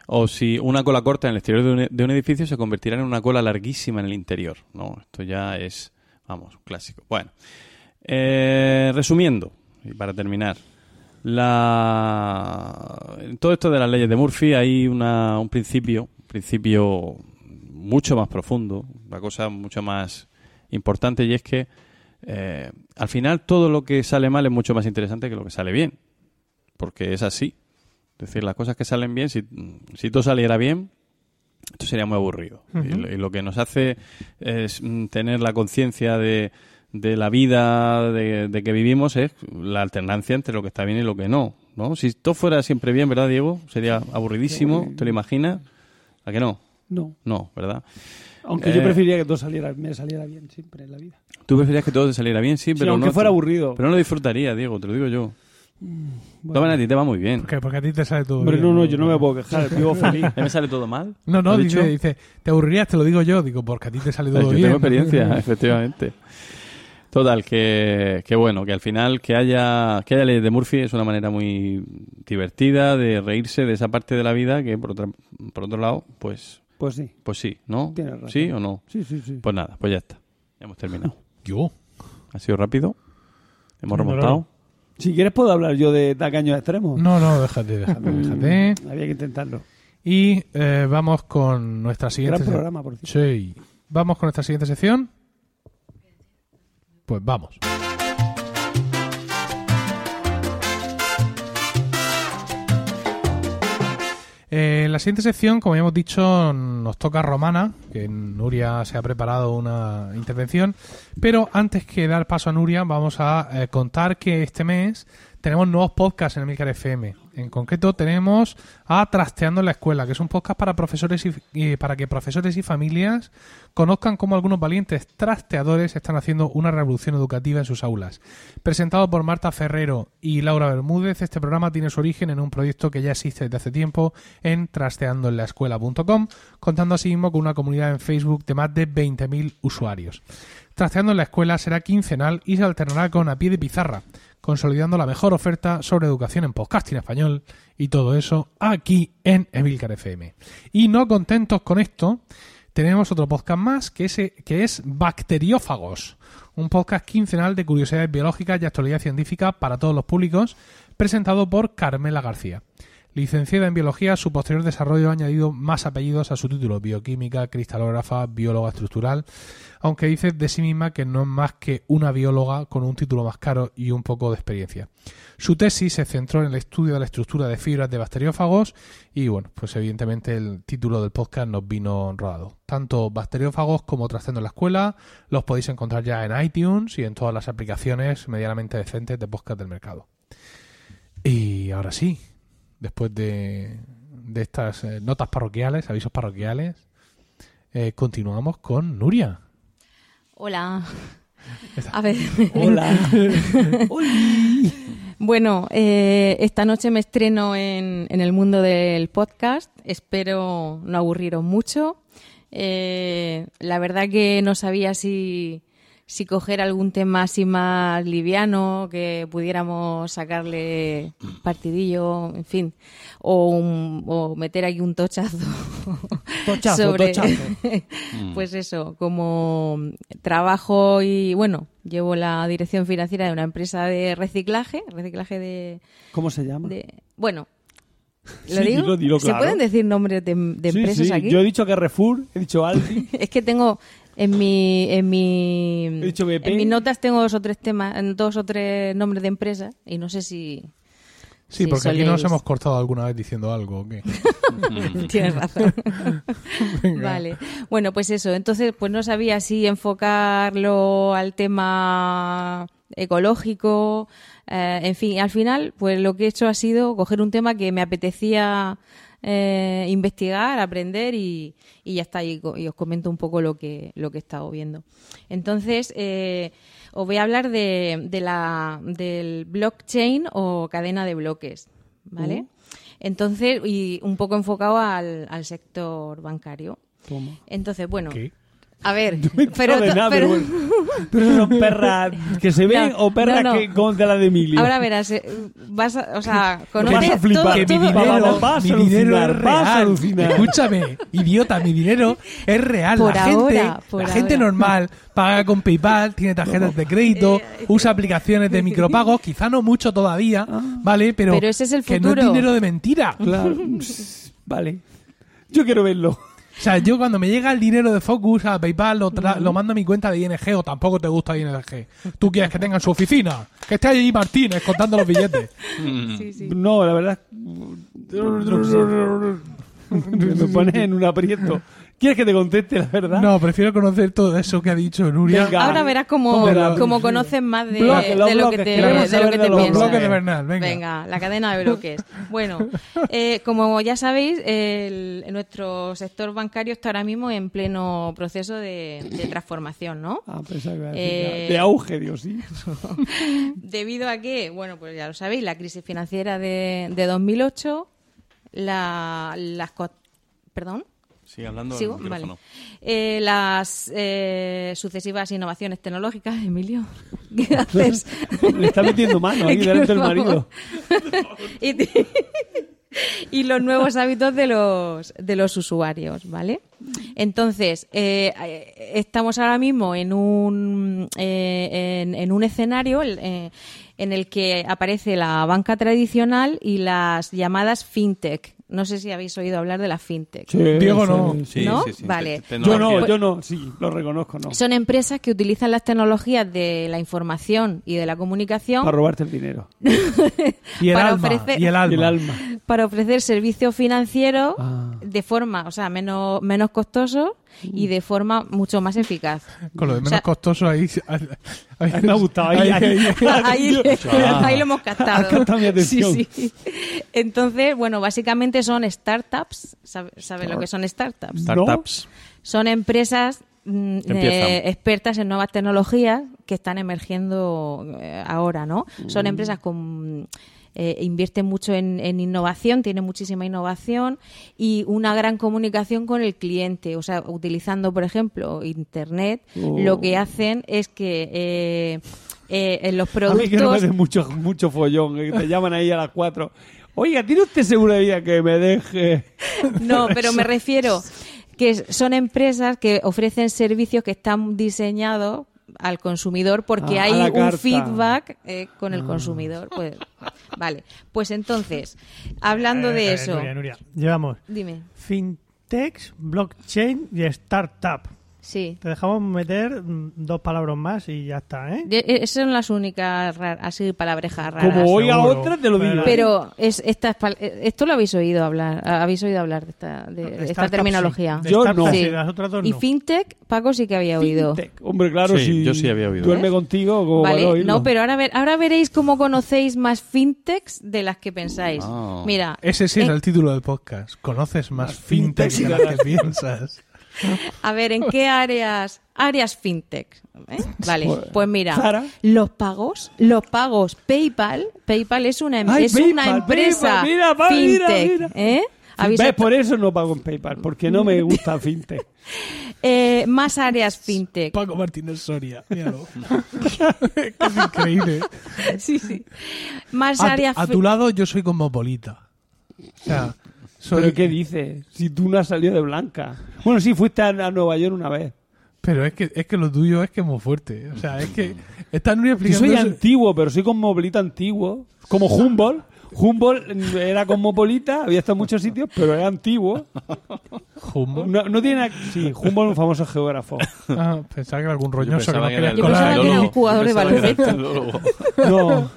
S3: O si una cola corta en el exterior de un, e- de un edificio se convertirá en una cola larguísima en el interior. No, esto ya es, vamos, un clásico. Bueno, eh, resumiendo, y para terminar, la... en todo esto de las leyes de Murphy hay una, un principio, un principio mucho más profundo, una cosa mucho más importante, y es que eh, al final todo lo que sale mal es mucho más interesante que lo que sale bien, porque es así. Es decir, las cosas que salen bien, si, si todo saliera bien, esto sería muy aburrido. y, lo, y lo que nos hace es mm, tener la conciencia de, de la vida de, de que vivimos es la alternancia entre lo que está bien y lo que no. ¿no? Si todo fuera siempre bien, ¿verdad, Diego? Sería aburridísimo, ¿te lo imaginas? ¿A que no?
S5: No.
S3: No, ¿verdad?
S5: Aunque
S3: Eh,
S5: yo preferiría que todo saliera, me saliera bien siempre en la vida.
S3: Tú preferirías que todo te saliera bien, sí,
S5: Sí,
S3: pero
S5: aunque
S3: no-
S5: fuera aburrido.
S3: Pero no lo disfrutaría, Diego, te lo digo yo.
S5: Bueno.
S3: Toma, a ti te va muy bien.
S1: ¿Por qué? Porque a ti te sale todo.
S5: Hombre,
S1: bien,
S5: no, no, yo no me puedo quejar, vivo feliz.
S3: ¿A mí me sale todo mal?
S1: No, no,
S3: ¿Has
S1: dice,
S3: dicho?
S1: dice, te aburrirías, te lo digo yo. Digo, porque a ti te sale todo
S3: yo
S1: bien.
S3: tengo experiencia, efectivamente. Total, que, que bueno, que al final que haya, que haya leyes de Murphy es una manera muy divertida de reírse de esa parte de la vida que, por, otra, por otro lado, pues,
S5: Pues sí,
S3: pues sí, ¿no?
S5: Tienes razón.
S3: ¿Sí o no?
S5: sí, sí, sí.
S3: Pues nada, pues ya está. Ya hemos terminado.
S1: Yo.
S3: Ha sido rápido. Hemos
S2: No, no,
S3: remontado.
S2: no.
S5: Si quieres puedo hablar yo de tacaños extremos. Mm,
S1: No, no, déjate, déjate,
S3: Mm.
S1: déjate.
S5: Había que intentarlo.
S1: Y eh, vamos con nuestra siguiente
S5: Gran
S1: sección.
S5: programa, por cierto.
S1: Sí. Vamos con nuestra siguiente sección. Pues vamos. Eh, en la siguiente sección, como ya hemos dicho, nos toca Romana, que Nuria se ha preparado una intervención. Pero antes que dar paso a Nuria, vamos a eh, contar que este mes tenemos nuevos podcasts en Emilcar FM. En concreto, tenemos a Trasteando en la Escuela, que es un podcast para, profesores y, eh, para que profesores y familias conozcan cómo algunos valientes trasteadores están haciendo una revolución educativa en sus aulas. Presentado por Marta Ferrero y Laura Bermúdez, este programa tiene su origen en un proyecto que ya existe desde hace tiempo en trasteandoenlaescuela.com, contando asimismo con una comunidad en Facebook de más de 20.000 usuarios. Trasteando en la Escuela será quincenal y se alternará con A Pie de Pizarra, consolidando la mejor oferta sobre educación en podcasting español y todo eso aquí en Emilcar FM. Y no contentos con esto, tenemos otro podcast más que, ese- que es Bacteriófagos, un podcast quincenal de curiosidades biológicas y actualidad científica para todos los públicos, presentado por Carmela García. Licenciada en Biología, su posterior desarrollo ha añadido más apellidos a su título, bioquímica, cristalógrafa, bióloga estructural, aunque dice de sí misma que no es más que una bióloga con un título más caro y un poco de experiencia. Su tesis se centró en el estudio de la estructura de fibras de bacteriófagos y bueno, pues evidentemente el título del podcast nos vino rodado. Tanto bacteriófagos como Trascendo en la Escuela los podéis encontrar ya en iTunes y en todas las aplicaciones medianamente decentes de podcast del mercado. Y ahora sí, después de, de estas eh, notas parroquiales, avisos parroquiales, eh, continuamos con Nuria.
S4: Hola. A ver.
S5: Hola.
S4: Bueno, eh, esta noche me estreno en, en el mundo del podcast. Espero no aburriros mucho. Eh, la verdad que no sabía si, si coger algún tema así más liviano, que pudiéramos sacarle partidillo, en fin, o, un- o meter aquí un tochazo.
S5: Tochazo, tochazo. Mm.
S4: pues eso, como trabajo y bueno, llevo la dirección financiera de una empresa de reciclaje, reciclaje de,
S5: ¿Cómo se llama?
S4: de- bueno, ¿lo
S5: Sí,
S4: digo?
S5: dilo, dilo,
S4: ¿Se
S5: claro.
S4: pueden decir nombres de, de
S5: Sí,
S4: empresas
S5: sí.
S4: aquí?
S5: Yo he dicho Carrefour, he dicho Aldi.
S4: Es que tengo en mi en mi
S5: He dicho BP.
S4: en mis notas tengo dos o tres temas, dos o tres nombres de empresas y no sé si
S1: Sí,
S4: si
S1: porque aquí nos
S4: soléis-
S1: hemos cortado alguna vez diciendo algo. ¿o qué?
S4: Tienes razón. vale. Bueno, pues eso. Entonces, pues no sabía si enfocarlo al tema ecológico. eh, en fin, al final, pues lo que he hecho ha sido coger un tema que me apetecía eh, investigar, aprender y, y ya está. Y, co- y os comento un poco lo que, lo que he estado viendo. Entonces, eh, os voy a hablar de, de la, del blockchain o cadena de bloques. ¿Vale? Entonces, y un poco enfocado al, al sector bancario.
S5: Toma.
S4: Entonces, bueno.
S1: ¿Qué?
S4: A ver,
S5: No
S4: pero,
S5: de
S4: to-
S5: nada,
S4: pero-
S5: pero bueno. Pero son perras que se ven
S4: No,
S5: o perras
S4: no, no.
S5: que con la de Emilio.
S4: ahora verás, eh, vas a, o sea,
S5: vas
S4: conoces
S5: a flipar,
S4: todo-
S5: que mi
S4: todo-
S5: dinero- Vamos, vas a alucinar, vas a
S1: real.
S5: alucinar.
S1: Escúchame, idiota, mi dinero es real.
S4: Por
S1: la
S4: ahora,
S1: gente,
S4: por
S1: la gente
S4: ahora.
S1: normal paga con PayPal, tiene tarjetas de crédito,
S4: Eh,
S1: usa aplicaciones de micropagos, quizá no mucho todavía, ¿vale? Pero,
S4: Ah. Pero ese es el
S1: que no es
S4: futuro.
S1: dinero de mentira.
S5: Claro. Pss, vale. Yo quiero verlo.
S1: O sea, yo cuando me llega el dinero de Focus a PayPal lo, tra- lo mando a mi cuenta de ING o tampoco te gusta ING. Tú quieres que tengan su oficina, que esté allí Martínez contando los billetes.
S4: Sí, sí.
S5: No, la verdad. Me pones en un aprieto. ¿Quieres que te conteste la verdad?
S1: No, prefiero conocer todo eso que ha dicho Nuria.
S5: Venga.
S4: Ahora verás cómo,
S5: ¿Cómo era?
S4: cómo conoces más de,
S5: Bloque, los
S4: de lo que
S5: bloques,
S4: te, de lo que
S5: queremos saber de
S4: te eh.
S5: los
S4: piensas.
S1: bloques de Bernal, venga.
S4: la cadena de bloques. Bueno, eh, como ya sabéis, el- nuestro sector bancario está ahora mismo en pleno proceso de, de transformación, ¿no?
S5: Ah, pensaba que iba a decir,
S4: Eh,
S5: De auge, Dios, sí.
S4: Debido a que, bueno, pues ya lo sabéis, la crisis financiera de, de 2008, la, las... co- ¿Perdón?
S3: Sigue hablando al
S4: ¿Sigo? Vale.
S3: micrófono.
S4: Eh, las eh, sucesivas innovaciones tecnológicas, Emilio, ¿qué haces?
S5: Le está metiendo mano ahí
S4: Que
S5: delante del
S4: por favor.
S5: marido.
S4: y, te- y los nuevos hábitos de los, de los usuarios, ¿vale? Entonces, eh, eh, estamos ahora mismo en un, eh, en, en un escenario el- eh, en el que aparece la banca tradicional y las llamadas fintech. No sé si habéis oído hablar de la fintech.
S1: Diego no.
S5: sí,
S3: Sí,
S4: ¿No?
S3: sí, sí.
S4: Vale.
S3: Te- te-
S5: Yo
S3: lo
S5: no,
S3: entiendo.
S5: yo no, sí, lo reconozco, no.
S4: Son empresas que utilizan las tecnologías de la información y de la comunicación
S5: Para robarte el dinero.
S1: Y el,
S4: Para
S1: alma,
S4: ofrecer-
S1: y el alma.
S5: Y el alma.
S4: para ofrecer servicios financieros
S5: Ah. Mm.
S4: de forma, o sea, menos, menos costosos y de forma mucho más eficaz.
S1: Con lo de menos
S4: O sea,
S1: costoso ahí. ahí-
S5: Me ha gustado. Ahí,
S1: ahí-
S5: ahí.
S4: Ahí, le- ahí lo hemos
S5: Has
S4: captado.
S5: captado mi atención.
S4: Sí, sí. Entonces, bueno, básicamente son startups. ¿Saben lo que son startups?
S3: Startups.
S4: Son empresas mm,
S3: Que empiezan.
S4: eh, expertas en nuevas tecnologías que están emergiendo eh, ahora, ¿no?
S5: Mm.
S4: Son empresas con eh, invierten mucho en, en innovación, tienen muchísima innovación y una gran comunicación con el cliente. O sea, utilizando, por ejemplo, Internet,
S5: Oh.
S4: lo que hacen es que eh, eh, en los
S5: A
S4: productos...
S5: mí que no me den mucho, mucho follón, eh, que te llaman ahí a las 4. Oiga, ¿tiene usted seguro de vida que me deje?
S4: No, pero me refiero que es- son empresas que ofrecen servicios que están diseñados al consumidor porque
S5: Ah, a
S4: hay
S5: la
S4: un
S5: carta. Ah.
S4: feedback eh, con el consumidor. Pues, vale, pues entonces, hablando
S2: Eh,
S4: de
S2: eh,
S4: eso,
S2: Nuria, Nuria, llevamos
S4: dime,
S2: fintechs, blockchain y startup.
S4: sí.
S2: Te dejamos meter mm, dos palabras más y ya está, ¿eh?
S4: De- eh, Esas son las únicas ra- así palabrejas raras.
S5: Como oiga
S2: seguro.
S5: otra, te lo digo.
S4: Pero es, estas pal- eh, esto lo habéis oído hablar, ah, habéis oído hablar de esta, de- de esta
S2: Startup
S4: terminología.
S2: sí.
S5: Yo
S2: Startup
S5: no.
S2: sí,
S4: Sí.
S2: las otras dos
S4: Y
S2: no.
S4: fintech, Paco sí que había oído.
S5: Fintech. Hombre, claro,
S3: Sí,
S5: si
S3: yo sí había oído.
S5: duerme contigo, como
S4: Vale,
S5: para oírlo.
S4: no, pero ahora, ver, ahora veréis cómo conocéis más fintechs de las que pensáis.
S3: Ah.
S4: Mira,
S1: Ese sí es
S4: en-
S1: el título del podcast. Conoces más
S5: Las
S1: fintech
S5: fintech
S1: de las que piensas.
S4: a ver, ¿en qué áreas áreas fintech? ¿eh? Vale,
S5: Joder.
S4: pues mira,
S5: Zara.
S4: los pagos, los pagos, PayPal, PayPal es una, em-
S5: Ay,
S4: es
S5: PayPal,
S4: una empresa
S5: PayPal, mira, va, mira, pues.
S4: fintech,
S5: mira.
S4: ¿eh? Habéis-
S5: ¿Ves? Por eso no pago en PayPal, porque no me gusta fintech.
S4: eh, más áreas fintech.
S1: Paco Martínez Soria, míralo. es increíble.
S4: sí, sí. Más
S1: A,
S4: áreas
S1: tu- a
S4: fi-
S1: tu lado yo soy cosmopolita. O sea, soy-
S5: ¿Pero qué dices? Si tú no has salido de blanca. Bueno, sí, fuiste a, a Nueva York una vez.
S1: pero es que, es que lo tuyo es que es muy fuerte. O sea, es que está Nuria
S5: Yo soy
S1: explicando... su-
S5: antiguo, pero soy cosmopolita antiguo. Como Humboldt. Humboldt mm, era cosmopolita, había estado en muchos sitios, pero era antiguo.
S1: Humboldt.
S5: No, no tiene... nada- Sí, Humboldt, un famoso geógrafo.
S1: Ah, pensaba que era algún
S3: Yo
S1: roñoso que
S3: pensaba
S1: nos
S3: que
S1: quería
S3: era el
S1: colar.
S4: Yo pensaba que era un
S3: filólogo.
S4: jugador de
S3: Yo pensaba que era el filólogo.
S5: No,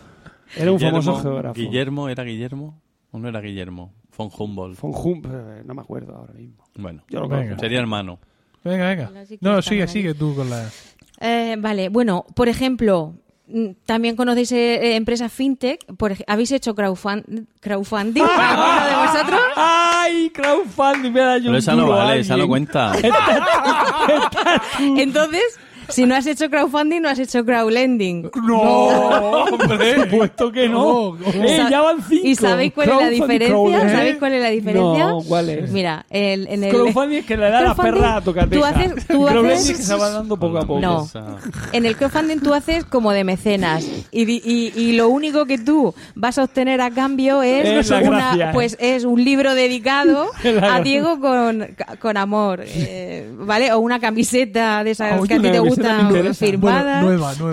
S5: era un
S3: Guillermo-
S5: famoso geógrafo.
S3: Guillermo, ¿era Guillermo? ¿O no era Guillermo? Von Humboldt.
S5: Von Hum- eh, No me acuerdo ahora mismo.
S3: Bueno,
S5: Yo lo
S1: Venga.
S5: conozco.
S3: sería hermano.
S1: Venga, venga.
S4: Así que
S1: No,
S4: está
S1: sigue,
S4: por ahí.
S1: sigue tú con la...
S4: Eh, vale, bueno, por ejemplo, Mm, También conocéis eh, eh, empresas fintech. Por, ej- ¿Habéis hecho crowdfund- crowdfunding para alguno de vosotros?
S5: ¡Ay, crowdfunding! Me ha dado yo
S3: Pero
S5: un
S3: esa no
S5: duro a
S3: vale, esa no
S5: alguien.
S3: cuenta.
S4: Entonces, si no has hecho crowdfunding, no has hecho crowdlending.
S5: ¡No! ¡Hombre! Por supuesto que no.
S1: No,
S5: Eh,
S4: Sa-
S5: ya van cinco.
S4: Oh, ¿Y sabéis cuál es la
S5: Crowdfunding,
S4: diferencia?
S5: crowdfunding.
S4: ¿Sabéis cuál es la diferencia?
S5: No, ¿cuál es?
S4: Mira, el, en el...
S5: Crowdfunding es que le da la
S4: Crowdfunding,
S5: perra a tocar
S4: Tú haces... Tú
S5: Crowdfunding es que
S4: haces
S5: se va dando poco a poco.
S4: No. en el crowdfunding tú haces como de mecenas y, di- y- y lo único que tú vas a obtener a cambio es,
S5: Es la
S4: una-
S5: gracia.
S4: pues es un libro dedicado
S5: Es
S4: a
S5: la gracia.
S4: Diego con, con amor, eh, ¿vale? O una camiseta de esas
S5: Ah, oye,
S4: que a ti
S5: una
S4: te
S5: camiseta me
S4: gustan
S5: interesa.
S4: firmada,
S1: Bueno, nueva, nueva,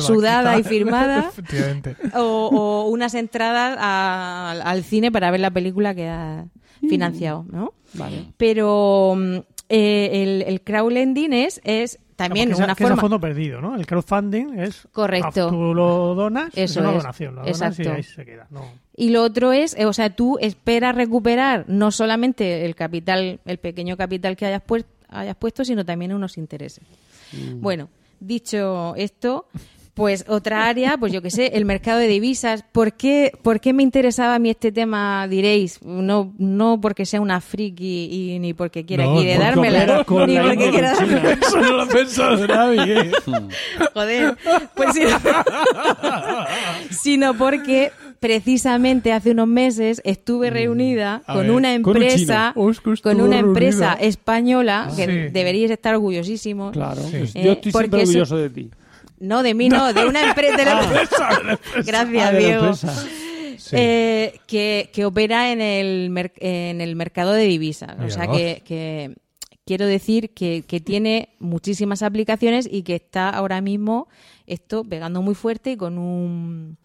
S4: sudada
S1: quizá.
S4: y firmada.
S1: Efectivamente.
S4: o, o unas entradas a- al- al cine para ver la película que ha
S1: Mm.
S4: financiado, ¿no?
S5: Vale.
S4: Pero mm, eh, el, el crowdlending es, es también
S2: Porque esa-
S4: una
S2: que es a
S4: forma...
S2: fondo perdido, ¿no? El crowdfunding es...
S4: Correcto.
S2: Tú lo donas,
S4: Eso
S2: es una
S4: es.
S2: donación. Lo donas
S4: Exacto.
S2: y ahí se queda. No.
S4: Y lo otro es, eh, o sea, tú esperas recuperar no solamente el capital, el pequeño capital que hayas, puer- hayas puesto, sino también unos intereses. Bueno, dicho esto, pues otra área, pues yo qué sé, el mercado de divisas. ¿Por qué, por qué me interesaba a mí este tema, diréis? No, no porque sea una friki y ni porque quiera
S1: No,
S4: aquí de
S1: porque
S4: dármela,
S5: operas con
S4: ni
S5: la
S4: porque
S5: India
S4: quiera
S5: con China.
S4: dármela.
S1: Eso no lo ha pensado nadie. ¿eh?
S4: Joder, pues sí. sino porque precisamente hace unos meses estuve reunida
S1: A
S4: con
S1: ver,
S4: una
S5: Mm, con un
S4: empresa,
S1: chino. Os que estuvo
S4: con una
S1: reunida.
S4: empresa española que
S1: Sí.
S4: deberíais estar orgullosísimos.
S5: Ah, Claro.
S1: Sí.
S5: Yo
S4: Eh, porque
S5: estoy siempre
S4: eso-
S5: orgulloso de ti.
S4: No, de mí no, de una empresa. de la- Gracias,
S5: Ah, de la
S4: Diego.
S5: empresa.
S1: Sí.
S4: Eh, que, que opera en el, mer- en el mercado de divisas.
S1: Mira
S4: o sea,
S1: vos.
S4: que, que quiero decir que, que tiene muchísimas aplicaciones y que está ahora mismo esto pegando muy fuerte y con un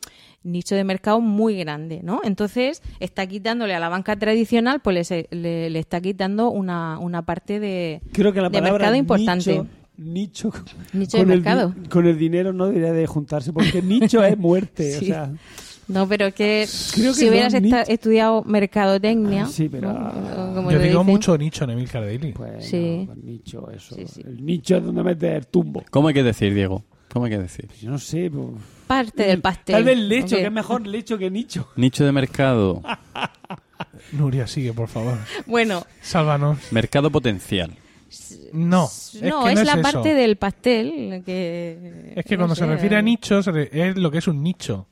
S4: nicho de mercado muy grande, ¿no? Entonces, está quitándole a la banca tradicional, pues le, le- le está quitando una, una parte de,
S5: Creo que la
S4: de
S5: palabra
S4: mercado importante.
S5: Nicho, nicho, con-
S4: Nicho de
S5: con el di-
S4: mercado.
S5: con el dinero no debería de juntarse porque nicho es muerte.
S4: Sí.
S5: O sea,
S4: No, pero es que,
S5: Creo que
S4: si hubieras
S5: no,
S4: esta-
S5: nicho.
S4: estudiado mercadotecnia,
S5: Sí, pero-
S4: ¿no? Como
S1: Yo
S4: le
S1: digo
S4: dicen.
S1: mucho nicho en Emilcar Daily.
S5: pues,
S4: Sí.
S5: no, nicho, eso.
S4: Sí, sí.
S5: El nicho es donde metes el tumbo.
S3: ¿Cómo hay que decir, Diego? ¿Cómo hay que decir?
S5: Yo no sé. pues,
S1: Mm,
S4: parte del pastel.
S5: Tal vez lecho,
S4: Este, Ok.
S5: que es mejor lecho que nicho.
S3: Nicho de mercado,
S1: Nuria, sigue, por favor.
S4: Bueno,
S1: Sálvanos.
S3: mercado potencial.
S1: No.
S4: s-
S1: Es
S4: no,
S1: que
S4: es,
S1: no
S4: la
S1: eso.
S4: parte del pastel que...
S1: Es que
S4: no
S1: cuando se
S4: sé,
S1: refiere a nichos, re- es lo que es un nicho.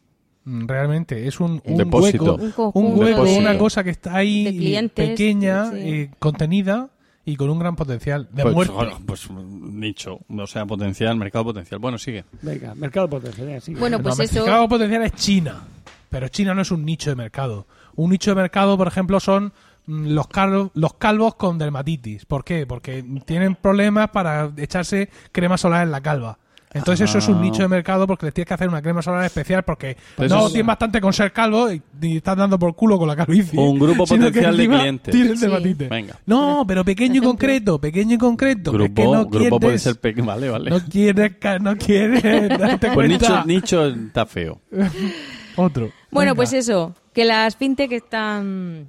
S1: Mm, Realmente, es un,
S3: Un
S1: un hueco.
S3: depósito. Un
S1: Un
S4: conjunto
S1: hueco,
S3: de-
S1: una cosa que está ahí
S4: de clientes,
S1: pequeña,
S4: sí.
S1: eh, contenida y con un gran potencial de
S3: pues,
S1: muerte.
S3: bueno, pues nicho, o sea, potencial, mercado potencial. Bueno, sigue.
S5: Venga, mercado potencial. sí.
S4: Bueno,
S1: No,
S4: pues
S1: el
S4: eso...
S1: mercado potencial es China, pero China no es un nicho de mercado. Un nicho de mercado, por ejemplo, son mm, los calvos, los calvos con dermatitis. ¿Por qué? Porque tienen problemas para echarse crema solar en la calva. Entonces eso es un
S3: Ah.
S1: nicho de mercado porque les tienes que hacer una crema solar especial porque
S3: Pero eso
S1: no
S3: es-
S1: tienes bastante con ser calvo y, y estás dando por culo con la calvicie.
S3: Un grupo
S1: Sino que
S3: potencial de
S1: encima
S3: clientes.
S1: tienen
S4: Sí.
S1: dermatitis.
S3: Venga.
S1: No, pero pequeño y concreto, pequeño y concreto. que es
S3: Grupo,
S1: que no
S3: grupo puede
S1: quieres,
S3: ser pequeño. Vale, vale.
S1: no quieres, ca- no quieres, darte
S3: pues
S1: cuenta.
S3: nicho, nicho está feo.
S1: Otro.
S4: Bueno,
S1: Venga.
S4: pues eso, que las fintech están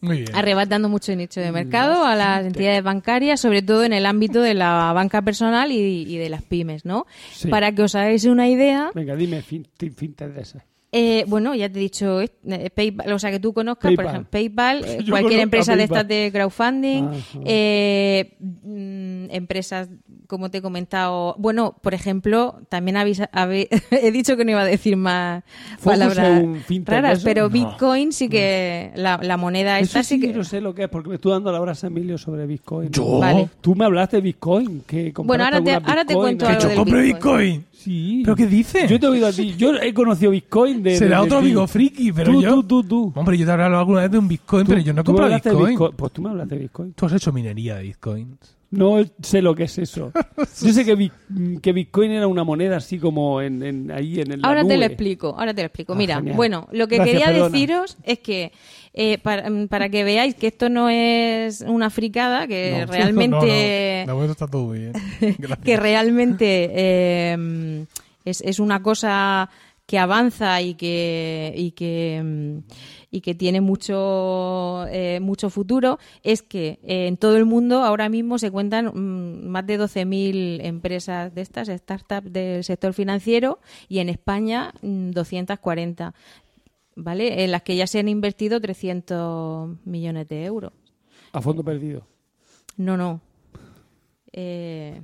S1: Muy bien.
S4: arrebatando mucho nicho de mercado a las entidades bancarias, sobre todo en el ámbito de la banca personal y, y de las pymes, ¿no?
S5: Sí.
S4: Para que os hagáis una idea,
S5: Venga, dime fin- fin- fintas de esas.
S4: eh, bueno, ya te he dicho, eh, eh, PayPal, o sea, que tú conozcas, por
S5: PayPal.
S4: ejemplo, PayPal, eh,
S5: Yo
S4: cualquier
S5: conozco a
S4: empresa de
S5: PayPal.
S4: estas de crowdfunding,
S5: Ajá.
S4: eh, mm, empresas, como te he comentado, bueno, por ejemplo, también habéis, habe- he dicho que no iba a decir más
S5: Focus es
S4: palabras
S5: un fintech,
S4: raras,
S5: ¿eso?
S4: pero
S5: No. Mm.
S4: Bitcoin sí que, la, la moneda
S5: Eso
S4: esta
S5: sí
S4: sí
S5: que
S4: que...
S5: no sé lo que es, porque me estuvo dando la brasa Emilio sobre Bitcoin.
S1: Yo.
S4: Vale.
S5: Tú me hablaste de Bitcoin. Que
S4: Bueno, ahora
S5: compraste
S4: te-
S5: alguna
S4: ahora te
S5: Bitcoin,
S4: cuento
S5: ¿no?
S1: Que
S4: algo
S1: yo
S4: del
S1: compré
S4: Bitcoin.
S1: Bitcoin.
S5: Sí.
S1: ¿Pero qué dices?
S5: Yo te he oído a ti. Yo he conocido Bitcoin de.
S1: Será
S5: de- de
S1: otro
S5: ti.
S1: amigo friki, pero
S5: tú,
S1: yo.
S5: tú, tú, tú.
S1: Hombre, yo te he hablado alguna vez de un Bitcoin, pero
S5: Tú-
S1: yo no he
S5: tú me
S1: comprado
S5: hablaste de
S1: Bitcoin.
S5: Pues tú me hablaste de Bitcoin.
S1: Tú has hecho minería de Bitcoins.
S5: No sé lo que es eso. Yo sé que, Bi- que Bitcoin era una moneda así como en, en- ahí en el. la
S4: Ahora te lo
S5: nube.
S4: explico, ahora te lo explico.
S5: Ah,
S4: Mira,
S5: genial.
S4: bueno, lo que
S5: Gracias,
S4: quería
S5: perdona.
S4: deciros es que eh, para, mm, para que veáis que esto no es una fricada, que
S1: No.
S4: realmente
S1: No, no. De momento está todo muy bien. Gracias.
S4: em, que realmente eh, es, es una cosa que avanza y que, y que, mm, y que tiene mucho, eh, mucho futuro es que eh, en todo el mundo ahora mismo se cuentan mm, más de 12.000 empresas de estas, startups del sector financiero, y en España mm, 240, ¿vale? En las que ya se han invertido 300 millones de euros.
S5: A fondo perdido.
S4: No, no. Eh,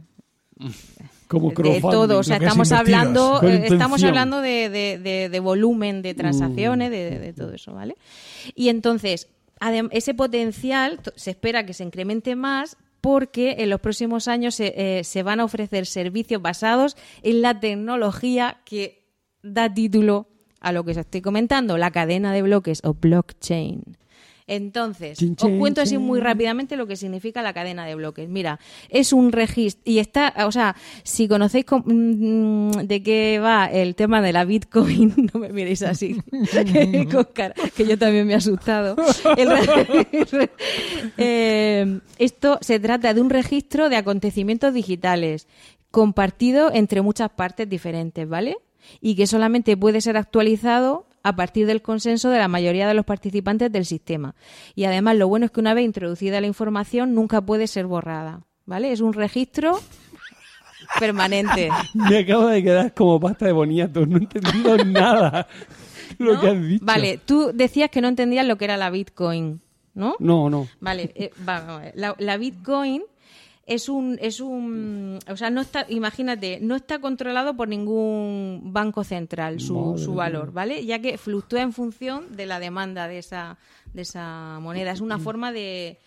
S5: Como
S4: de
S5: crowdfunding.
S4: todo, o sea,
S1: lo que es
S4: estamos
S1: invertidas,
S4: hablando,
S5: con
S4: eh,
S5: intención.
S4: estamos hablando de, de- de- de volumen de transacciones, de, de todo eso, ¿vale? Y entonces, adem- ese potencial to- se espera que se incremente más porque en los próximos años se, eh, se van a ofrecer servicios basados en la tecnología que da título a lo que os estoy comentando, la cadena de bloques o blockchain. Entonces,
S5: Chin,
S4: os
S5: chin,
S4: cuento así
S5: chin.
S4: muy rápidamente lo que significa la cadena de bloques. Mira, es un registro y está, o sea, si conocéis com- mm, de qué va el tema de la Bitcoin, no me miréis así con cara, que yo también me he asustado. El re- Eh, esto se trata de un registro de acontecimientos digitales compartido entre muchas partes diferentes, ¿vale? Y que solamente puede ser actualizado a partir del consenso de la mayoría de los participantes del sistema. Y además lo bueno es que una vez introducida la información nunca puede ser borrada, ¿vale? Es un registro permanente.
S5: Me acabo de quedar como pasta de boniato. No he entendido nada lo
S4: ¿no?
S5: que has dicho.
S4: Vale, tú decías que no entendías lo que era la Bitcoin, ¿no?
S5: No, no.
S4: Vale, eh, va- vamos a ver. La, la Bitcoin es un, es un, o sea, no está, imagínate, no está controlado por ningún banco central su,
S5: Madre
S4: su valor, ¿vale? Ya que fluctúa en función de la demanda de esa, de esa moneda. Es una
S5: Mm.
S4: forma de,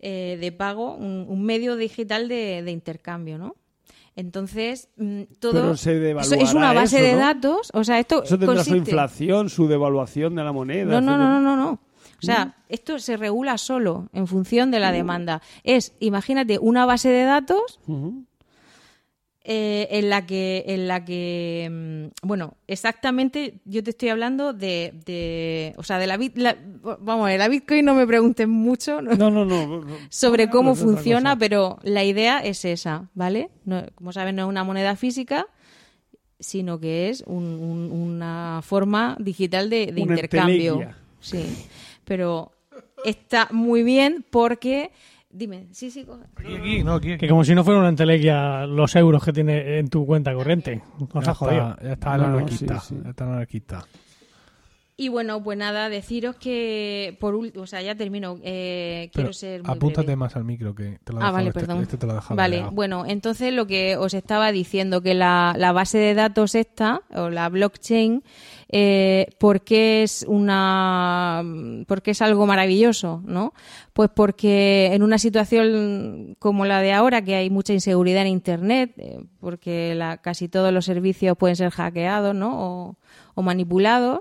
S4: eh, de pago, un, un medio digital de, de intercambio, ¿no? Entonces, mm, todo
S5: Pero se
S4: eso es una
S5: devaluará
S4: base
S5: eso,
S4: de
S5: ¿no?
S4: datos, o sea, esto
S5: Eso tendrá su
S4: consiste-
S5: inflación, su devaluación de la moneda.
S4: no, no,
S5: etcétera.
S4: no, no, no. O sea, esto se regula solo en función de la demanda. Es, imagínate, una base de datos
S5: Ujú.
S4: eh, en la que, en la que, mm, bueno, exactamente, yo te estoy hablando de, de o sea, de la, bit- la- vamos, a ver, la Bitcoin no me preguntes mucho, no-
S5: No, no, no.
S4: sobre cómo
S5: Pues otra
S4: funciona,
S5: cosa.
S4: pero la idea es esa, ¿vale? No- como sabes, no es una moneda física, sino que es un- un- una forma digital de, de
S5: Una
S4: intercambio.
S5: entelequia.
S4: Sí, pero está muy bien porque... Dime, sí, sí, coge.
S1: Aquí, aquí, no, aquí.
S2: Que como si no fuera una entelequia los euros que tiene en tu cuenta corriente. Nos
S1: Ya
S2: ha jodido.
S1: está, ya está el
S5: No, no,
S1: anarquista.
S5: sí, sí.
S1: Ya está el anarquista.
S4: Y bueno, pues nada, deciros que por último, o sea, ya termino, eh,
S1: Pero
S4: quiero ser muy
S1: apúntate
S4: breve.
S1: más al micro que te lo he
S4: Ah,
S1: dejado
S4: vale,
S1: este-
S4: perdón.
S1: este te lo he dejado
S4: vale,
S1: pegado.
S4: bueno, entonces lo que os estaba diciendo, que la, la base de datos esta, o la blockchain, eh, ¿por qué es una por qué es algo maravilloso? ¿no? Pues porque en una situación como la de ahora, que hay mucha inseguridad en internet, eh, porque la- casi todos los servicios pueden ser hackeados, ¿no? O, o manipulados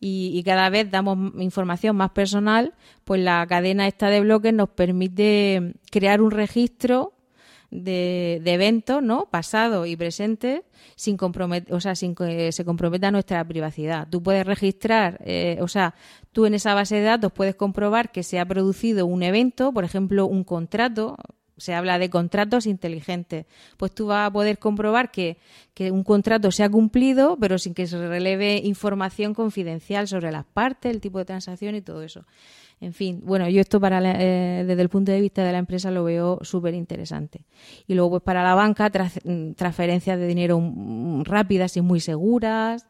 S4: y, y cada vez damos m- información más personal, pues la cadena esta de bloques nos permite crear un registro de, de eventos, ¿no? Pasado y presente, sin compromet o sea, sin que se comprometa nuestra privacidad. Tú puedes registrar, eh, o sea, tú en esa base de datos puedes comprobar que se ha producido un evento, por ejemplo, un contrato. Se habla de contratos inteligentes. Pues tú vas a poder comprobar que, que un contrato se ha cumplido, pero sin que se releve información confidencial sobre las partes, el tipo de transacción y todo eso. En fin, bueno, yo esto para la- eh, desde el punto de vista de la empresa lo veo súper interesante. Y luego, pues para la banca, tras- mm, transferencias de dinero mm, rápidas y muy seguras,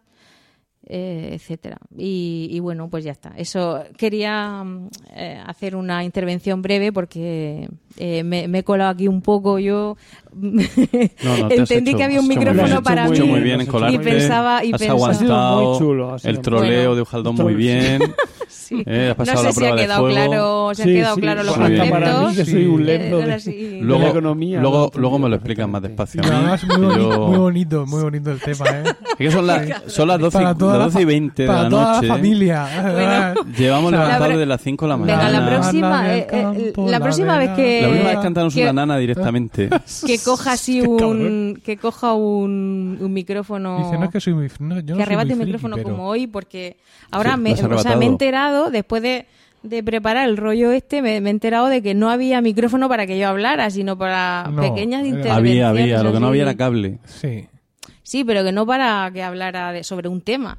S4: eh, etcétera. Y, y bueno, pues ya está. Eso quería mm, eh, hacer una intervención breve porque eh, me, me he colado aquí un poco. Yo
S3: No, no, te has
S4: entendí
S3: hecho-
S4: que había un
S3: has hecho muy
S4: micrófono
S3: bien.
S4: para
S3: Has hecho
S4: mí. pues.
S3: muy bien en
S5: y
S3: colarte.
S4: pensaba- y
S3: has
S4: pensaba. Ha
S5: sido muy
S3: aguantado
S5: chulo, ha sido
S3: el
S5: muy-
S3: troleo
S4: Bueno.
S3: de Ujaldón
S5: Troleo.
S3: muy bien.
S4: Sí.
S3: Eh, has pasado
S4: no sé
S3: la
S4: si
S3: prueba
S4: ha
S3: de
S4: quedado
S3: fuego.
S4: claro, Pues se ha
S5: Sí,
S4: quedado
S5: sí,
S4: claro los
S5: hasta
S3: bien.
S5: para mí, que
S4: conceptos.
S5: soy un
S1: Sí.
S5: lerdo.
S4: Eh,
S5: de-
S4: ahora sí.
S5: de la
S3: Luego,
S5: economía, lo
S3: luego,
S5: entendido
S3: luego me lo explicas más despacio.
S1: Y
S3: a mí,
S1: además, muy,
S3: que
S1: bonito,
S3: yo-
S1: muy bonito, muy bonito el tema, ¿eh?
S3: Es que son las, son las 12,
S1: Para toda la
S3: las 12 y
S1: fa-
S3: 20 de
S1: para
S3: la
S1: toda
S3: noche. ¿eh?
S1: la familia.
S3: Llevamos
S4: La
S3: levantado
S4: verdad-
S3: desde las 5 de la mañana.
S4: Venga, la
S1: Nana,
S4: próxima,
S1: del
S4: eh, eh,
S1: campo,
S4: la
S1: la
S4: próxima vez
S1: nena.
S4: que
S3: La próxima vez cántanos
S4: que-
S3: una nana directamente.
S4: que coja así un que coja un, un micrófono
S1: Dice, no es que soy muy. no, yo no
S4: que
S1: soy
S4: arrebate un
S1: muy friki,
S4: micrófono
S1: pero-
S4: como hoy porque ahora
S3: Sí,
S4: me,
S3: lo has
S4: o sea,
S3: arrebatado.
S4: me he enterado después de, de preparar el rollo este me, me he enterado de que no había micrófono para que yo hablara sino para
S1: No, eh,
S4: pequeñas
S1: era-
S4: intervenciones
S3: había, había. Lo que no
S4: así.
S3: había era cable.
S1: Sí.
S4: Sí, pero que no para que hablara de- sobre un tema.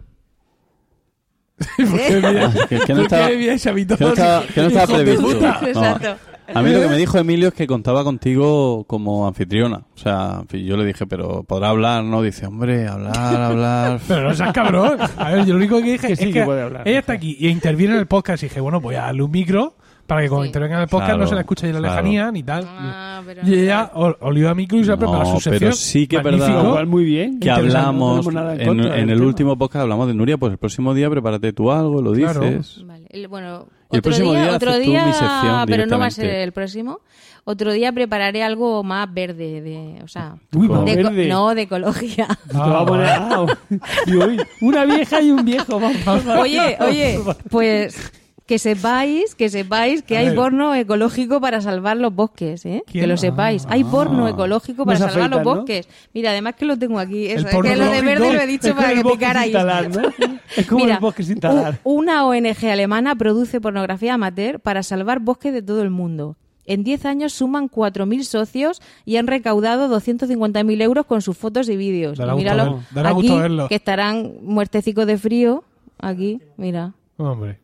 S6: Que, que no estaba, que no estaba, que no estaba
S1: Hijo de
S6: previsto.
S1: puta.
S6: No.
S4: Exacto.
S6: A mí lo que me dijo Emilio es que contaba contigo como anfitriona. O sea, en fin, yo le dije, pero ¿podrá hablar? No, dice, hombre, hablar, hablar.
S1: Pero no seas cabrón. A ver, yo lo único que dije
S5: Que
S1: es
S5: sí,
S1: que
S5: que puede hablar.
S1: ella está aquí y interviene en el podcast. Y dije, bueno, voy a darle un micro para que cuando
S4: Sí.
S1: intervenga en el podcast
S6: Claro,
S1: no se la escuche de la
S6: claro.
S1: lejanía ni tal.
S4: Ah, pero
S1: Y ella ol- olió a micro y se ha
S6: No,
S1: preparado su sección.
S6: pero sí que es verdad.
S5: Con lo
S1: Magnífico.
S5: cual, muy bien.
S6: que
S5: Interesante,
S6: hablamos
S5: no tenemos nada en
S6: en,
S5: contra
S6: en
S5: del
S6: el
S5: tema.
S6: último podcast hablamos de Nuria pues el próximo día prepárate tú algo lo
S1: Claro.
S6: dices
S4: Vale. El- bueno,
S6: Y el
S4: otro
S6: próximo
S4: día,
S6: día
S4: otro
S6: haces tú
S4: día,
S6: mi sección
S4: pero no va a ser
S6: directamente.
S4: el próximo. Otro día prepararé algo más verde, de, o sea,
S5: Uy, más
S4: de co-
S5: verde.
S4: no de ecología.
S5: Te va a poner- ah, y uy, una vieja y un viejo. vamos, vamos.
S4: Oye, oye, pues que sepáis, que sepáis que
S1: A
S4: hay
S1: ver.
S4: porno ecológico para salvar los bosques, ¿eh?
S1: ¿Quién? Ah.
S4: Que lo sepáis. Hay porno ecológico para
S5: Nos
S4: salvar los
S5: afeitan, ¿no?
S4: bosques. Mira, además que lo tengo aquí. Es,
S1: El
S4: es
S1: porno
S4: que lo de
S1: ecológico
S4: verde lo he
S5: Es
S4: dicho
S5: como
S4: para
S5: el
S4: que
S5: bosque
S4: picara
S5: sin
S4: ahí.
S5: talar, ¿no? Es como el bosque sin talar.
S4: u- Una ONG alemana produce pornografía amateur para salvar bosques de todo el mundo. En 10 años suman 4.000 socios y han recaudado 250.000 euros con sus fotos y vídeos.
S1: Dará
S4: Y
S1: gusto
S4: míralo
S1: ver- dará
S4: aquí,
S1: gusto verlo.
S4: que estarán muertecicos de frío. Aquí, mira.
S1: Hombre.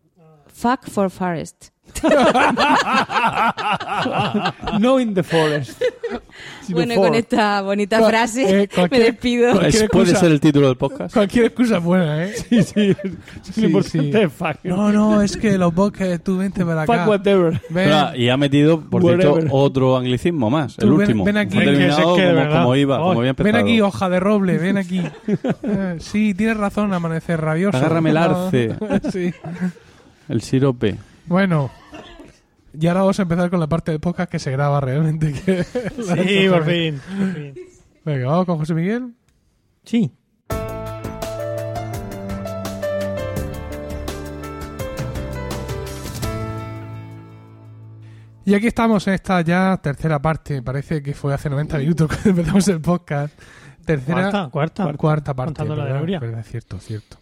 S4: Fuck for forest.
S5: No in the forest. sino
S4: bueno, y
S5: for.
S4: con esta bonita
S1: Cual-
S4: frase
S1: eh, cualquier-
S4: me despido.
S1: cual-
S6: Es-
S1: Cualquier
S6: puede
S1: cosa.
S6: ser el título del podcast
S1: Cualquier excusa es buena, ¿eh?
S5: Sí, sí. sí,
S1: Sí,
S5: lo importante
S1: sí.
S5: es fuck.
S1: No, no, es que los bosques, tú vente para acá.
S5: Fuck whatever.
S1: Ven.
S6: Espera, y ha metido por
S5: Whatever.
S6: cierto otro anglicismo más
S1: Tú
S6: el
S1: ven-
S6: último
S1: ven aquí.
S6: Ha
S1: Es que- es
S6: terminado
S2: que de
S6: como,
S2: verdad.
S6: como iba como
S2: Ay,
S6: había empezado
S1: Ven aquí, oh. hoja de roble, ven aquí. Eh, sí, tienes razón, amanecer rabioso.
S6: Agárrame el arce.
S1: sí.
S6: el sirope
S1: Bueno, y ahora vamos a empezar con la parte del podcast que se graba realmente. que-
S2: Sí, por fin. por fin.
S1: Venga, vamos con José Miguel.
S2: Sí.
S1: Y aquí estamos en esta ya tercera parte. Parece que fue hace 90 minutos cuando empezamos el podcast. Tercera,
S2: Cuarta, cuarta.
S1: cuarta, parte.
S2: Contando la de
S1: ¿verdad?
S2: Nuria.
S1: Verdad, Cierto, cierto.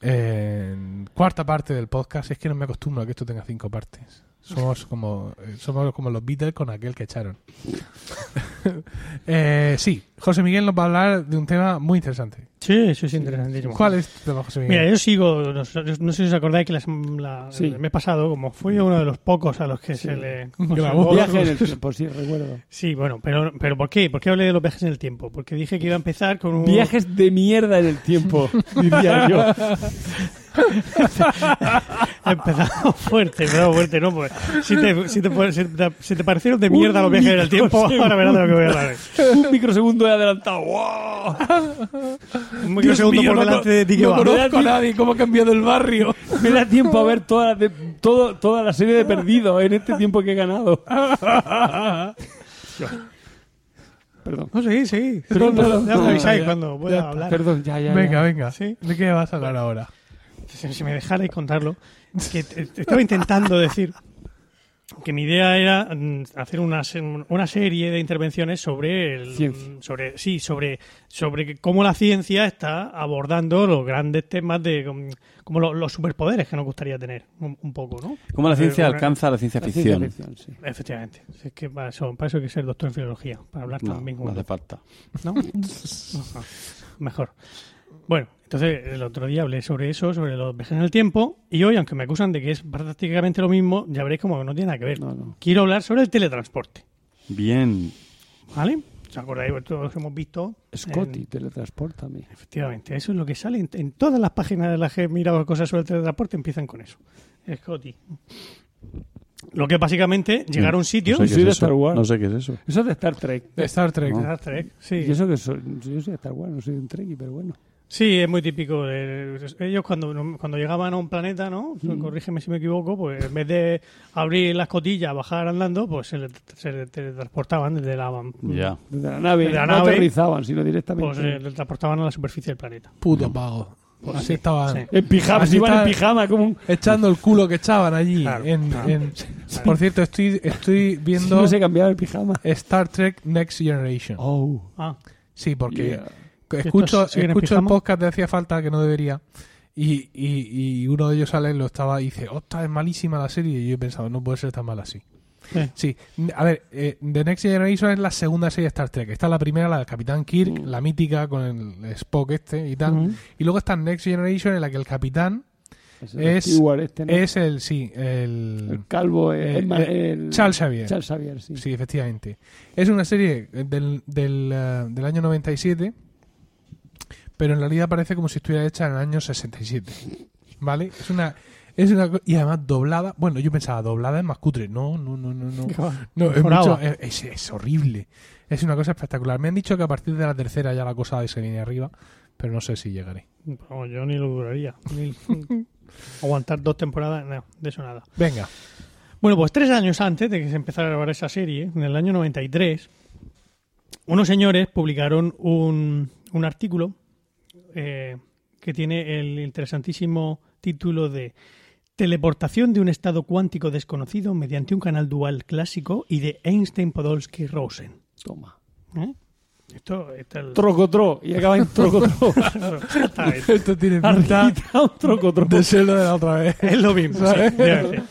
S1: Eh, cuarta parte del podcast. Es que no me acostumbro a que esto tenga cinco partes. Somos como, eh, somos como los Beatles con aquel que echaron. Eh, sí, José Miguel nos va a hablar de un tema muy interesante.
S2: Sí, eso es interesantísimo.
S1: ¿Cuál es tu tema, José Miguel?
S2: Mira, yo sigo, no, sé no sé si os acordáis que la sem- la-
S5: Eh, Sí.
S2: el mes pasado, como fui uno de los pocos a los que se le...
S1: Grabó.
S5: Viaje en el tiempo, sí, recuerdo.
S2: Sí, bueno, pero, pero ¿por qué? ¿Por qué hablé de los viajes en el tiempo? Porque dije que iba a empezar con un...
S5: Viajes de mierda en el tiempo, diría yo.
S2: Ha empezado fuerte, pero fuerte, ¿no? Pues, si, te, si, te, pon- si te- si te parecieron de mierda los viajes en el tiempo, ahora verás de lo que voy a hablar.
S5: Un microsegundo he adelantado. ¡Wow!
S2: Un microsegundo por delante de ti que va.
S5: conozco a nadie, cómo ha cambiado el barrio. Me da tiempo a ver toda la, de- todo, toda la serie de perdidos en este tiempo que he ganado. Perdón.
S2: No, sí, sí.
S5: Pero no, no,
S2: ya
S5: no,
S2: me avisáis
S5: ya,
S2: cuando
S5: Ya
S2: pueda
S5: está,
S2: hablar.
S5: Perdón, ya, ya.
S1: venga,
S5: ya.
S1: venga.
S2: Sí.
S1: ¿De qué vas a hablar ahora?
S2: si, si me dejarais contarlo, que te- te estaba intentando decir que mi idea era mm, hacer una, se- una serie de intervenciones sobre el-
S5: Ciencia.
S2: sobre sí sobre sobre que- cómo la ciencia está abordando los grandes temas de mm, como lo- los, superpoderes que nos gustaría tener un, un poco no
S6: cómo la ciencia
S2: Eh, bueno,
S6: alcanza la ciencia
S5: La ciencia
S6: ficción
S5: ficción, sí.
S2: efectivamente es que para eso, para eso hay que ser doctor en filología para hablar
S6: no,
S2: también
S6: no
S2: con
S6: hace falta
S2: ¿no? Ajá, Mejor. Bueno, entonces el otro día hablé sobre eso, sobre los viajes en el tiempo, y hoy, aunque me acusan de que es prácticamente lo mismo, ya veréis como que no tiene nada que ver.
S5: No, no.
S2: Quiero hablar sobre el teletransporte,
S6: bien
S2: ¿vale? ¿Os acordáis? Pues Todos hemos visto... en-
S5: Scotty, teletransportame.
S2: efectivamente, eso es lo que sale en, en todas las páginas de las que he mirado cosas sobre el teletransporte, empiezan con eso. Scotty. Lo que básicamente llegar a un sitio...
S3: Pues
S6: no sé,
S5: Soy
S6: qué
S5: de
S6: es
S5: Star
S6: eso.
S5: Wars.
S6: no sé qué es eso
S5: Eso es de Star Trek.
S1: De Star Trek.
S6: No.
S2: Star Trek, ¿eh? sí.
S5: Y eso que soy, yo soy de Star Wars, no soy un Trekkie, pero bueno.
S2: Sí, es muy típico. eh, Ellos cuando, cuando llegaban a un planeta, ¿no? Corrígeme si me equivoco, pues en vez de abrir las cotillas, bajar andando, pues se, le- se le teletransportaban desde la,
S6: ya
S5: Desde la nave.
S2: Desde la
S5: no
S2: nave.
S5: aterrizaban, sino directamente.
S2: pues, se le transportaban a la superficie del planeta.
S1: Puto pago. así estaban.
S2: sí.
S5: en pijama,
S1: Así
S5: se iban en
S1: tal.
S5: pijama como un...
S1: Echando el culo que echaban allí.
S2: Claro,
S1: en-
S2: claro.
S1: en- Por cierto, estoy, estoy
S5: Si
S1: viendo
S5: no se cambiaba el pijama.
S1: Star Trek Next Generation.
S5: Oh.
S2: Ah,
S1: Sí, porque
S5: yeah.
S1: escucho,
S2: ¿Estos siguen en
S1: escucho el
S2: pijama?
S1: podcast de Hacía Falta que no debería. Y, y, y uno de ellos sale y lo estaba y dice, ¡Ostras, es malísima la serie! Y yo he pensado, no puede ser tan mal así.
S2: Sí.
S1: Sí, a ver, eh, The Next Generation es la segunda serie de Star Trek. Está la primera, la del Capitán Kirk, la mítica con el Spock este y tal.
S2: Ujú.
S1: Y luego está Next Generation en la que el capitán
S5: el
S1: Es-
S5: Stewart este, ¿no?
S1: es el, sí, el...
S5: el calvo, el,
S1: eh,
S5: el ma-
S1: eh,
S5: el-
S1: Charles Xavier.
S5: Charles Xavier, sí.
S1: Sí, efectivamente. Es una serie del, del, eh, del año 97, pero en realidad parece como si estuviera hecha en el año 67. ¿Vale? Es una. Es una co- y además doblada. Bueno, yo pensaba, doblada es más cutre. No, no, no, no. No, no es,
S2: Mejoraba.
S1: mucho- es- es- es horrible. Es una cosa espectacular. Me han dicho que a partir de la tercera ya la cosa se viene arriba, pero no sé si llegaré.
S2: No, yo ni lo duraría. Ni- aguantar dos temporadas, no, de eso nada.
S1: Venga.
S2: Bueno, pues tres años antes de que se empezara a grabar esa serie, en el año 93, unos señores publicaron un, un artículo eh, que tiene el interesantísimo título de Teleportación de un estado cuántico desconocido mediante un canal dual clásico y de Einstein, Podolsky, Rosen.
S5: Toma.
S2: ¿Eh? Esto está el...
S5: Trocotro. Y acaba en trocotro.
S2: Exactamente.
S1: Esto tiene pinta
S5: Arrita un trocotro.
S1: de ser lo de la otra vez.
S2: es lo mismo. sí, efectivamente.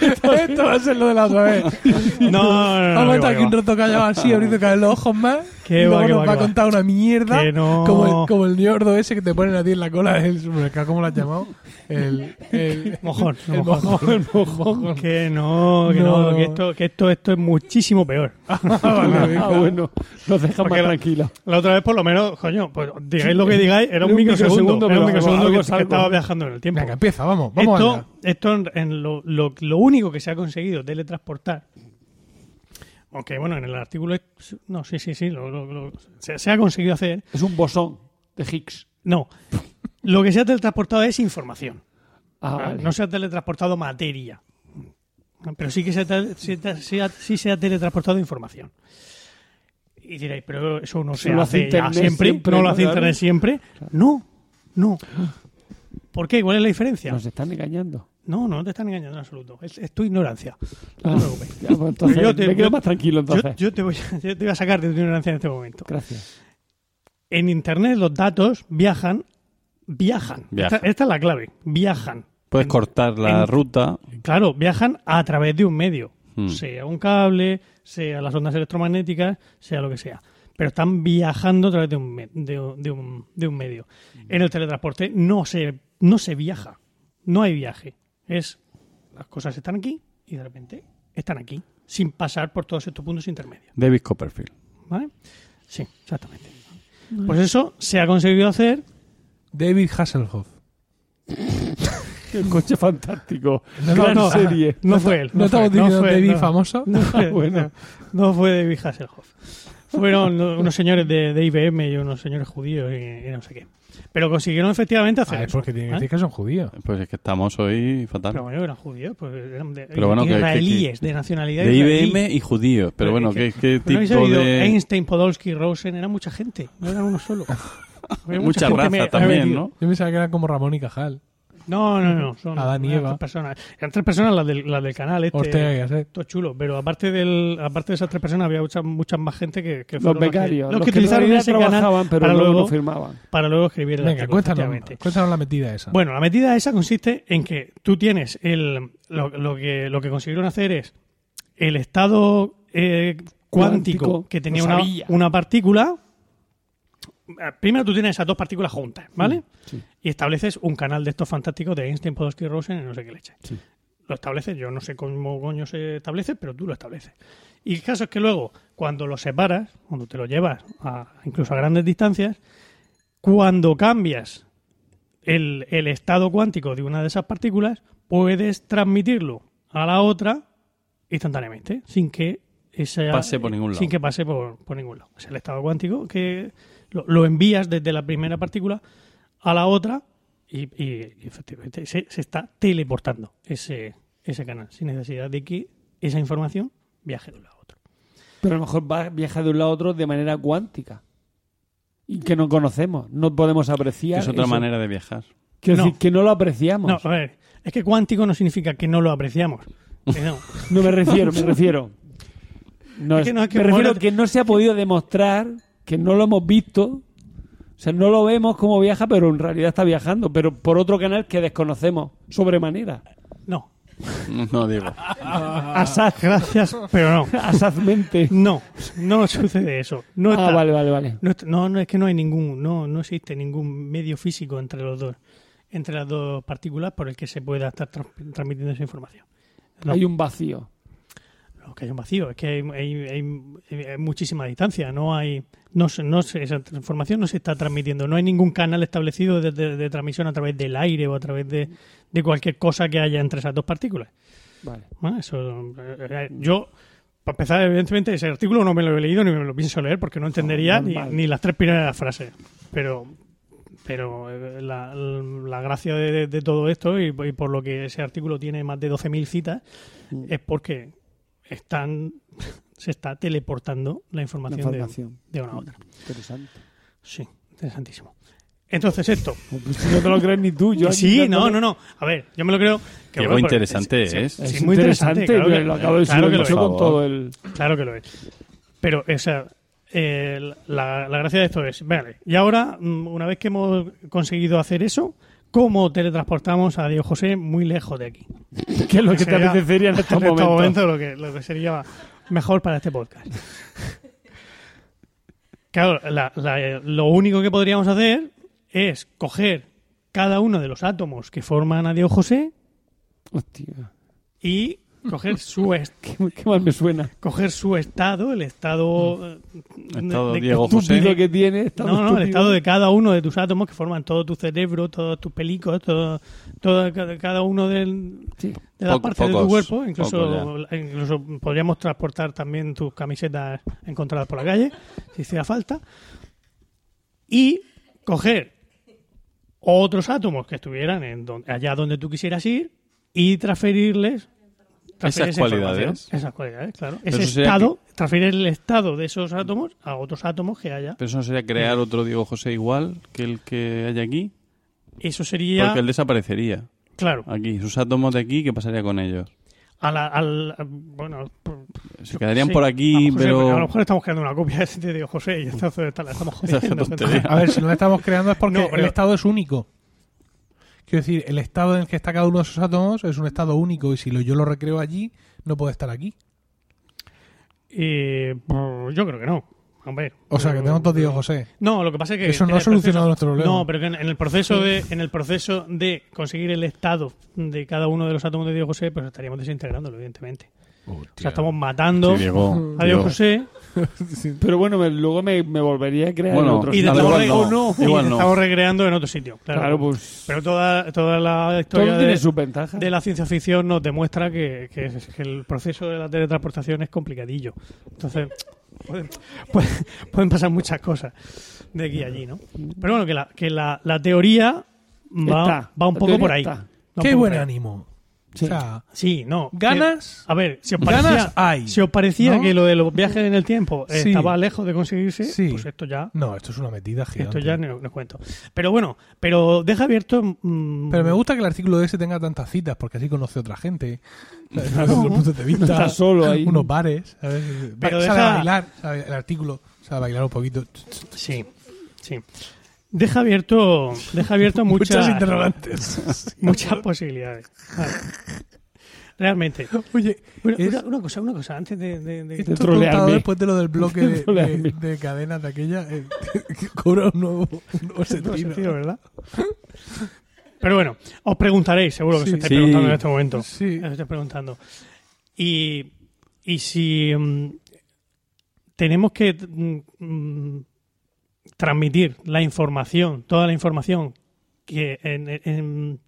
S1: Esto va a ser lo de la otra vez.
S2: no, no, no, no,
S1: Vamos a
S2: que
S1: estar
S2: va,
S1: aquí un
S2: que va.
S1: rato callado así, abriendo cada vez los ojos más.
S2: Que
S1: y luego
S2: va, que
S1: nos
S2: va,
S1: va a
S2: que va.
S1: contar una mierda.
S2: Que no.
S1: Como el, como el ñordo ese que te ponen a ti en la cola del supermercado, ¿cómo lo has llamado? El, el,
S2: Mojón, no,
S1: el
S2: mojón.
S1: mojón. El mojón.
S2: Que no, que
S1: No,
S2: no,
S1: no.
S2: que esto, que esto, esto es muchísimo peor.
S1: Vale, venga.
S5: Ah, bueno. Nos deja
S2: Porque
S5: más
S2: la-
S5: tranquila.
S2: La otra vez, por lo menos, coño, pues digáis lo que digáis, era un,
S5: Un
S2: microsegundo,
S5: microsegundo,
S2: era
S5: pero
S2: un
S5: algo-
S2: microsegundo
S5: algo
S2: que,
S5: es
S2: que
S5: algo.
S2: estaba viajando en el tiempo.
S1: Venga, empieza, vamos. Vamos
S2: esto,
S1: allá.
S2: esto en, en lo, lo- lo único que se ha conseguido teletransportar, aunque bueno, en el artículo, es- no, sí, sí, sí, lo- lo- lo- se- se ha conseguido hacer,
S5: Es un bosón de Higgs.
S2: no, lo que se ha teletransportado es información.
S5: Ah,
S2: Ah,
S5: vale.
S2: No se ha teletransportado materia. Pero sí que se ha, tel- se ta- se ha- sí se ha teletransportado información. Y diréis, pero eso no se
S5: Lo
S2: hace
S5: hace
S2: ya
S5: Internet
S2: siempre,
S5: siempre,
S2: no lo
S5: ¿no?
S2: hace
S5: Claro. Ah.
S2: internet siempre. No, no. ¿Por qué? ¿Cuál es la diferencia?
S5: Nos están engañando.
S2: No, no te están engañando en absoluto. Es, es tu ignorancia. No
S5: Ah,
S2: te preocupes.
S5: ya, pues entonces,
S2: Yo te-
S5: me quedo
S2: yo-
S5: más tranquilo
S2: Yo,
S5: entonces.
S2: yo te voy, a- yo te voy a sacar de tu ignorancia en este momento.
S5: Gracias.
S2: En internet los datos viajan, viajan.
S3: Viajan.
S2: Esta, esta es la clave. Viajan.
S6: Puedes cortar la
S2: en-
S6: ruta.
S2: Claro, viajan a través de un medio,
S5: Hmm.
S6: Mm.
S2: sea un cable, sea las ondas electromagnéticas, sea lo que sea. Pero están viajando a través de un, me- de, un- de un, de un medio.
S5: Hmm.
S2: En el teletransporte no se, no se viaja, no hay viaje. Es las cosas están aquí y de repente están aquí, sin pasar por todos estos puntos intermedios.
S6: David Copperfield.
S2: ¿Vale? Sí, exactamente. Pues eso se ha conseguido hacer
S1: David Hasselhoff.
S5: El coche fantástico.
S1: No,
S5: Gran
S1: no, no.
S5: serie.
S2: No fue él.
S1: ¿No estamos
S2: fue, no
S1: diciendo
S2: fue,
S1: David
S2: no.
S1: famoso?
S2: No
S6: Ah,
S2: fue,
S5: Bueno.
S2: no, no fue David Hasselhoff. Fueron lo- unos señores de, de IBM y unos señores judíos y, y no sé qué. Pero consiguieron efectivamente hacer
S6: Ah,
S1: Ay,
S2: eso.
S1: Ah, porque tiene que
S2: ¿eh?
S1: decir que son judíos.
S6: Pues es que estamos hoy fatal.
S2: Pero bueno, eran judíos, pues eran de,
S6: Pero bueno, que- que-
S2: israelíes de nacionalidad
S6: de
S2: israelí.
S6: IBM y judíos. Pero bueno, ¿qué, qué
S2: Pero no habéis
S6: tipo
S2: oído
S6: de...?
S2: Einstein, Podolsky, Rosen, era mucha gente, no eran uno solo. Había
S6: Mucha
S2: gente
S6: raza
S2: me-
S6: también,
S2: metido.
S6: ¿no?
S1: Yo pensaba que eran como Ramón y Cajal.
S2: No, no, no. Son
S1: Adán y
S2: eran
S1: Eva.
S2: tres personas. Eran tres personas las del, las del canal este.
S1: Ortega y Gasset.
S2: Todo chulo, pero aparte del aparte de esas tres personas había muchas muchas más gente que, que
S5: Los
S2: fueron
S5: becarios.
S2: los que, los que utilizaron
S5: todavía
S2: ese
S5: trabajaban,
S2: canal
S5: pero
S2: para,
S5: luego
S2: luego,
S5: lo firmaban.
S2: para luego escribir el
S1: Venga,
S2: artículo,
S1: cuéntanos,
S2: efectivamente.
S1: cuéntanos la metida esa.
S2: Bueno, la medida esa consiste en que tú tienes el lo, lo que lo que consiguieron hacer es el estado eh, cuántico,
S5: Cuántico,
S2: que tenía
S5: lo
S2: una,
S5: sabía.
S2: una partícula. Primero tú tienes esas dos partículas juntas, ¿vale?
S5: Sí.
S2: y estableces un canal de estos fantásticos de Einstein, Podolsky y Rosen y no sé qué leche.
S5: Sí.
S2: Lo estableces, yo no sé cómo coño se establece, pero tú lo estableces. Y el caso es que luego, cuando lo separas, cuando te lo llevas a- incluso a grandes distancias, cuando cambias el, el estado cuántico de una de esas partículas, puedes transmitirlo a la otra instantáneamente, sin que esa-
S6: Pase por ningún lado.
S2: Sin que pase por, por ningún lado. Es el estado cuántico que lo, lo envías desde la primera partícula a la otra y, y- y efectivamente se, se está teleportando ese, ese canal, sin necesidad de que esa información viaje de un lado a otro.
S5: Pero a lo mejor va- viaja de un lado a otro de manera cuántica. Y que no conocemos. No podemos apreciar.
S6: Es otra
S5: eso.
S6: manera de viajar.
S5: Quiero
S2: No.
S5: decir que no lo apreciamos.
S2: No,
S5: No,
S2: a ver, es que cuántico no significa que no lo apreciamos.
S5: Ah.
S2: Que no.
S5: me refiero, me refiero. No,
S2: Es que
S5: es-
S2: no, es que
S5: me
S2: como
S5: refiero
S2: no-
S5: que no se ha podido demostrar, que no lo hemos visto. O sea, no lo vemos cómo viaja, pero en realidad está viajando. Pero por otro canal que desconocemos sobremanera.
S2: No,
S6: No digo.
S5: Ah.
S2: Asaz, gracias, pero no.
S5: Asazmente.
S2: No, no sucede eso. No,
S5: Ah,
S2: está-
S5: vale, vale, vale.
S2: no, está- no, no, es que no hay ningún, no, no existe ningún medio físico entre los dos, entre las dos partículas por el que se pueda estar tra- transmitiendo esa información. No.
S5: Hay un vacío.
S2: No, que hay un vacío, es que hay, hay- hay- hay muchísima distancia, no hay, no, se- no se- esa información no se está transmitiendo, no hay ningún canal establecido de, de- de transmisión a través del aire o a través de, de cualquier cosa que haya entre esas dos partículas.
S5: Vale.
S2: Ah, Eso, eh, eh, yo, para empezar, evidentemente, ese artículo no me lo he leído ni me lo pienso leer porque no entendería ni,
S5: normal.
S2: ni las tres primeras frases. Pero, pero eh, la, la gracia de, de todo esto y, y por lo que ese artículo tiene más de 12.000 citas es porque están se está teleportando la
S5: La
S2: información, de-
S5: información.
S2: De, una a otra.
S5: Interesante.
S2: Sí, interesantísimo. Entonces esto.
S5: Pues, No te lo crees ni tú. Yo
S2: Que
S5: aquí
S2: sí,
S5: dándole-
S2: no, no, no. A ver, yo me lo creo.
S6: Qué
S2: Que, bueno, pues,
S6: interesante
S2: sí, sí,
S6: es.
S2: sí,
S5: Es
S2: sí, muy interesante. claro
S5: pero
S2: que-
S5: lo acabo de decir
S2: claro que lo
S5: mucho
S6: es.
S5: con todo el...
S2: Claro que lo es. Pero, o sea, eh, la, la gracia de esto es, vale, y ahora, mm, una vez que hemos conseguido hacer eso, ¿cómo teletransportamos a Dios José muy lejos de aquí?
S5: ¿Qué es lo que te
S2: Sería-
S5: apetecería en estos
S2: en estos
S5: momentos?
S2: momentos lo que, lo que sería mejor para este podcast. Claro, la- la- lo único que podríamos hacer es coger cada uno de los átomos que forman a Dios José
S5: Hostia,
S2: y coger su, est-
S5: qué, qué mal me suena.
S2: coger su estado, el estado, eh,
S6: Estado Diego José.
S5: Estúpido que tiene. estado
S2: no, no, el
S5: estúpido.
S2: estado de cada uno de tus átomos que forman todo tu cerebro, todos tus pelicos, todo, todo- cada- cada uno del-
S5: Sí.
S2: de las
S6: Poco-
S2: partes de tu
S6: pocos,
S2: cuerpo. Incluso,
S6: pocos
S2: incluso podríamos transportar también tus camisetas encontradas por la calle, si hiciera falta. Y coger otros átomos que estuvieran en don- allá donde tú quisieras ir y transferirles transferir
S6: Esas
S2: esa información.
S6: cualidades.
S2: Esas cualidades, claro.
S6: Pero
S2: Ese
S6: eso sería
S2: estado, transferir el estado de esos átomos a otros átomos que haya.
S6: Pero eso no sería crear otro Diego José igual que el que hay aquí.
S2: Eso sería,
S6: Porque él desaparecería
S2: claro,
S6: aquí. Sus átomos de aquí, ¿qué pasaría con ellos?
S2: a la, al- a- bueno, por-
S6: Se quedarían
S2: sí,
S6: por
S2: a
S6: aquí,
S2: lo mejor sí, porque A lo
S6: pero...
S2: mejor estamos creando una copia de Diego José y entonces está- la estamos
S6: Esa
S2: jodiendo.
S6: tontería.
S1: A ver, si no la estamos creando es porque
S2: No, pero-
S1: el estado es único. Quiero decir, el estado en el que está cada uno de esos átomos es un estado único y si lo- yo lo recreo allí, no puede estar aquí.
S2: Eh, pues, yo creo que no. A ver.
S1: O sea, que tenemos dos Diego José.
S2: No, lo que pasa es que.
S1: Eso no
S2: en el
S1: ha solucionado
S2: proceso-
S1: nuestro problema.
S2: No, pero que en, en el proceso de, en el proceso de conseguir el estado de cada uno de los átomos de Diego José, pues estaríamos desintegrándolo, evidentemente. O sea, estamos matando
S6: Sí, Diego,
S2: a
S6: Diego.
S2: Diego José
S5: Pero bueno, me- luego me, me volvería a crear
S6: Bueno,
S5: otro.
S2: y de
S6: no,
S2: todo
S6: igual
S2: lo-
S6: no,
S2: y
S6: igual
S2: le
S6: no.
S2: estamos recreando en otro sitio. Claro,
S5: Claro, pues
S2: Pero toda, toda la
S5: todo
S2: historia
S5: tiene
S2: de,
S5: sus ventajas.
S2: de la ciencia ficción nos demuestra que, que es- que el proceso de la teletransportación es complicadillo. Entonces, pueden, pueden, pueden pasar muchas cosas de aquí a allí, ¿no? Pero bueno, que la, que la, la teoría va,
S5: Está.
S2: va un
S5: La
S2: poco
S5: teoría
S2: por ahí.
S5: está.
S2: Va un
S1: Qué
S2: poco
S1: buen
S2: por ahí.
S1: ánimo. O sea,
S2: Sí, no. que-
S1: ganas.
S2: a ver, si os
S1: Ganas
S2: parecía,
S1: hay,
S2: si os parecía
S1: ¿no?
S2: que lo de los viajes en el tiempo eh,
S1: Sí.
S2: estaba lejos de conseguirse,
S1: Sí.
S2: pues esto ya...
S1: No, esto es una metida gigante.
S2: Esto ya no, no cuento. Pero bueno, pero deja abierto... mm,
S1: Pero me gusta que el artículo ese tenga tantas citas, porque así conoce otra gente. Desde otro punto de vista.
S5: No está solo ahí.
S1: Unos bares. ¿sabes?
S2: Pero
S1: sabe
S2: deja-
S1: bailar, sabe el artículo, sabe bailar un poquito.
S2: Sí, sí. Deja abierto, deja abierto muchas,
S1: Muchas interrogantes.
S2: muchas posibilidades. Vale. Realmente.
S1: Oye,
S2: Una,
S1: es-
S2: una- una cosa, una cosa, antes de... de- de-
S1: esto
S5: trolearme.
S1: contado después de lo del bloque
S5: De
S1: de,
S5: trolearme.
S1: de, de cadenas de aquella, eh, que cobra un nuevo, un nuevo
S2: de todo
S1: sentido.
S2: sentido, ¿verdad? Pero bueno, os preguntaréis, seguro que
S1: Sí.
S2: os estáis
S6: Sí.
S2: preguntando en este momento.
S1: Sí.
S2: Os estáis preguntando. Y, y si mm, tenemos que mm, mm, transmitir la información, toda la información que en, en-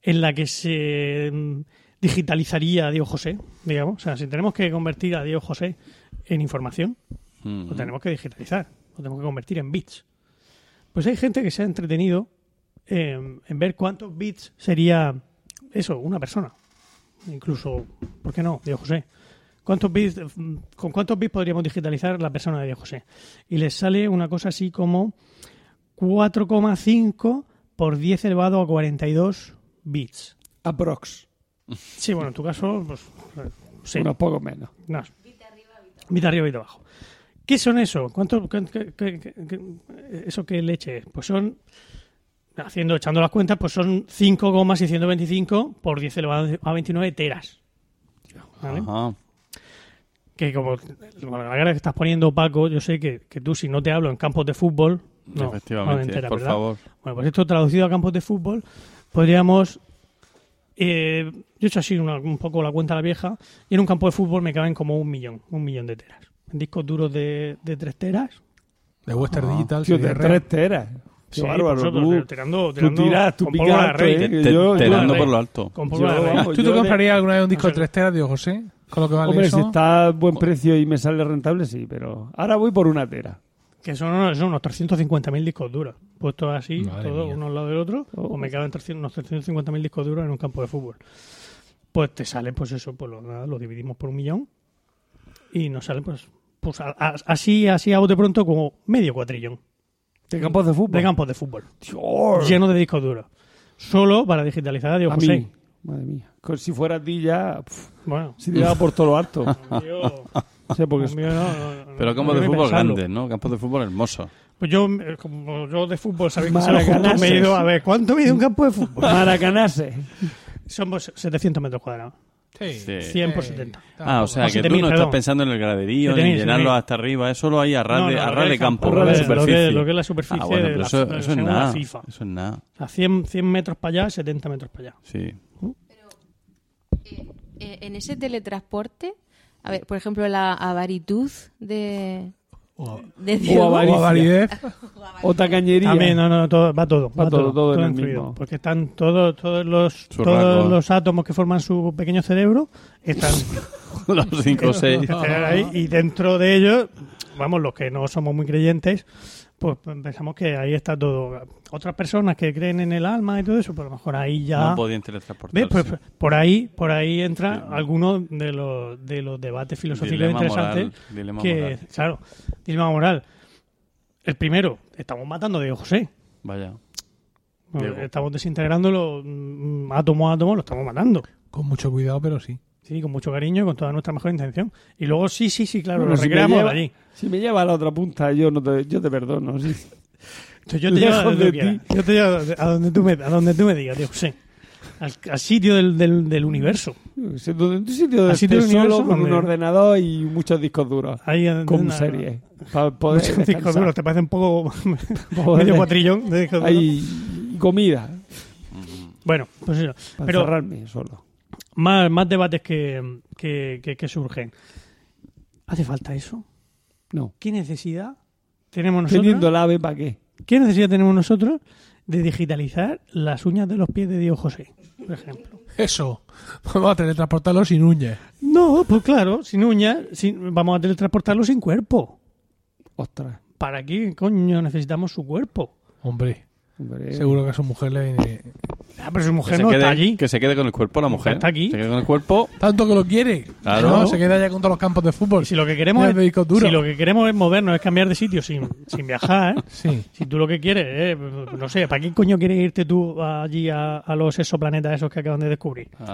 S2: en la que se mm, digitalizaría a Dios José, digamos, o sea, si tenemos que convertir a Dios José en información,
S6: Mm.
S2: lo tenemos que digitalizar, lo tenemos que convertir en bits. Pues hay gente que se ha entretenido eh, en ver cuántos bits sería eso, una persona. Incluso, ¿por qué no? Dios José. ¿Cuántos bits, mm, ¿Con cuántos bits podríamos digitalizar la persona de Dios José? Y les sale una cosa así como 4,5 por 10 elevado a 42 bits.
S5: Aprox.
S2: Sí, bueno, en tu caso, pues. eh, Sí.
S5: Unos pocos menos.
S2: No. Vita arriba, vita abajo. ¿Qué son eso? ¿Cuánto, qué- qué- qué- qué- qué- ¿Eso qué leche es? Pues son haciendo, echando las cuentas, pues son 5,625 por 10 elevado a 29 teras. ¿Vale?
S6: Ajá.
S2: Que como como la cara que estás poniendo, Paco, yo sé que, que tú si no te hablo en campos de fútbol, no, no te
S6: Efectivamente,
S2: enteras,
S6: por
S2: ¿verdad?
S6: favor.
S2: Bueno, pues esto traducido a campos de fútbol, podríamos. eh, yo he hecho así una- un poco la cuenta a la vieja, y en un campo de fútbol me caben como un millón, un millón de teras. En discos duros de, de tres teras.
S1: Ah, De Western Digital,
S5: Tío,
S1: sería
S5: de
S1: real.
S5: tres teras. Qué
S2: Sí, por
S5: bárbaro.
S2: supuesto,
S5: tú.
S2: pero tirando,
S5: tú
S2: tirando
S5: tiras, tú
S2: con pólvora
S5: picas,
S2: de rey,
S5: tú-
S6: Te-
S5: Eh,
S6: te-
S5: yo-
S6: Tirando
S2: yo-
S6: por lo alto.
S2: con
S5: yo-
S2: pólvora de rey.
S5: vamos,
S1: ¿Tú
S5: yo
S1: te
S5: de-
S1: comprarías alguna vez un disco
S2: no
S1: de Ah,
S2: sé.
S1: tres teras, Diego José? Con lo que vale
S5: Hombre,
S1: eso.
S5: si está a buen precio y me sale rentable, sí, pero ahora voy por una tera.
S2: Que son unos, son unos 350.000 discos duros. Puestos así,
S1: Madre
S2: todos
S1: mía.
S2: uno al lado del otro,
S5: Oh,
S2: o me caben 300 unos 350.000 discos duros en un campo de fútbol. Pues te sale, pues eso, pues lo, nada, lo dividimos por un millón y nos sale, pues, pues a- a- así, así a bote pronto, como medio cuatrillón
S5: ¿De campos de fútbol?
S2: de campos de fútbol,
S5: Dios.
S2: lleno de discos duros. Solo para digitalizar a Dios
S5: A
S2: José.
S5: mí. Madre mía. Co- Si fuera a ti ya... pf,
S2: Bueno,
S5: si tiraba por todo lo alto.
S2: yo,
S5: O sea, porque...
S2: mío no, no, no,
S6: Pero campos
S2: no
S6: de
S2: ni
S6: fútbol
S2: pensarlo.
S6: grandes, ¿no? Campos de fútbol hermosos.
S2: Pues yo, eh, como yo de fútbol, sabéis que se lo
S5: Maracanases.
S2: junto, me he ido a ver, ¿cuánto mide un campo de fútbol?
S5: Maracanase.
S2: Son pues, 700 metros cuadrados.
S1: Sí.
S6: Sí.
S2: 100 por 70.
S6: Ah, o sea,
S2: No,
S6: que tú
S2: 7.000,
S6: no
S2: perdón.
S6: estás pensando en el graderío, ni
S2: 7.000,
S6: en llenarlo
S2: 7.000.
S6: hasta arriba. Eso lo hay a ras
S2: No,
S6: de,
S2: no,
S6: a
S2: lo
S6: ras
S2: que
S6: de
S2: es
S6: campo,
S2: campo,
S6: no
S5: lo
S6: de
S5: que- lo que-
S6: superficie.
S2: lo que es la superficie
S6: Ah, bueno,
S2: de
S6: pero
S2: la-
S6: eso,
S2: de-
S6: eso es
S2: según la
S6: nada.
S2: FIFA.
S6: Eso es nada.
S2: A 100, 100 metros para allá, 70 metros para allá.
S6: Sí.
S4: Eh, eh, en ese teletransporte, a ver, por ejemplo, la avaritud de, de Diego.
S5: avaricia.
S1: O avalidez.
S5: O tacañería.
S2: También, no, no, todo, va todo.
S5: Va todo, todo en el
S2: incluido.
S5: mismo.
S2: Porque están todos, todos, los,
S6: Su
S2: todos
S6: rasgo.
S2: los átomos que forman su pequeño cerebro están
S6: Los 5 o 6.
S2: están ahí y dentro de ellos, vamos, los que no somos muy creyentes, pues pensamos que ahí está todo. Otras personas que creen en el alma y todo eso, pues a lo mejor ahí ya...
S6: No podían
S2: ¿Ves?
S6: teletransportarse.
S2: Pues, por ahí, por ahí entra alguno de los de los debates filosóficos
S6: Dilema
S2: interesantes
S6: moral, dilema
S2: que,
S6: moral.
S2: claro, dilema moral. El primero, estamos matando a Diego José.
S6: Vaya.
S2: Bueno,
S6: Diego.
S2: Estamos desintegrándolo mm, átomo a átomo, lo estamos matando.
S1: Con mucho cuidado, pero sí.
S2: Sí, con mucho cariño y con toda nuestra mejor intención. Y luego, sí, sí, sí, claro,
S5: Bueno,
S2: lo
S5: si me
S2: recreamos
S5: lleva-
S2: allí.
S5: Si me lleva a la otra punta, yo no te, yo te perdono. sí.
S2: Entonces, yo te llevo a
S5: Lejos
S2: donde
S5: de
S2: tú quieras.
S5: ti.
S2: Yo te llevo a donde- a donde tú me, a donde tú me digas, Diego José. Al, al sitio del, del- del universo.
S5: Yo qué sé, donde- En un sitio de
S2: Así tiene un
S5: solo
S2: universo
S5: con un
S2: donde-
S5: ordenador y muchos discos duros.
S2: Ahí,
S5: Con
S2: na-
S5: series. Para poder
S2: Muchos discos
S5: descansar.
S2: duros, ¿te parece un poco
S5: Poder-
S2: medio cuatrillón de discos duros?
S5: Ahí, y comida.
S2: Bueno, pues eso.
S5: Para
S2: Pero-
S5: cerrarme solo.
S2: Más, más debates que, que, que- que surgen. ¿Hace falta eso?
S5: No.
S2: ¿Qué necesidad tenemos nosotros?
S5: Teniendo el ave, ¿para qué?
S2: ¿Qué necesidad tenemos nosotros de digitalizar las uñas de los pies de Diego José, por ejemplo?
S1: Eso. Vamos a teletransportarlo sin uñas.
S2: No, pues claro, sin uñas, sin- vamos a teletransportarlo sin cuerpo.
S5: Ostras.
S2: ¿Para qué coño necesitamos su cuerpo?
S1: Hombre,
S5: Hombre,
S1: seguro que a su mujer le viene...
S2: Ah, pero su
S6: Que
S2: mujer
S6: se
S2: no
S6: quede-
S2: está allí.
S6: Que se quede con el cuerpo la mujer.
S2: está aquí.
S6: Se quede con el cuerpo.
S1: Tanto que lo quiere.
S6: Claro.
S1: No, se queda ya con todos los campos de fútbol.
S2: Y si lo que queremos
S1: Ya
S2: es,
S1: me dijo duro.
S2: si lo que queremos es movernos, es cambiar de sitio sin, sin viajar, ¿eh?
S1: Sí.
S2: si tú lo que quieres, eh, no sé, ¿para qué coño quieres irte tú allí a, a los exoplanetas esos que acaban de descubrir? Pues,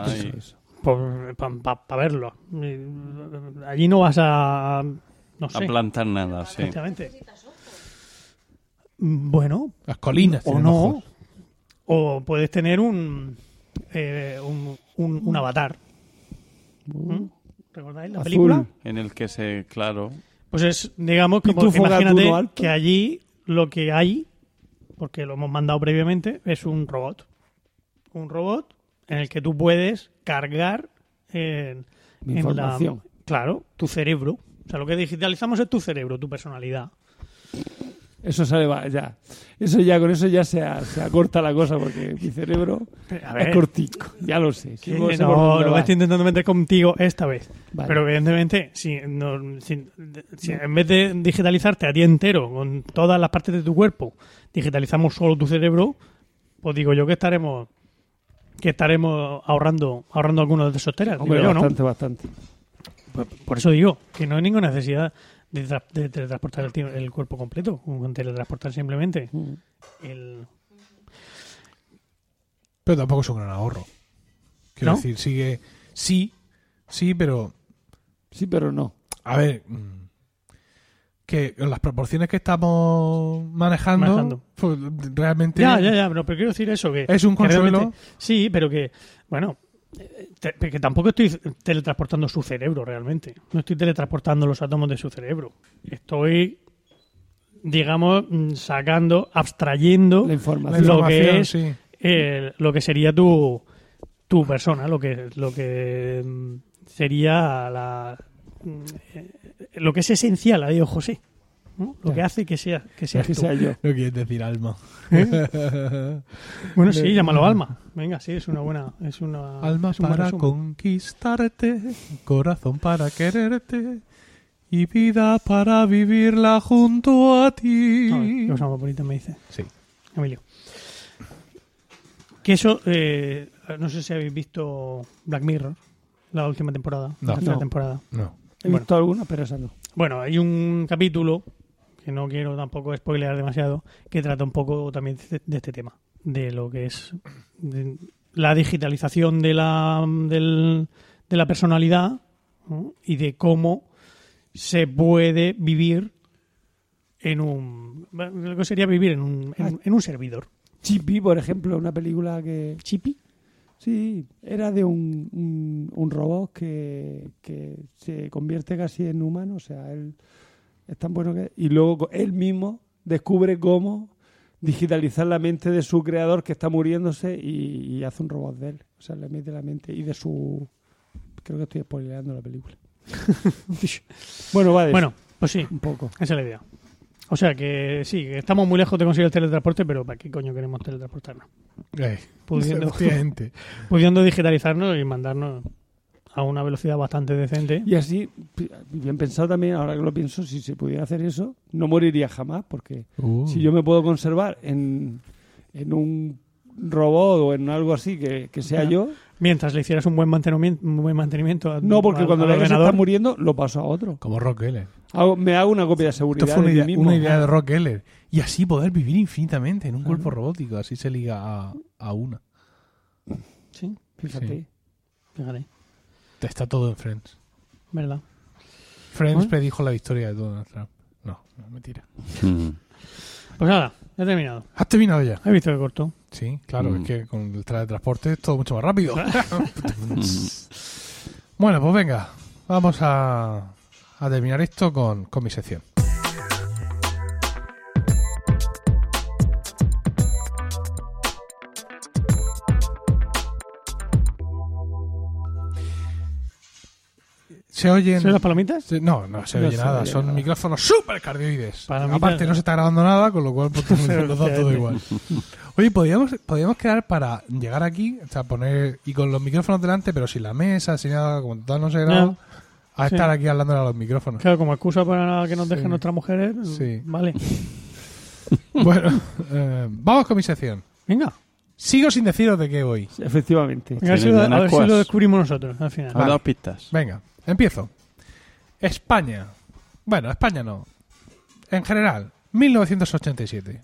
S6: Ay.
S2: Para verlos. Eh, Allí no vas a... No
S6: A
S2: sé,
S6: plantar nada, sí.
S2: exactamente. Bueno,
S1: Las colinas.
S2: o
S1: tienen
S2: no,
S1: ojos.
S2: o puedes tener un, eh, un, un- un avatar. ¿Mm? ¿Recordáis la
S5: Uh, Azul.
S2: película?
S6: En el que se, claro.
S2: Pues es, digamos, que
S5: Pitufo
S2: imagínate
S5: gatuno alto.
S2: que allí lo que hay, porque lo hemos mandado previamente, es un robot. Un robot en el que tú puedes cargar en,
S5: Mi
S2: en
S5: información.
S2: la. Claro, tu cerebro. O sea, lo que digitalizamos es tu cerebro, tu personalidad.
S5: Eso sale va- ya. Eso ya, con eso ya se, a- se acorta la cosa porque mi cerebro
S2: A
S5: es
S2: ver,
S5: cortico. Ya lo sé.
S2: que
S5: Sí, sé por
S2: Eh, no,
S5: dónde
S2: lo
S5: va.
S2: estoy intentando meter contigo esta vez.
S5: Vale.
S2: Pero evidentemente, si, no- si- si en vez de digitalizarte a ti entero, con todas las partes de tu cuerpo, digitalizamos solo tu cerebro, pues digo yo que estaremos que estaremos ahorrando ahorrando algunos de esos teras.
S5: Hombre,
S2: digo yo, ¿no?
S5: bastante, bastante.
S2: Por eso digo que no hay ninguna necesidad de, tra- de teletransportar el, ti- el cuerpo completo, con teletransportar simplemente el...
S1: Pero tampoco es un gran ahorro. Quiero
S2: ¿No?
S1: decir, sigue. Sí, sí, pero.
S5: Sí, pero no.
S1: A ver. mm, que en las proporciones que estamos manejando,
S2: Manejando.
S1: pues, realmente
S2: Ya, ya, ya, pero, pero quiero decir eso que...
S1: es un
S2: que
S1: consuelo.
S2: realmente- sí, pero que, bueno, eh, te- que tampoco estoy teletransportando su cerebro realmente. No estoy teletransportando los átomos de su cerebro. Estoy, digamos, mm, sacando, abstrayendo
S5: La
S1: la
S5: información.
S2: Lo
S1: información,
S2: que es-
S1: sí.
S2: eh, lo que sería tu, tu persona, lo que, lo que mm, sería la... mm, eh, Lo que es esencial a Dios José, ¿no? lo
S5: Ya.
S2: que hace que sea que
S5: sea
S2: seas
S5: que
S2: tú.
S5: sea yo.
S1: No quieres decir alma. ¿Eh?
S2: Bueno, sí,
S5: Mm.
S2: llámalo alma. Venga, sí, es una buena. Es una,
S1: alma
S2: es un buen
S1: para
S2: resumen.
S1: conquistarte, corazón para quererte y vida para vivirla junto a ti.
S2: A ver, qué cosa más bonita me dice.
S1: Sí.
S2: Emilio. Que eso, eh, no sé si habéis visto Black Mirror, la última temporada.
S1: No.
S2: La tercera
S5: No.
S2: temporada.
S1: No.
S5: He
S2: Bueno.
S5: visto alguna, pero esa no.
S2: Bueno, hay un capítulo, que no quiero tampoco spoilear demasiado, que trata un poco también de, de este tema, de lo que es de la digitalización de la, del- de la personalidad ¿no? y de cómo se puede vivir en un... bueno, Lo que sería vivir en un, en- en un servidor.
S5: Chippy, por ejemplo, una película que.
S2: ¿Chipi?
S5: Sí, era de un, un, un robot que, que se convierte casi en humano, o sea, él es tan bueno que... Y luego co- él mismo descubre cómo digitalizar la mente de su creador que está muriéndose y, y hace un robot de él, o sea, le mete la mente y de su... Creo que estoy spoileando la película. bueno, va de
S2: Bueno, pues sí,
S5: eso, un poco.
S2: esa es la idea. O sea que sí, que estamos muy lejos de conseguir el teletransporte, pero ¿para qué coño queremos teletransportarnos?
S1: Eh,
S2: Pudiendo,
S1: efectivamente.
S2: pudiendo digitalizarnos y mandarnos a una velocidad bastante decente.
S5: Y así, pi- bien pensado también, ahora que lo pienso, si se pudiera hacer eso, no moriría jamás porque...
S1: Uh.
S5: Si yo me puedo conservar en, en un robot o en algo así que, que sea
S2: Ya.
S5: yo,
S2: Mientras le hicieras un buen mantenimiento, un buen mantenimiento a-
S5: no, porque
S2: al-
S5: cuando
S2: al
S5: la que se está
S2: ordenador.
S5: muriendo lo paso a otro.
S1: Como Rock Keller.
S5: Hago- me hago una copia de
S1: Esto
S5: seguridad
S1: fue una
S5: de mí
S1: idea,
S5: mismo. Ah,
S1: una idea de Rock Keller. Y así poder vivir infinitamente en un cuerpo robótico. Así se liga a, a una.
S2: Sí,
S5: Fíjate.
S1: Sí.
S2: fíjate,
S1: Está todo en Friends.
S2: verdad.
S1: Friends
S2: ¿Eh?
S1: predijo la victoria de Donald Trump. No, no, mentira.
S6: Mm.
S2: Pues nada, ya he terminado.
S1: ¿Has terminado ya?
S2: He visto que cortó.
S1: Sí, claro,
S6: Mm.
S1: es que con el teletransporte es todo mucho más rápido. bueno, pues venga, vamos a, a terminar esto con, con mi sección. Se oyen...
S2: ¿Son las palomitas?
S1: se- No, no se
S5: No
S1: oye
S5: se
S1: nada.
S5: oye
S1: Son
S5: nada.
S1: micrófonos súper cardioides.
S2: Para mí
S1: Aparte,
S2: tal-
S1: no se está grabando nada, con lo cual pues, nos da todo igual. Oye, podríamos, podríamos quedar para llegar aquí, o sea, poner. Y con los micrófonos delante, pero sin la mesa, sin nada, como tal, no se graba.
S2: Ya.
S1: A
S2: Sí.
S1: estar aquí hablando a los micrófonos.
S2: Claro, como excusa para que nos
S1: Sí.
S2: dejen nuestras mujeres.
S1: Sí.
S2: Vale.
S1: Bueno, eh, vamos con mi sección.
S2: Venga.
S1: Sigo sin deciros de qué voy.
S5: Sí, Efectivamente.
S2: Venga, a ver si
S6: Tiene
S2: lo, a
S6: buenas
S2: ver si
S6: cuas.
S2: lo descubrimos nosotros al final.
S6: Ha dado pistas.
S1: Venga, empiezo. España. Bueno, España no. En general, 1987.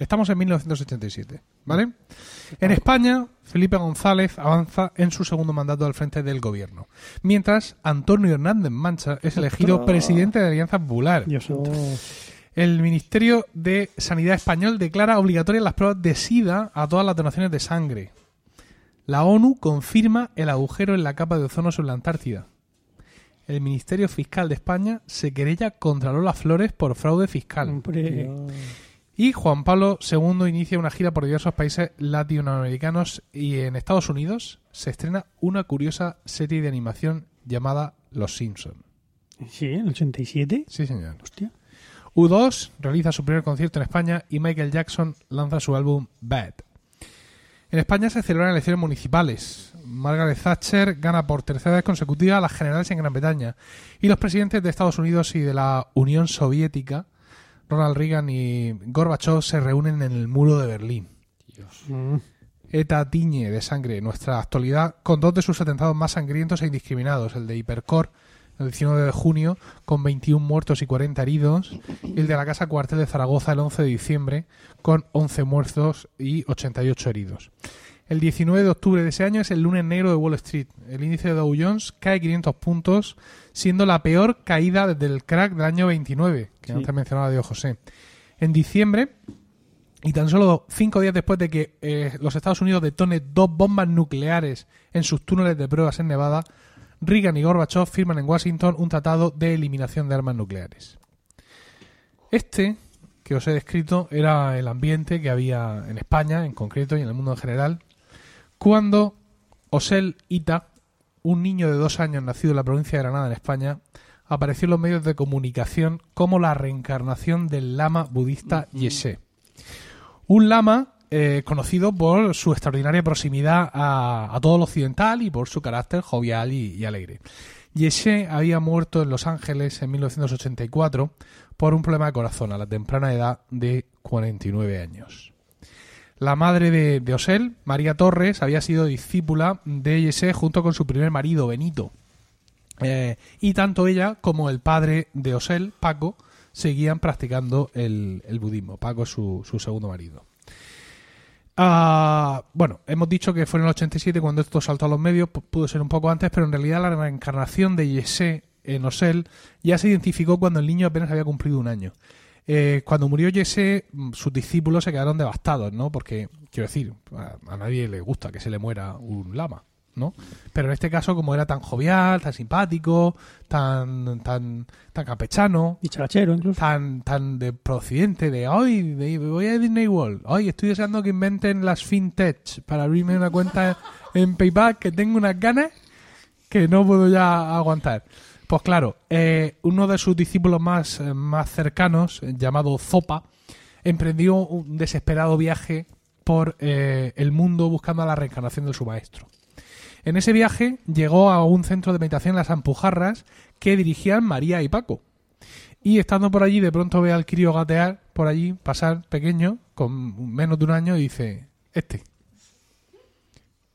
S1: Estamos en 1987, ¿vale? En España, Felipe González avanza en su segundo mandato al frente del gobierno, mientras Antonio Hernández Mancha es elegido
S5: Ostras.
S1: presidente de Alianza Popular.
S2: Dios santo.
S5: Oh,
S1: El Ministerio de Sanidad Español declara obligatorias las pruebas de SIDA a todas las donaciones de sangre. La ONU confirma el agujero en la capa de ozono sobre la Antártida. El Ministerio Fiscal de España se querella contra Lola Flores por fraude fiscal.
S2: Hombre.
S1: Y Juan Pablo II inicia una gira por diversos países latinoamericanos y en Estados Unidos se estrena una curiosa serie de animación llamada Los Simpson.
S2: Sí, en el 87.
S1: Sí, señor.
S2: Hostia.
S1: U2 realiza su primer concierto en España y Michael Jackson lanza su álbum Bad. En España se celebran elecciones municipales. Margaret Thatcher gana por tercera vez consecutiva las generales en Gran Bretaña. Y los presidentes de Estados Unidos y de la Unión Soviética, Ronald Reagan y Gorbachev, se reúnen en el muro de Berlín.
S2: Mm.
S1: ETA tiñe de sangre nuestra actualidad con dos de sus atentados más sangrientos e indiscriminados, el de Hipercor el 19 de junio con 21 muertos y 40 heridos y el de la Casa Cuartel de Zaragoza el 11 de diciembre con 11 muertos y 88 heridos. El 19 de octubre de ese año es el lunes negro de Wall Street. El índice de Dow Jones cae 500 puntos, siendo la peor caída desde el crack del año 29, que antes mencionaba Dios José. En diciembre, y tan solo cinco días después de que eh, los Estados Unidos detone dos bombas nucleares en sus túneles de pruebas en Nevada, Reagan y Gorbachev firman en Washington un tratado de eliminación de armas nucleares. Este, que os he descrito, era el ambiente que había en España en concreto y en el mundo en general, cuando Osel Ita, un niño de dos años nacido en la provincia de Granada, en España, apareció en los medios de comunicación como la reencarnación del lama budista Yeshe. Un lama eh, conocido por su extraordinaria proximidad a, a todo lo occidental y por su carácter jovial y, y alegre. Yeshe había muerto en Los Ángeles en 1984 por un problema de corazón a la temprana edad de 49 años. La madre de, de Osel, María Torres, había sido discípula de Yesé junto con su primer marido, Benito. Eh, y tanto ella como el padre de Osel, Paco, seguían practicando el, el budismo. Paco es su, su segundo marido. Ah, bueno, hemos dicho que fue en el 87 cuando esto saltó a los medios, p- pudo ser un poco antes, pero en realidad la reencarnación de Yesé en Osel ya se identificó cuando el niño apenas había cumplido un año. Eh, cuando murió Yese, mm, sus discípulos se quedaron devastados, ¿no? Porque, quiero decir, a, a nadie le gusta que se le muera un lama, ¿no? Pero en este caso, como era tan jovial, tan simpático, tan, tan, tan campechano,
S2: Dicharachero incluso.
S1: tan, tan de procedente, de hoy voy a Disney World, hoy estoy deseando que inventen las fintech para abrirme una cuenta en PayPal que tengo unas ganas que no puedo ya aguantar. Pues claro, eh, uno de sus discípulos más, eh, más cercanos, eh, llamado Zopa, emprendió un desesperado viaje por eh, el mundo buscando la reencarnación de su maestro. En ese viaje llegó a un centro de meditación en las Ampujarras que dirigían María y Paco. Y estando por allí, de pronto ve al crío gatear por allí, pasar pequeño, con menos de un año, y dice: Este.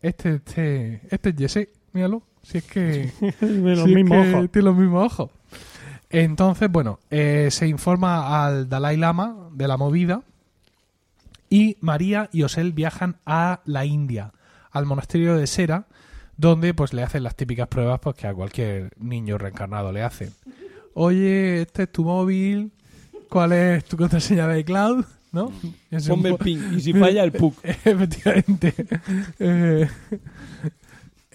S1: Este, este, este es Jesse, míralo. Si es que.
S2: Tiene los
S1: Si es
S2: mismos
S1: que
S2: ojos.
S1: Tiene los mismos ojos. Entonces, bueno, eh, se informa al Dalai Lama de la movida y María y Osel viajan a la India, al monasterio de Sera, donde pues le hacen las típicas pruebas pues, que a cualquier niño reencarnado le hacen. Oye, este es tu móvil, ¿cuál es tu contraseña de cloud? ¿No? Es un
S5: Ponme el
S1: po-
S5: ping. Y si falla, el puck.
S1: Efectivamente. Eh,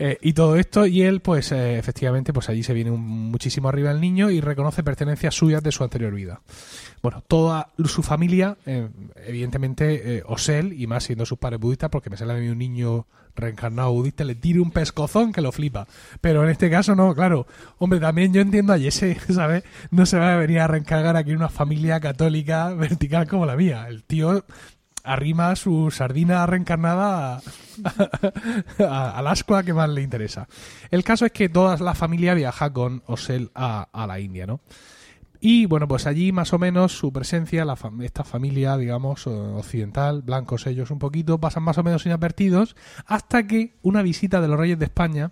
S1: eh, y todo esto, y él, pues, eh, efectivamente, pues allí se viene un- muchísimo arriba el niño y reconoce pertenencias suyas de su anterior vida. Bueno, toda su familia, eh, evidentemente, eh, Osel, y más siendo sus padres budistas, porque me sale a mí un niño reencarnado budista, le tire un pescozón que lo flipa. Pero en este caso, no, claro. Hombre, también yo entiendo a Jesse, ¿sabes? No se va a venir a reencargar aquí en una familia católica vertical como la mía. El tío arrima su sardina reencarnada a- a- al ascua que más le interesa. El caso es que toda la familia viaja con Osel a, a la India, ¿no? Y bueno, pues allí más o menos su presencia, la fam- esta familia, digamos, eh, occidental, blancos ellos un poquito, pasan más o menos inadvertidos hasta que una visita de los reyes de España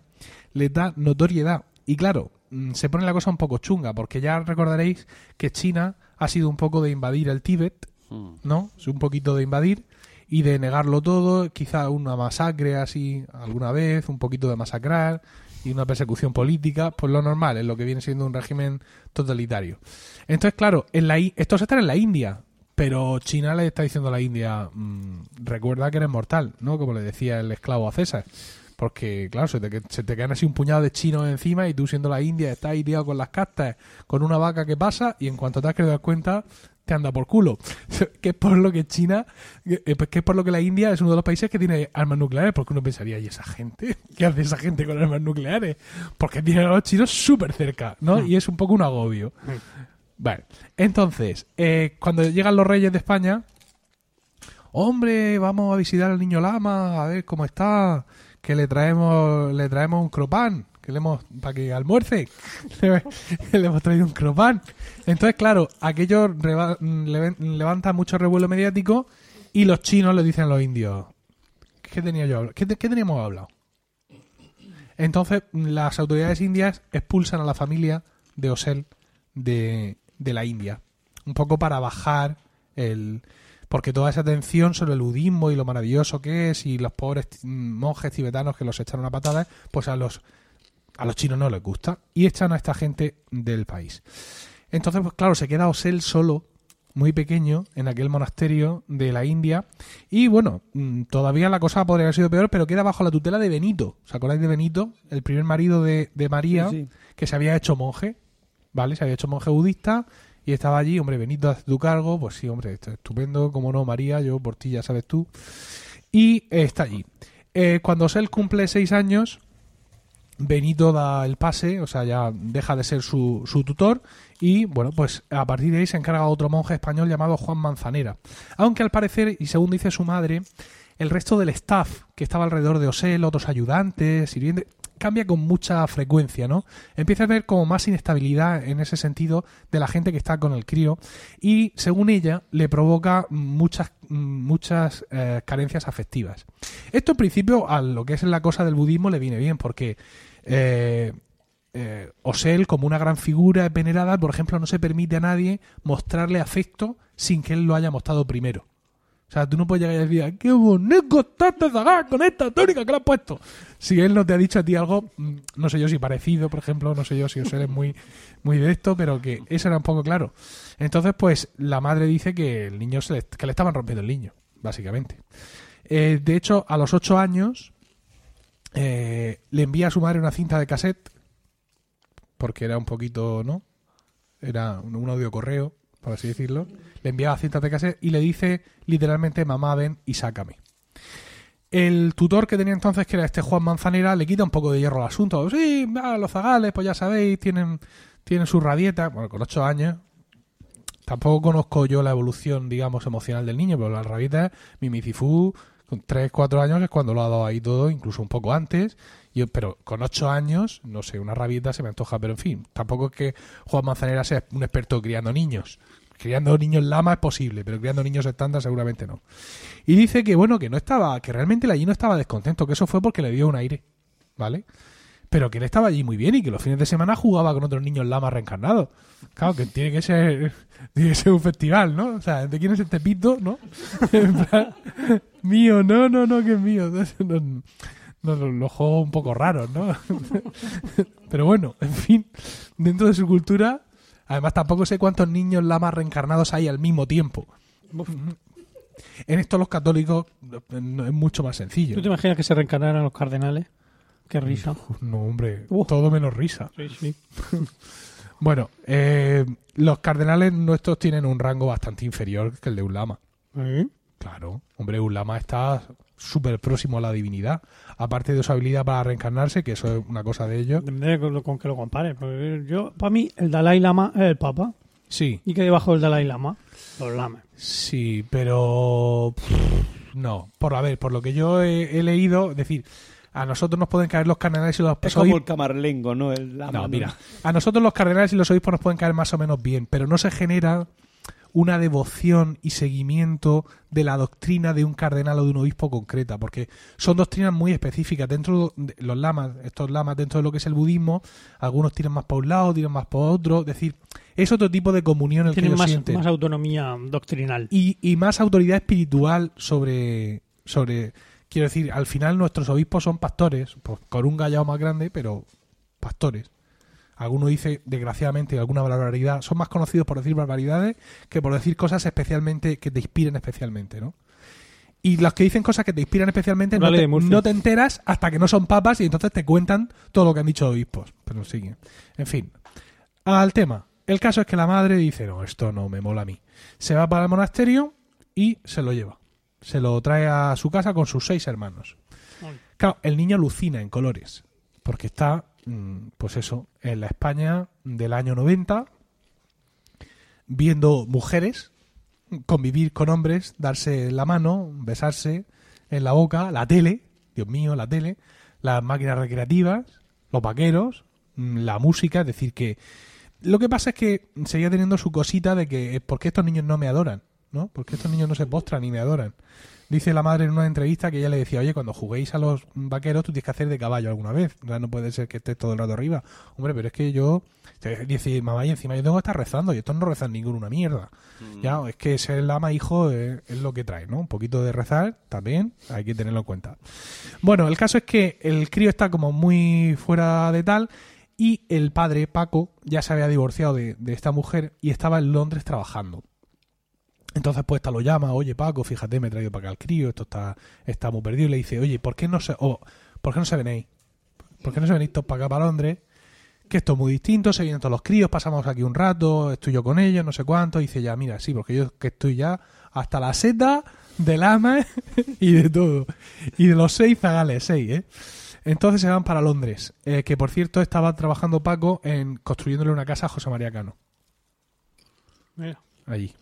S1: les da notoriedad. Y claro, mm, se pone la cosa un poco chunga, porque ya recordaréis que China ha sido un poco de invadir el Tíbet
S6: Mm.
S1: ¿no? Es un poquito de invadir y de negarlo todo, quizá una masacre así alguna vez, un poquito de masacrar y una persecución política, pues lo normal, es lo que viene siendo un régimen totalitario. Entonces, claro, en la, I- estos están en la India, pero China le está diciendo a la India, mm, recuerda que eres mortal, ¿no? Como le decía el esclavo a César. Porque, claro, se te, que- se te quedan así un puñado de chinos encima y tú siendo la India estás ahí liado con las castas, con una vaca que pasa y en cuanto te has querido dar cuenta, te anda por culo. que es por lo que China, que eh, pues que es por lo que la India es uno de los países que tiene armas nucleares, porque uno pensaría, ¿y esa gente? ¿Qué hace esa gente con armas nucleares? Porque tiene a los chinos súper cerca, ¿no? Y es un poco un agobio. Vale, entonces, eh, cuando llegan los reyes de España, hombre, vamos a visitar al niño Lama, a ver cómo está, que le traemos, le traemos un cropán, que le hemos, para que almuerce, le hemos traído un cropán. Entonces, claro, aquello reva- le- levanta mucho revuelo mediático y los chinos le dicen a los indios, ¿qué, tenía yo, habl- qué, te- qué teníamos hablado? Entonces, las autoridades indias expulsan a la familia de Osel de, de la India. Un poco para bajar el. porque toda esa atención sobre el budismo y lo maravilloso que es y los pobres ti- monjes tibetanos que los echaron a patadas, pues a los a los chinos no les gusta y echan a esta gente del país. Entonces, pues claro, se queda Osel solo, muy pequeño, en aquel monasterio de la India. Y bueno, mm, todavía la cosa podría haber sido peor, pero queda bajo la tutela de Benito. ¿Os acordáis de Benito? El primer marido de, de María,
S5: Sí, sí.
S1: que se había hecho monje, ¿vale? Se había hecho monje budista y estaba allí, hombre, Benito, haz tu cargo. Pues sí, hombre, está estupendo, como no, María, yo por ti ya sabes tú. Y eh, está allí. Eh, cuando Osel cumple seis años, Benito da el pase, o sea, ya deja de ser su, su tutor y, bueno, pues a partir de ahí se encarga otro monje español llamado Juan Manzanera. Aunque al parecer, y según dice su madre, el resto del staff que estaba alrededor de Osel, otros ayudantes, sirvientes, cambia con mucha frecuencia, ¿no? Empieza a ver como más inestabilidad en ese sentido de la gente que está con el crío y, según ella, le provoca muchas, muchas eh, carencias afectivas. Esto en principio a lo que es la cosa del budismo le viene bien porque eh, eh, Osel como una gran figura es venerada, por ejemplo, no se permite a nadie mostrarle afecto sin que él lo haya mostrado primero. O sea, tú no puedes llegar y decir, qué bonito estás de zagar con esta túnica que le has puesto. Si él no te ha dicho a ti algo, mm, no sé yo si parecido, por ejemplo, no sé yo si Osel es muy, muy de esto, pero que eso era un poco claro. Entonces, pues la madre dice que el niño se le- que le estaban rompiendo el niño, básicamente. Eh, de hecho, a los ocho años eh, le envía a su madre una cinta de cassette, porque era un poquito, ¿no? Era un, un audio correo, por así decirlo. Le enviaba cintas de cassette y le dice literalmente, mamá, ven y sácame. El tutor que tenía entonces, que era este Juan Manzanera, le quita un poco de hierro al asunto. Sí, ah, los zagales, pues ya sabéis, tienen, tienen su radieta. Bueno, con ocho años, tampoco conozco yo la evolución, digamos, emocional del niño, pero la rabita, mi micifú, con 3, 4 años es cuando lo ha dado ahí todo, incluso un poco antes. Yo, pero con 8 años, no sé, una rabieta se me antoja, pero en fin, tampoco es que Juan Manzanera sea un experto criando niños. Criando niños lama es posible, pero criando niños estándar seguramente no. Y dice que, bueno, que no estaba, que realmente el allí no estaba descontento, que eso fue porque le dio un aire, ¿vale? Pero que él estaba allí muy bien y que los fines de semana jugaba con otros niños lama reencarnados. Claro, que tiene que ser tiene que ser un festival, ¿no? O sea, ¿de quién es este pito, no? En plan, mío, no, no, no, que es mío. Entonces, no, no, no, los juegos un poco raros, ¿no? Pero bueno, en fin, dentro de su cultura, además tampoco sé cuántos niños lamas reencarnados hay al mismo tiempo. En esto los católicos eh, no, es mucho más sencillo.
S2: ¿Tú te imaginas que se reencarnaran los cardenales? Qué risa.
S1: No, hombre,
S2: Uh.
S1: todo menos risa.
S2: Sí, sí.
S1: Bueno, eh, los cardenales nuestros tienen un rango bastante inferior que el de un lama.
S2: ¿Eh?
S1: Claro, hombre, un lama está súper próximo a la divinidad. Aparte de su habilidad para reencarnarse, que eso es una cosa de ellos.
S2: Depende con, lo- con que lo compares. porque yo, para mí, el Dalai Lama es el Papa.
S1: Sí,
S2: ¿Y que debajo del Dalai Lama? Los lamas.
S1: sí, pero. pff, No, por a ver, por lo que yo he, he leído, es decir, a nosotros nos pueden caer los cardenales y los
S5: Es
S1: obispos-
S5: como el camarlengo, ¿no? El lama,
S1: Pues No, mira, a nosotros los cardenales y los obispos nos pueden caer más o menos bien, pero no se genera una devoción y seguimiento de la doctrina de un cardenal o de un obispo concreta, porque son doctrinas muy específicas. Dentro de los lamas, estos lamas, dentro de lo que es el budismo, algunos tiran más para un lado, tiran más para otro. Es decir, es otro tipo de comunión el que
S2: Tienen
S1: ellos
S2: más,
S1: sienten.
S2: más autonomía doctrinal.
S1: Y, y más autoridad espiritual sobre, sobre. Quiero decir, al final nuestros obispos son pastores, pues, con un gallado más grande, pero pastores. Alguno dice, desgraciadamente, alguna barbaridad. Son más conocidos por decir barbaridades que por decir cosas especialmente que te inspiren especialmente, ¿no? Y los que dicen cosas que te inspiran especialmente no
S2: Rally
S1: te,
S2: de Murcia.
S1: no te enteras hasta que no son papas y entonces te cuentan todo lo que han dicho obispos. Pero sigue. En fin. Al tema. El caso es que la madre dice, no, esto no me mola a mí. Se va para el monasterio y se lo lleva. Se lo trae a su casa con sus seis hermanos.
S2: Ay.
S1: Claro, el niño alucina en colores. Porque está, mm, pues eso, en la España del año 90, viendo mujeres convivir con hombres, darse la mano, besarse en la boca, la tele, Dios mío, la tele, las máquinas recreativas, los vaqueros, mm, la música, eh, es decir, que lo que pasa es que seguía teniendo su cosita de que ¿por qué estos niños no me adoran? ¿no? Porque estos niños no se postran ni me adoran. Dice la madre en una entrevista que ella le decía, oye, cuando juguéis a los vaqueros tú tienes que hacer de caballo alguna vez. O sea, no puede ser que estés todo el rato arriba. Hombre, pero es que yo... Dice, mamá, y encima yo tengo que estar rezando y estos no rezan ninguno una mierda.
S3: Mm.
S1: Ya, es que ser el ama hijo es, es lo que trae, ¿no? Un poquito de rezar también hay que tenerlo en cuenta. Bueno, el caso es que el crío está como muy fuera de tal y el padre, Paco, ya se había divorciado de, de esta mujer y estaba en Londres trabajando. Entonces, pues, esta lo llama, oye, Paco, fíjate, me he traído para acá el crío, esto está, está muy perdido. Y le dice, oye, ¿por qué no se, o, ¿por qué no se venéis? ¿Por qué no se venís todos para acá, para Londres? Que esto es muy distinto, se vienen todos los críos, pasamos aquí un rato, estoy yo con ellos, no sé cuánto. Y dice, ya, mira, sí, porque yo que estoy ya hasta la seta del ama y de todo. Y de los seis zagales, seis, ¿eh? Entonces se van para Londres, eh, que por cierto estaba trabajando Paco en construyéndole una casa a José María Cano,
S2: Mira.
S1: allí.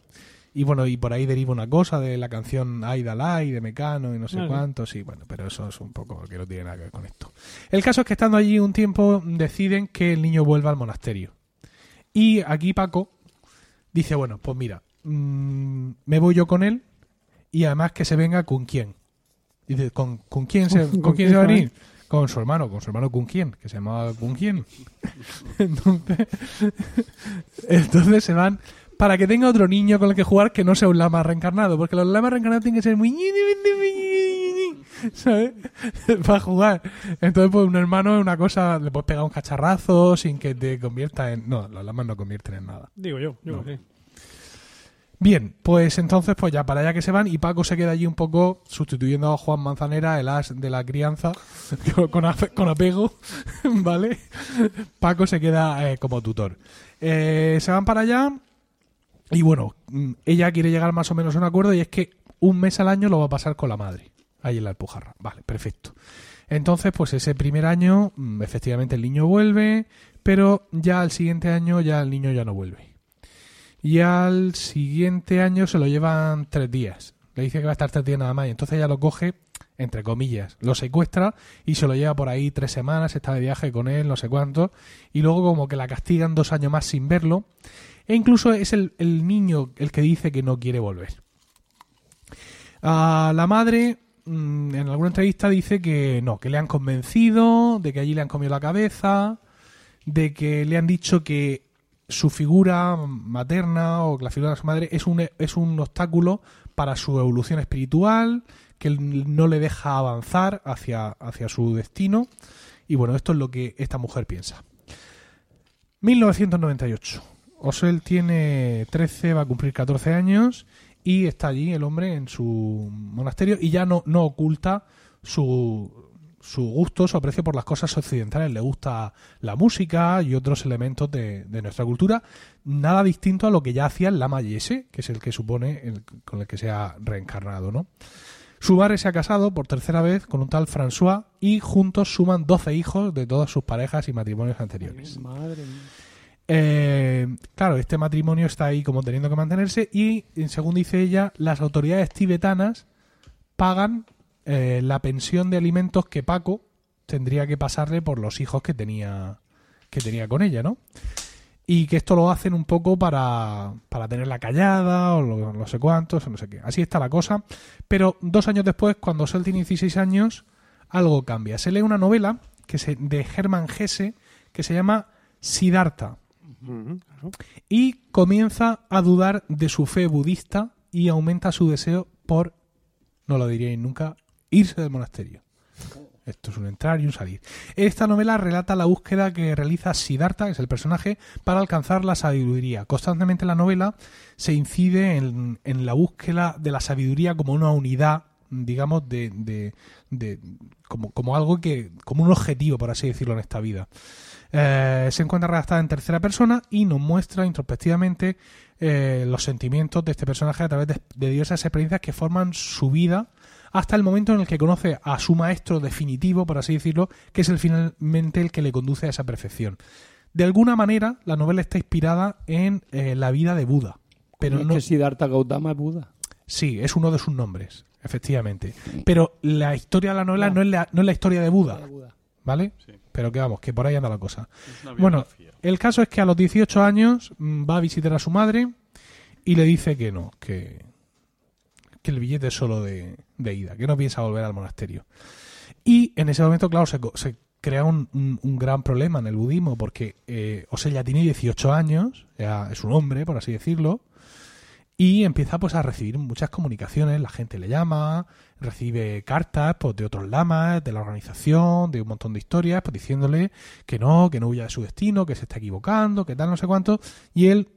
S1: Y bueno, y por ahí deriva una cosa de la canción Aida Lai de Mecano y no sé
S2: Ah, sí.
S1: cuánto, sí, bueno, pero eso es un poco que no tiene nada que ver con esto. El caso es que estando allí un tiempo deciden que el niño vuelva al monasterio. Y aquí Paco dice, bueno, pues mira, mm, me voy yo con él y además que se venga con quién. Dice, ¿con, con quién se,
S2: ¿Con
S1: ¿con quién se
S2: quién
S1: va a
S2: se va?
S1: venir? Con su hermano, con su hermano con quién, que se llamaba con quién. Entonces, entonces se van para que tenga otro niño con el que jugar que no sea un lama reencarnado, porque los lamas reencarnados tienen que ser muy... ¿Sabes? Para jugar. Entonces, pues un hermano es una cosa, le puedes pegar un cacharrazo sin que te convierta en... No, los lamas no convierten en nada.
S2: Digo yo, yo que sí.
S1: Bien, pues entonces, pues ya para allá que se van y Paco se queda allí un poco sustituyendo a Juan Manzanera, el as de la crianza, con, con afe- con apego, ¿vale? Paco se queda eh, como tutor. Eh, se van para allá y bueno, mm, ella quiere llegar más o menos a un acuerdo y es que un mes al año lo va a pasar con la madre, ahí en la Alpujarra. Vale, perfecto. Entonces, pues ese primer año, mm, efectivamente el niño vuelve, pero ya al siguiente año ya el niño ya no vuelve. Y al siguiente año se lo llevan tres días. Le dice que va a estar tres días nada más. Y entonces ella lo coge, entre comillas, lo secuestra y se lo lleva por ahí tres semanas, está de viaje con él, no sé cuánto. Y luego como que la castigan dos años más sin verlo. E incluso es el, el niño el que dice que no quiere volver. A la madre, mm, en alguna entrevista, dice que no, que le han convencido, de que allí le han comido la cabeza, de que le han dicho que su figura materna o la figura de su madre es un, es un obstáculo para su evolución espiritual, que no le deja avanzar hacia, hacia su destino. Y bueno, esto es lo que esta mujer piensa. 1998. Osel tiene 13, va a cumplir 14 años y está allí el hombre en su monasterio y ya no, no oculta su, su gusto, su aprecio por las cosas occidentales. Le gusta la música y otros elementos de, de nuestra cultura, nada distinto a lo que ya hacía el Lama Yese, que es el que supone el- con el que se ha reencarnado, ¿no? Su madre se ha casado por tercera vez con un tal François y juntos suman 12 hijos de todas sus parejas y matrimonios anteriores.
S5: Madre mía.
S1: Eh, claro, este matrimonio está ahí como teniendo que mantenerse y, eh, según dice ella, las autoridades tibetanas pagan eh, la pensión de alimentos que Paco tendría que pasarle por los hijos que tenía, que tenía con ella, ¿no? Y que esto lo hacen un poco para, para tenerla callada o lo- no sé cuántos, o no sé qué. Así está la cosa. Pero dos años después, cuando Sol tiene 16 años, algo cambia. Se lee una novela que se, de Hermann Hesse que se llama Siddhartha
S2: Mm-hmm.
S1: y comienza a dudar de su fe budista y aumenta su deseo por, no lo diríais nunca, irse del monasterio. Esto es un entrar y un salir. Esta novela relata la búsqueda que realiza Siddhartha, que es el personaje, para alcanzar la sabiduría. Constantemente en la novela se incide en, en la búsqueda de la sabiduría como una unidad, digamos, de, de- de- como, como algo que, como un objetivo, por así decirlo, en esta vida. Eh, se encuentra redactada en tercera persona y nos muestra introspectivamente eh, los sentimientos de este personaje a través de, de diversas experiencias que forman su vida hasta el momento en el que conoce a su maestro definitivo, por así decirlo, que es el finalmente el que le conduce a esa perfección. De alguna manera, la novela está inspirada en eh, la vida de Buda. Pero
S5: es
S1: no,
S5: que Siddhartha Gautama es Buda.
S1: Sí, es uno de sus nombres, efectivamente. Pero la historia de la novela no, es, la, no es la historia de Buda, ¿vale? Pero que vamos, que por ahí anda la cosa. Bueno, el caso es que a los 18 años mm, va a visitar a su madre y le dice que no, que, que el billete solo de, de ida, que no piensa volver al monasterio. Y en ese momento, claro, se, co- se crea un, un- un gran problema en el budismo, porque eh, Osei ya tiene 18 años, ya es un hombre, por así decirlo, y empieza pues a recibir muchas comunicaciones, la gente le llama, recibe cartas pues, de otros lamas, de la organización, de un montón de historias, pues diciéndole que no, que no huya de su destino, que se está equivocando, que tal, no sé cuánto, y él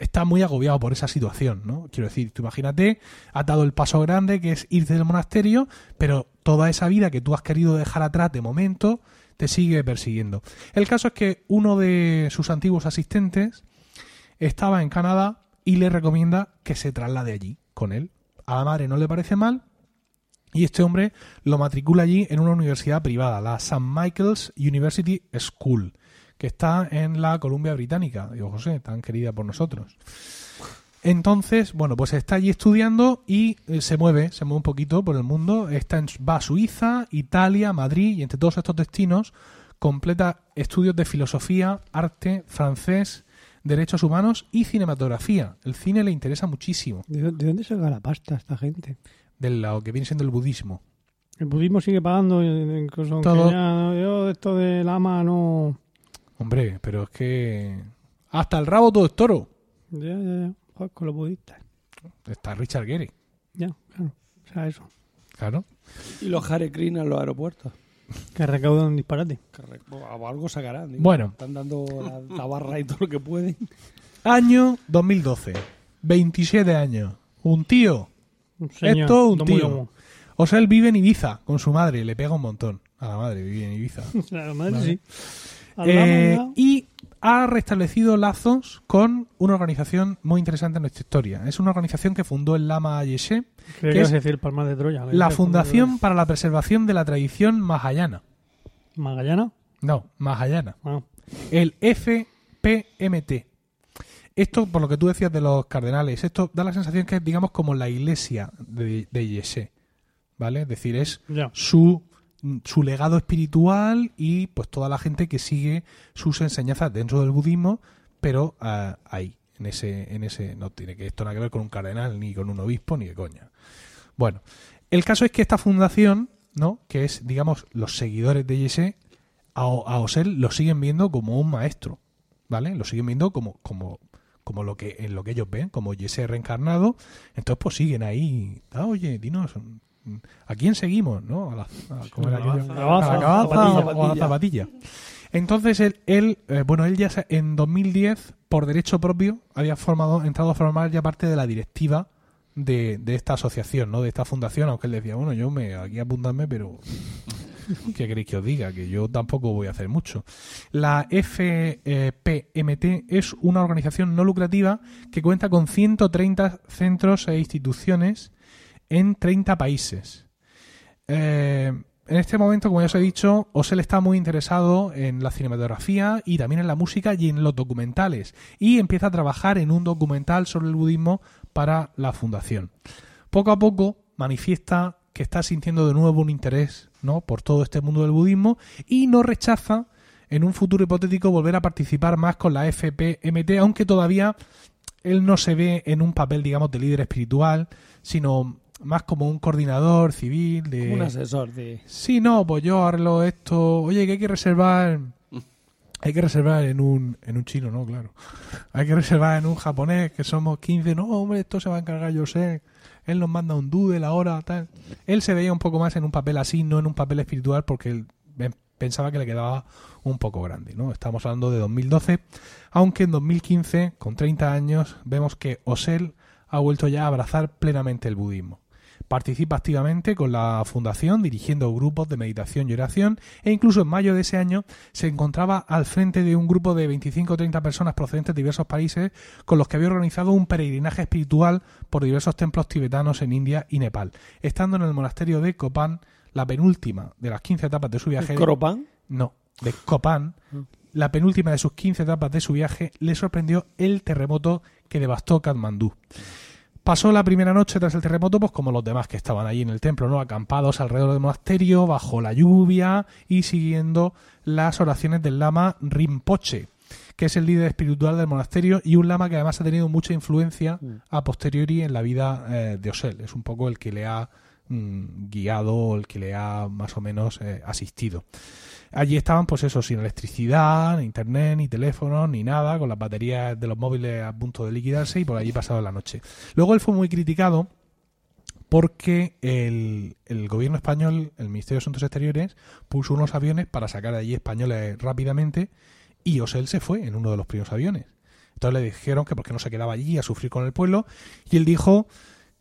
S1: está muy agobiado por esa situación, ¿no? Quiero decir, tú imagínate, has dado el paso grande que es irte del monasterio, pero toda esa vida que tú has querido dejar atrás de momento te sigue persiguiendo. El caso es que uno de sus antiguos asistentes estaba en Canadá y le recomienda que se traslade allí con él. A la madre no le parece mal y este hombre lo matricula allí en una universidad privada, la St. Michael's University School, que está en la Columbia Británica. Digo, José, tan querida por nosotros. Entonces, bueno, pues está allí estudiando y eh, se mueve, se mueve un poquito por el mundo. Está en- va a Suiza, Italia, Madrid y entre todos estos destinos completa estudios de filosofía, arte, francés, derechos humanos y cinematografía. El cine le interesa muchísimo,
S2: ¿De, de dónde saca la pasta esta gente?
S1: de lo que viene siendo el budismo.
S2: El budismo sigue pagando, eh, incluso aunque
S1: Todo.
S2: ya- yo de esto de lama no...
S1: Hombre, pero es que hasta el rabo todo es toro.
S2: Ya, ya, ya. Joder, con los budistas.
S1: Está Richard Gere,
S2: Ya, claro. O sea, eso.
S1: claro.
S5: Y los Hare Krishna en los aeropuertos.
S2: Que recaudan un disparate.
S5: Que re- o algo sacarán. digo.
S1: Bueno.
S5: Están dando la, la barra y todo lo que pueden.
S1: Año 2012, 27 años. Un tío
S2: Un señor,
S1: es todo un
S2: no muy
S1: tío.
S2: homo.
S1: O sea, él vive en Ibiza con su madre, le pega un montón. A la madre, vive en Ibiza.
S2: O sea, la madre
S1: Vale.
S2: sí. Al lado,
S1: Eh,
S2: al lado.
S1: y ha restablecido lazos con una organización muy interesante en nuestra historia. Es una organización que fundó el Lama Yeshe,
S2: Creo
S1: que
S2: que
S1: es
S2: es decir el Palmar de Troya.
S1: la Fundación para la Preservación de la Tradición Mahayana.
S2: Magallana.
S1: No, Mahayana.
S2: Ah,
S1: El FPMT. Esto, por lo que tú decías de los cardenales, esto da la sensación que es, digamos, como la iglesia de, de Yeshe. ¿Vale? Es decir, es
S2: ya.
S1: su, su legado espiritual y pues toda la gente que sigue sus enseñanzas dentro del budismo, pero ah, ahí, en ese, en ese, no tiene que esto nada que ver con un cardenal, ni con un obispo, ni de coña. Bueno, el caso es que esta fundación, ¿no? Que es, digamos, los seguidores de Yeshe, a, O- a Osel lo siguen viendo como un maestro, ¿vale? Lo siguen viendo como, como, como lo que, en lo que ellos ven, como Yeshe reencarnado. Entonces, pues siguen ahí. Ah, oye, dinos, mm, ¿a quién seguimos? ¿No? A la, a- ¿cómo era
S2: A la
S1: aquello?
S2: baza, a la
S1: A la
S2: baza,
S1: baza o-
S5: zapatilla,
S1: o a la zapatilla. Entonces, él, él, eh, bueno, él ya se- en 2010, por derecho propio, había formado, entrado a formar ya parte de la directiva de, de esta asociación, ¿no? De esta fundación, aunque él decía, bueno, yo me aquí apuntarme, pero ¿qué queréis que os diga? Que yo tampoco voy a hacer mucho. La FPMT es una organización no lucrativa que cuenta con 130 centros e instituciones en 30 países. Eh, en este momento, como ya os he dicho, Osel está muy interesado en la cinematografía y también en la música y en los documentales. Y empieza a trabajar en un documental sobre el budismo para la fundación. Poco a poco manifiesta que está sintiendo de nuevo un interés ¿no? por todo este mundo del budismo y no rechaza en un futuro hipotético volver a participar más con la FPMT, aunque todavía él no se ve en un papel, digamos, de líder espiritual, sino más como un coordinador civil de...
S5: Un asesor de...
S1: Sí, no, pues yo arreglo esto. Oye, que hay que reservar. Hay que reservar en un, en un chino, no, claro. Hay que reservar en un japonés, que somos 15. No, hombre, esto se va a encargar yo sé. Él nos manda un doodle la hora, tal. Él se veía un poco más en un papel así, no en un papel espiritual, porque él ven- pensaba que le quedaba un poco grande, ¿no? Estamos hablando de 2012, aunque en 2015, con 30 años, vemos que Osel ha vuelto ya a abrazar plenamente el budismo. Participa activamente con la fundación dirigiendo grupos de meditación y oración e incluso en mayo de ese año se encontraba al frente de un grupo de 25 o 30 personas procedentes de diversos países con los que había organizado un peregrinaje espiritual por diversos templos tibetanos en India y Nepal, estando en el monasterio de Copán, la penúltima de las 15 etapas de su viaje.
S5: Cropán.
S1: No, de Copán, la penúltima de sus 15 etapas de su viaje, le sorprendió el terremoto que devastó Katmandú. Pasó la primera noche tras el terremoto, pues como los demás que estaban allí en el templo, ¿no? Acampados alrededor del monasterio, bajo la lluvia y siguiendo las oraciones del lama Rinpoche, que es el líder espiritual del monasterio y un lama que además ha tenido mucha influencia a posteriori en la vida eh, de Osel. Es un poco el que le ha mm, guiado o el que le ha más o menos eh, asistido. Allí estaban, pues eso, sin electricidad, ni internet, ni teléfonos, ni nada, con las baterías de los móviles a punto de liquidarse y por allí pasaba la noche. Luego él fue muy criticado porque el, el gobierno español, el Ministerio de Asuntos Exteriores, puso unos aviones para sacar de allí españoles rápidamente y Osel se fue en uno de los primeros aviones. Entonces le dijeron que porque no se quedaba allí a sufrir con el pueblo y él dijo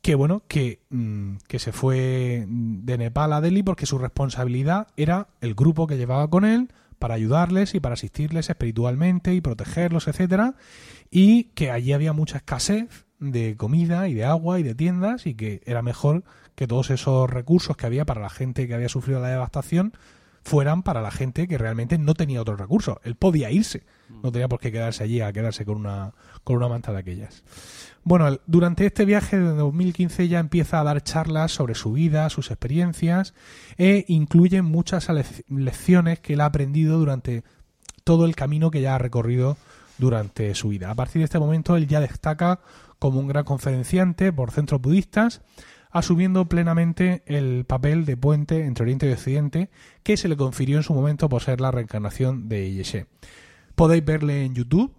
S1: que bueno, que, mm, que se fue de Nepal a Delhi porque su responsabilidad era el grupo que llevaba con él para ayudarles y para asistirles espiritualmente y protegerlos, etcétera, y que allí había mucha escasez de comida y de agua y de tiendas y que era mejor que todos esos recursos que había para la gente que había sufrido la devastación fueran para la gente que realmente no tenía otros recursos. Él podía irse, no tenía por qué quedarse allí a quedarse con una, con una manta de aquellas. Bueno, el- durante este viaje de 2015 ya empieza a dar charlas sobre su vida, sus experiencias, e incluye muchas alec- lecciones que él ha aprendido durante todo el camino que ya ha recorrido durante su vida. A partir de este momento él ya destaca como un gran conferenciante por centros budistas, asumiendo plenamente el papel de puente entre Oriente y Occidente que se le confirió en su momento por ser la reencarnación de Yeshe. Podéis verle en YouTube,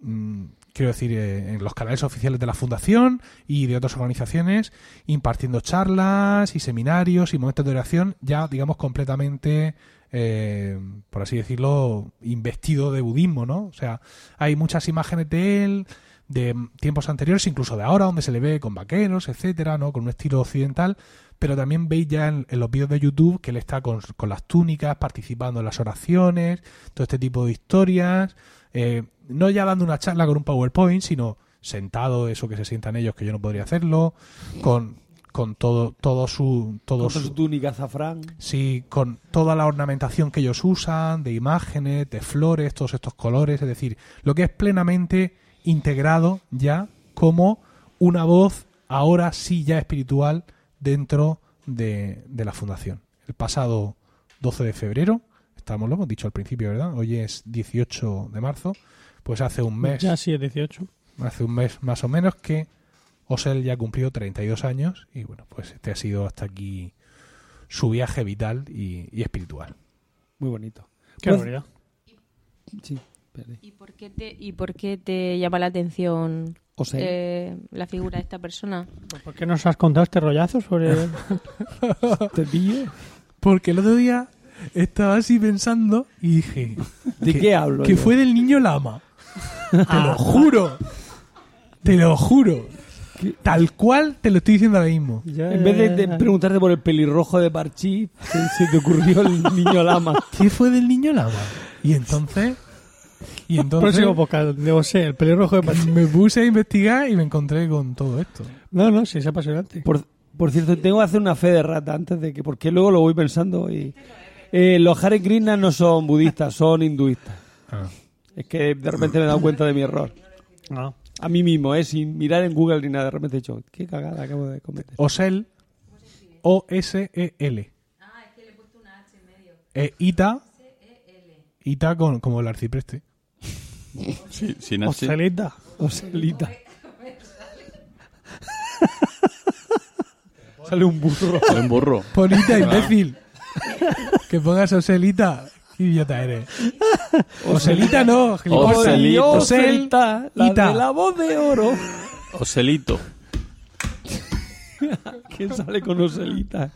S1: mm, quiero decir, eh, en los canales oficiales de la Fundación y de otras organizaciones, impartiendo charlas y seminarios y momentos de oración ya, digamos, completamente, eh, por así decirlo, investido de budismo, ¿no? O sea, hay muchas imágenes de él de tiempos anteriores, incluso de ahora, donde se le ve con vaqueros, etcétera, ¿no? Con un estilo occidental, pero también veis ya en, en los vídeos de YouTube que él está con, con las túnicas, participando en las oraciones, todo este tipo de historias, eh, no ya dando una charla con un PowerPoint, sino sentado, eso que se sientan ellos, que yo no podría hacerlo, con, con todo, todo su, todo
S5: Con
S1: su,
S5: su túnica azafrán.
S1: Sí, con toda la ornamentación que ellos usan, de imágenes, de flores, todos estos colores, es decir, lo que es plenamente integrado ya como una voz ahora sí ya espiritual dentro de, de la fundación. El pasado 12 de febrero, estamos, lo hemos dicho al principio, ¿verdad? Hoy es 18 de marzo, pues hace un mes
S2: Ya sí es 18.
S1: hace un mes más o menos que Osel ya cumplió 32 años y bueno, pues este ha sido hasta aquí su viaje vital y, y espiritual.
S5: Muy bonito.
S2: Qué
S5: Pues-
S2: barbaridad.
S5: Sí, espérate.
S4: ¿Y por qué te, y por qué te llama la atención
S5: O sea,
S4: eh, la figura de esta persona?
S2: Pues, ¿Por qué nos has contado este rollazo sobre.?
S5: te pillo.
S1: Porque el otro día estaba así pensando y dije
S5: ¿De
S1: Que-
S5: qué, hablo?
S1: que
S5: yo?
S1: fue del niño lama. Te lo juro. Te lo juro.
S5: ¿Qué?
S1: Tal cual te lo estoy diciendo ahora mismo.
S2: Ya,
S5: En vez de,
S2: ya,
S5: de
S2: ya.
S5: preguntarte por el pelirrojo de Parchí, se te ocurrió el niño lama.
S1: ¿Qué fue del niño lama? Y entonces... Y entonces
S2: Próximo podcast, no sé, el pelirrojo de Pachi.
S1: me puse a investigar y me encontré con todo esto.
S2: No, no, sí, es apasionante.
S5: Por, por cierto, tengo que hacer una fe de rata antes de que, porque luego lo voy pensando y... Eh, los Hare Krishna no son budistas, son hinduistas.
S1: Ah.
S5: Es que de repente me he dado cuenta de mi error.
S2: Ah.
S5: A mí mismo, eh, sin mirar en Google ni nada. De repente he dicho, qué cagada acabo de cometer.
S1: Osel. O-S-E-L. E Eh, Ita. Ita con, como el arcipreste.
S6: Sí, sin H.
S2: Ocelita.
S5: Oselita. Sale un burro.
S6: Soy un burro.
S1: Pon Ita, imbécil. que pongas Oselita. Qué idiota eres. Oselita no, gilipollas. E
S6: Oselita.
S1: Osel.
S5: Oselita, la
S1: Ita.
S5: de la voz de oro.
S6: Oselito.
S5: Que sale con Oselita.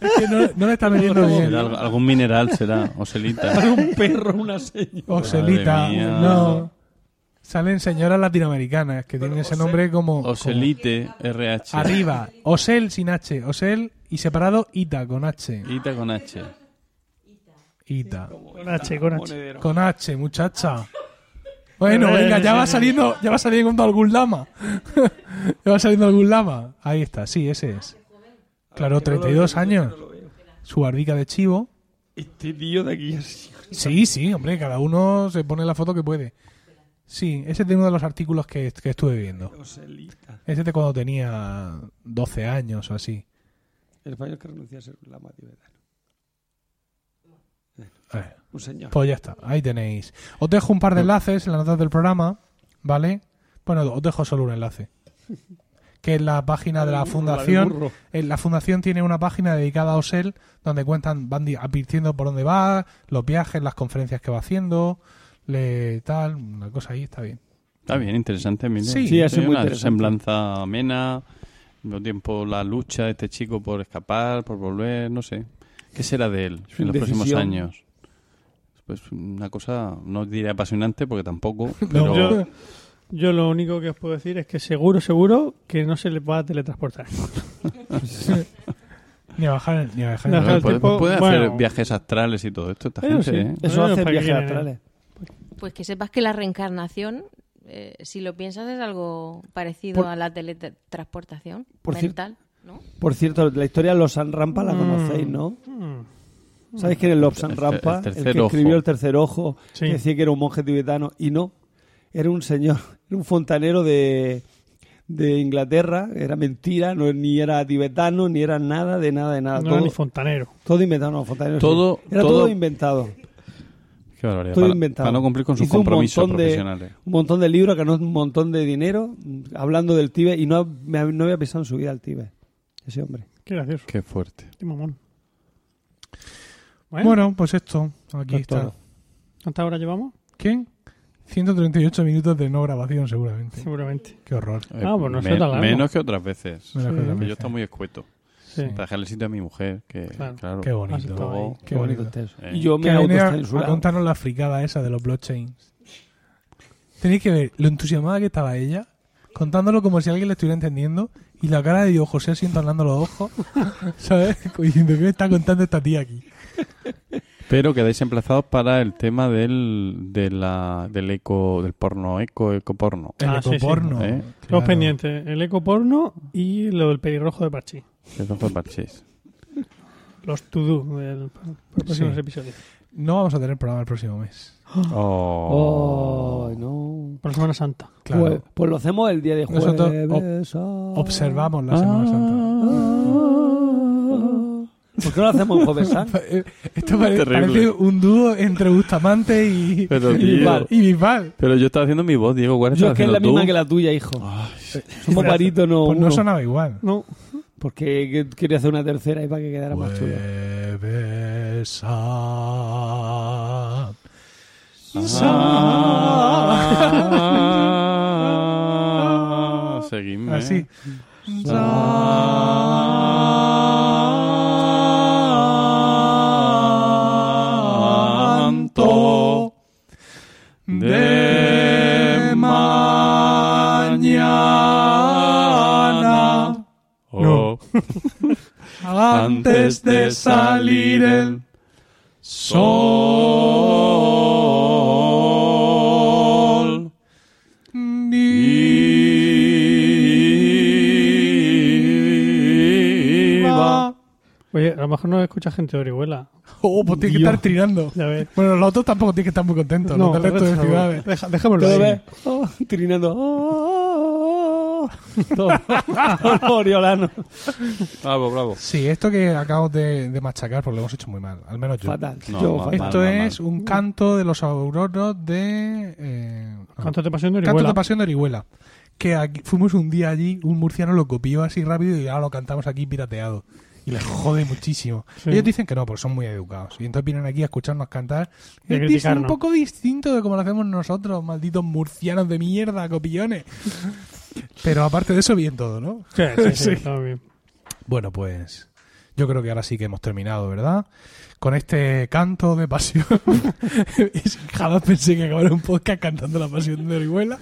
S1: Es que no, no le está metiendo bien.
S6: Será al- algún mineral será. Oselita.
S5: Sale un perro, una señora.
S1: Oselita.
S6: Madre mía.
S1: E No. Salen señoras latinoamericanas que tienen
S6: E
S1: ese nombre como. como-
S6: Oselite RH.
S1: Arriba, Osel sin H, Osel y separado Ita con H.
S6: Ita con H.
S1: Ita.
S2: Con H, con H.
S5: Monedero.
S1: Con H, muchacha. Bueno,
S2: Eh,
S1: venga, ya
S2: eh,
S1: va
S2: eh.
S1: saliendo, ya va saliendo algún lama. ya va saliendo algún lama. Ahí está, sí, ese es. Claro, 32 años. Su barbica de chivo.
S5: Este tío de aquí es...
S1: Sí, sí, hombre, cada uno se pone la foto que puede. Sí, ese es de uno de los artículos que, que estuve viendo.
S5: Oselita.
S1: Ese es de cuando tenía 12 años o así.
S5: El español que renuncia a ser un lama tibetano.
S1: A ver,
S5: Un señor.
S1: pues ya está, ahí tenéis. Os dejo un par de enlaces en las notas del programa, ¿vale? Bueno, os dejo solo un enlace. Que es la página de la fundación. Eh, La fundación tiene una página dedicada a OSEL donde cuentan, van di- advirtiendo por dónde va, los viajes, las conferencias que va haciendo, le, tal, una cosa ahí, está bien.
S3: Está bien, interesante, Emilio.
S1: Sí, Sí,
S5: eso es muy
S3: una
S5: interesante.
S3: semblanza amena, mismo tiempo la lucha de este chico por escapar, por volver, no sé. ¿Qué será de él
S5: Su
S3: en los próximos
S5: indecisión.
S3: años? Pues una cosa, no diré apasionante porque tampoco,
S1: No,
S3: pero
S2: Yo, yo lo único que os puedo decir es que seguro, seguro que no se le va a teletransportar.
S1: Ni a bajar, el- ni a bajar. el-
S2: No,
S3: Bueno,
S2: el
S3: puede,
S2: tipo-
S3: puede hacer
S2: bueno.
S3: viajes astrales y todo esto esta
S2: Eso
S3: gente,
S2: sí.
S3: ¿eh?
S5: Eso
S2: Bueno,
S5: hace
S2: para que
S5: viajes
S2: quieren-
S5: astrales.
S4: Pues que sepas que la reencarnación, eh, si lo piensas, es algo parecido
S5: Por-
S4: a la teletransportación
S5: Por cier-
S4: mental, ¿no?
S5: Por cierto, la historia de los San Rampa la
S2: Mm.
S5: conocéis, ¿no?
S2: Mm.
S5: ¿Sabéis quién es Lobsang San
S3: El ter-
S5: Rampa?
S3: el
S5: El,
S3: tercer
S5: que
S3: ojo.
S5: escribió El Tercer Ojo,
S2: Sí.
S5: que decía que era un monje tibetano, y no, era un señor, era un fontanero de, de Inglaterra, era mentira, no, ni era tibetano, ni era nada, de nada, de nada.
S2: No era
S5: todo,
S2: ni fontanero.
S5: todo inventado, no, fontanero. sí.
S3: Todo-
S5: era
S3: todo-
S5: todo, inventado,
S3: Qué barbaridad.
S5: todo
S3: Para,
S5: inventado.
S3: para no cumplir con sus
S5: Hizo un
S3: compromisos
S5: montón de-
S3: profesionales.
S5: Un montón de libros, ganó un montón de dinero mm, hablando del Tíbet, y no, me- no había pensado en su vida al Tíbet, ese hombre.
S2: Qué gracioso.
S3: Qué fuerte.
S2: Qué mamón. Bueno,
S1: Bueno, pues esto, aquí
S5: Pues
S1: está.
S5: todo.
S2: ¿cuántas horas llevamos?
S1: ¿Quién? 138 minutos de no grabación, seguramente.
S2: Seguramente.
S1: Qué horror.
S2: Ah, pues no se
S3: Men-
S2: tan largo.
S3: Eh, Menos que otras
S1: Menos que
S3: veces. Porque
S1: otras
S3: Yo
S1: veces.
S3: estoy muy escueto.
S2: Sí.
S1: Sí.
S3: Para dejarle sitio a mi mujer, que
S2: Claro.
S3: claro.
S1: Qué
S2: Has
S3: Ah,
S1: bonito.
S2: estado ahí.
S1: Qué bonito.
S5: está eso.
S3: Eh.
S5: Y yo me
S1: Que venía a
S5: autocensurado.
S1: contarnos la fricada esa de los blockchains. Tenéis que ver lo entusiasmada que estaba ella, contándolo como si alguien le estuviera entendiendo, y la cara de Dios José así entornando los ojos, ¿sabes? Como Diciendo, ¿qué me está contando esta tía aquí?
S3: Pero quedáis emplazados para el tema del, de la, del eco, del porno, eco, ecoporno.
S1: El
S2: Ah, sí, sí.
S1: ecoporno.
S3: Eh,
S2: Los
S1: Claro.
S2: pendientes, el eco porno y lo del pelirrojo de Pachi.
S3: Eso fue parchís.
S2: Los to do del para los próximos
S1: Sí.
S2: episodios.
S1: No vamos a tener programa el próximo mes.
S3: Oh.
S5: Oh, no.
S2: Por Semana Santa.
S1: Claro.
S5: Pues, pues lo hacemos el día de jueves.
S1: Nosotros
S5: ah.
S1: Observamos la Semana
S3: Ah.
S1: Santa.
S5: ¿Por qué no lo hacemos en jueves santo?
S1: Eh, Esto pare-
S3: Terrible.
S1: parece un dúo entre Bustamante y,
S3: Pero,
S1: y
S3: tío.
S1: Bisbal. Y Bisbal.
S3: Pero yo estaba haciendo mi voz, Diego. ¿Cuál
S5: Yo
S3: estaba
S5: es que es
S3: haciendo
S5: la
S3: tú?
S5: misma que la tuya, hijo. Eh, Somos barítono
S1: Pues no
S5: uno.
S1: sonaba igual.
S2: No,
S5: Porque que- quería hacer una tercera y para que quedara más chulo.
S1: Jueves San-
S3: Ah, seguidme. Ah.
S1: Así.
S3: Santo de mañana. Oh.
S1: No. Antes de salir el
S3: sol. Viva.
S2: oye, a lo mejor no escucha gente de Orihuela.
S1: Oh, pues tiene que
S2: Dios.
S1: estar trinando.
S2: Ya ves.
S1: Bueno, los otros tampoco tienen que estar muy contentos.
S2: No,
S1: los del resto de
S2: correcto,
S1: ciudades.
S2: Deja- dejémoslo
S5: Todo
S2: ahí.
S5: ves,
S3: Pues-
S5: oh, trinando. Oh, todo, todo oriolano.
S3: Bravo, bravo.
S1: Sí, esto que acabo de, de machacar, pues lo hemos hecho muy mal. Al menos yo.
S5: Fatal.
S3: No,
S5: Yo,
S3: mal,
S5: fatal.
S1: Esto
S3: mal, mal.
S1: es un canto de los auroros de. eh, no.
S2: Canto de pasión de
S1: Canto
S2: Orihuela.
S1: de Pasión de Orihuela. Que aquí- fuimos un día allí, un murciano lo copió así rápido y ahora lo cantamos aquí pirateado. Y les jode muchísimo.
S2: Sí.
S1: Ellos dicen que no, porque son muy educados. Y entonces vienen aquí a escucharnos cantar.
S2: Y a
S1: Es dis- un
S2: criticarnos.
S1: poco distinto de como lo hacemos nosotros, malditos murcianos de mierda, copillones. Pero aparte de eso, bien todo, ¿no?
S2: Sí, sí, sí, está bien.
S1: Bueno, pues yo creo que ahora sí que hemos terminado, ¿verdad? Con este canto de pasión. Es- Jamás pensé que acabara un podcast cantando la pasión de Orihuela.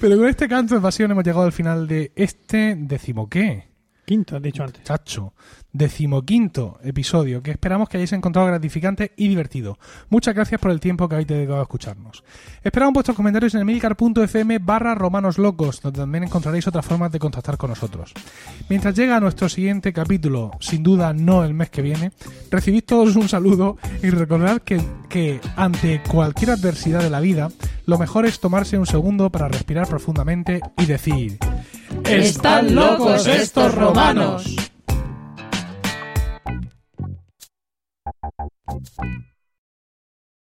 S1: Pero con este canto de pasión hemos llegado al final de este decimoqué,
S2: Quinto, has dicho antes.
S1: chacho, decimoquinto episodio que esperamos que hayáis encontrado gratificante y divertido. Muchas gracias por el tiempo que habéis dedicado a escucharnos. Esperamos vuestros comentarios en emilcar.fm barra romanoslocos, donde también encontraréis otras formas de contactar con nosotros. Mientras llega nuestro siguiente capítulo, sin duda no el mes que viene, recibid todos un saludo y recordad que, que ante cualquier adversidad de la vida, lo mejor es tomarse un segundo para respirar profundamente y decir
S4: ¡Están locos estos romanos!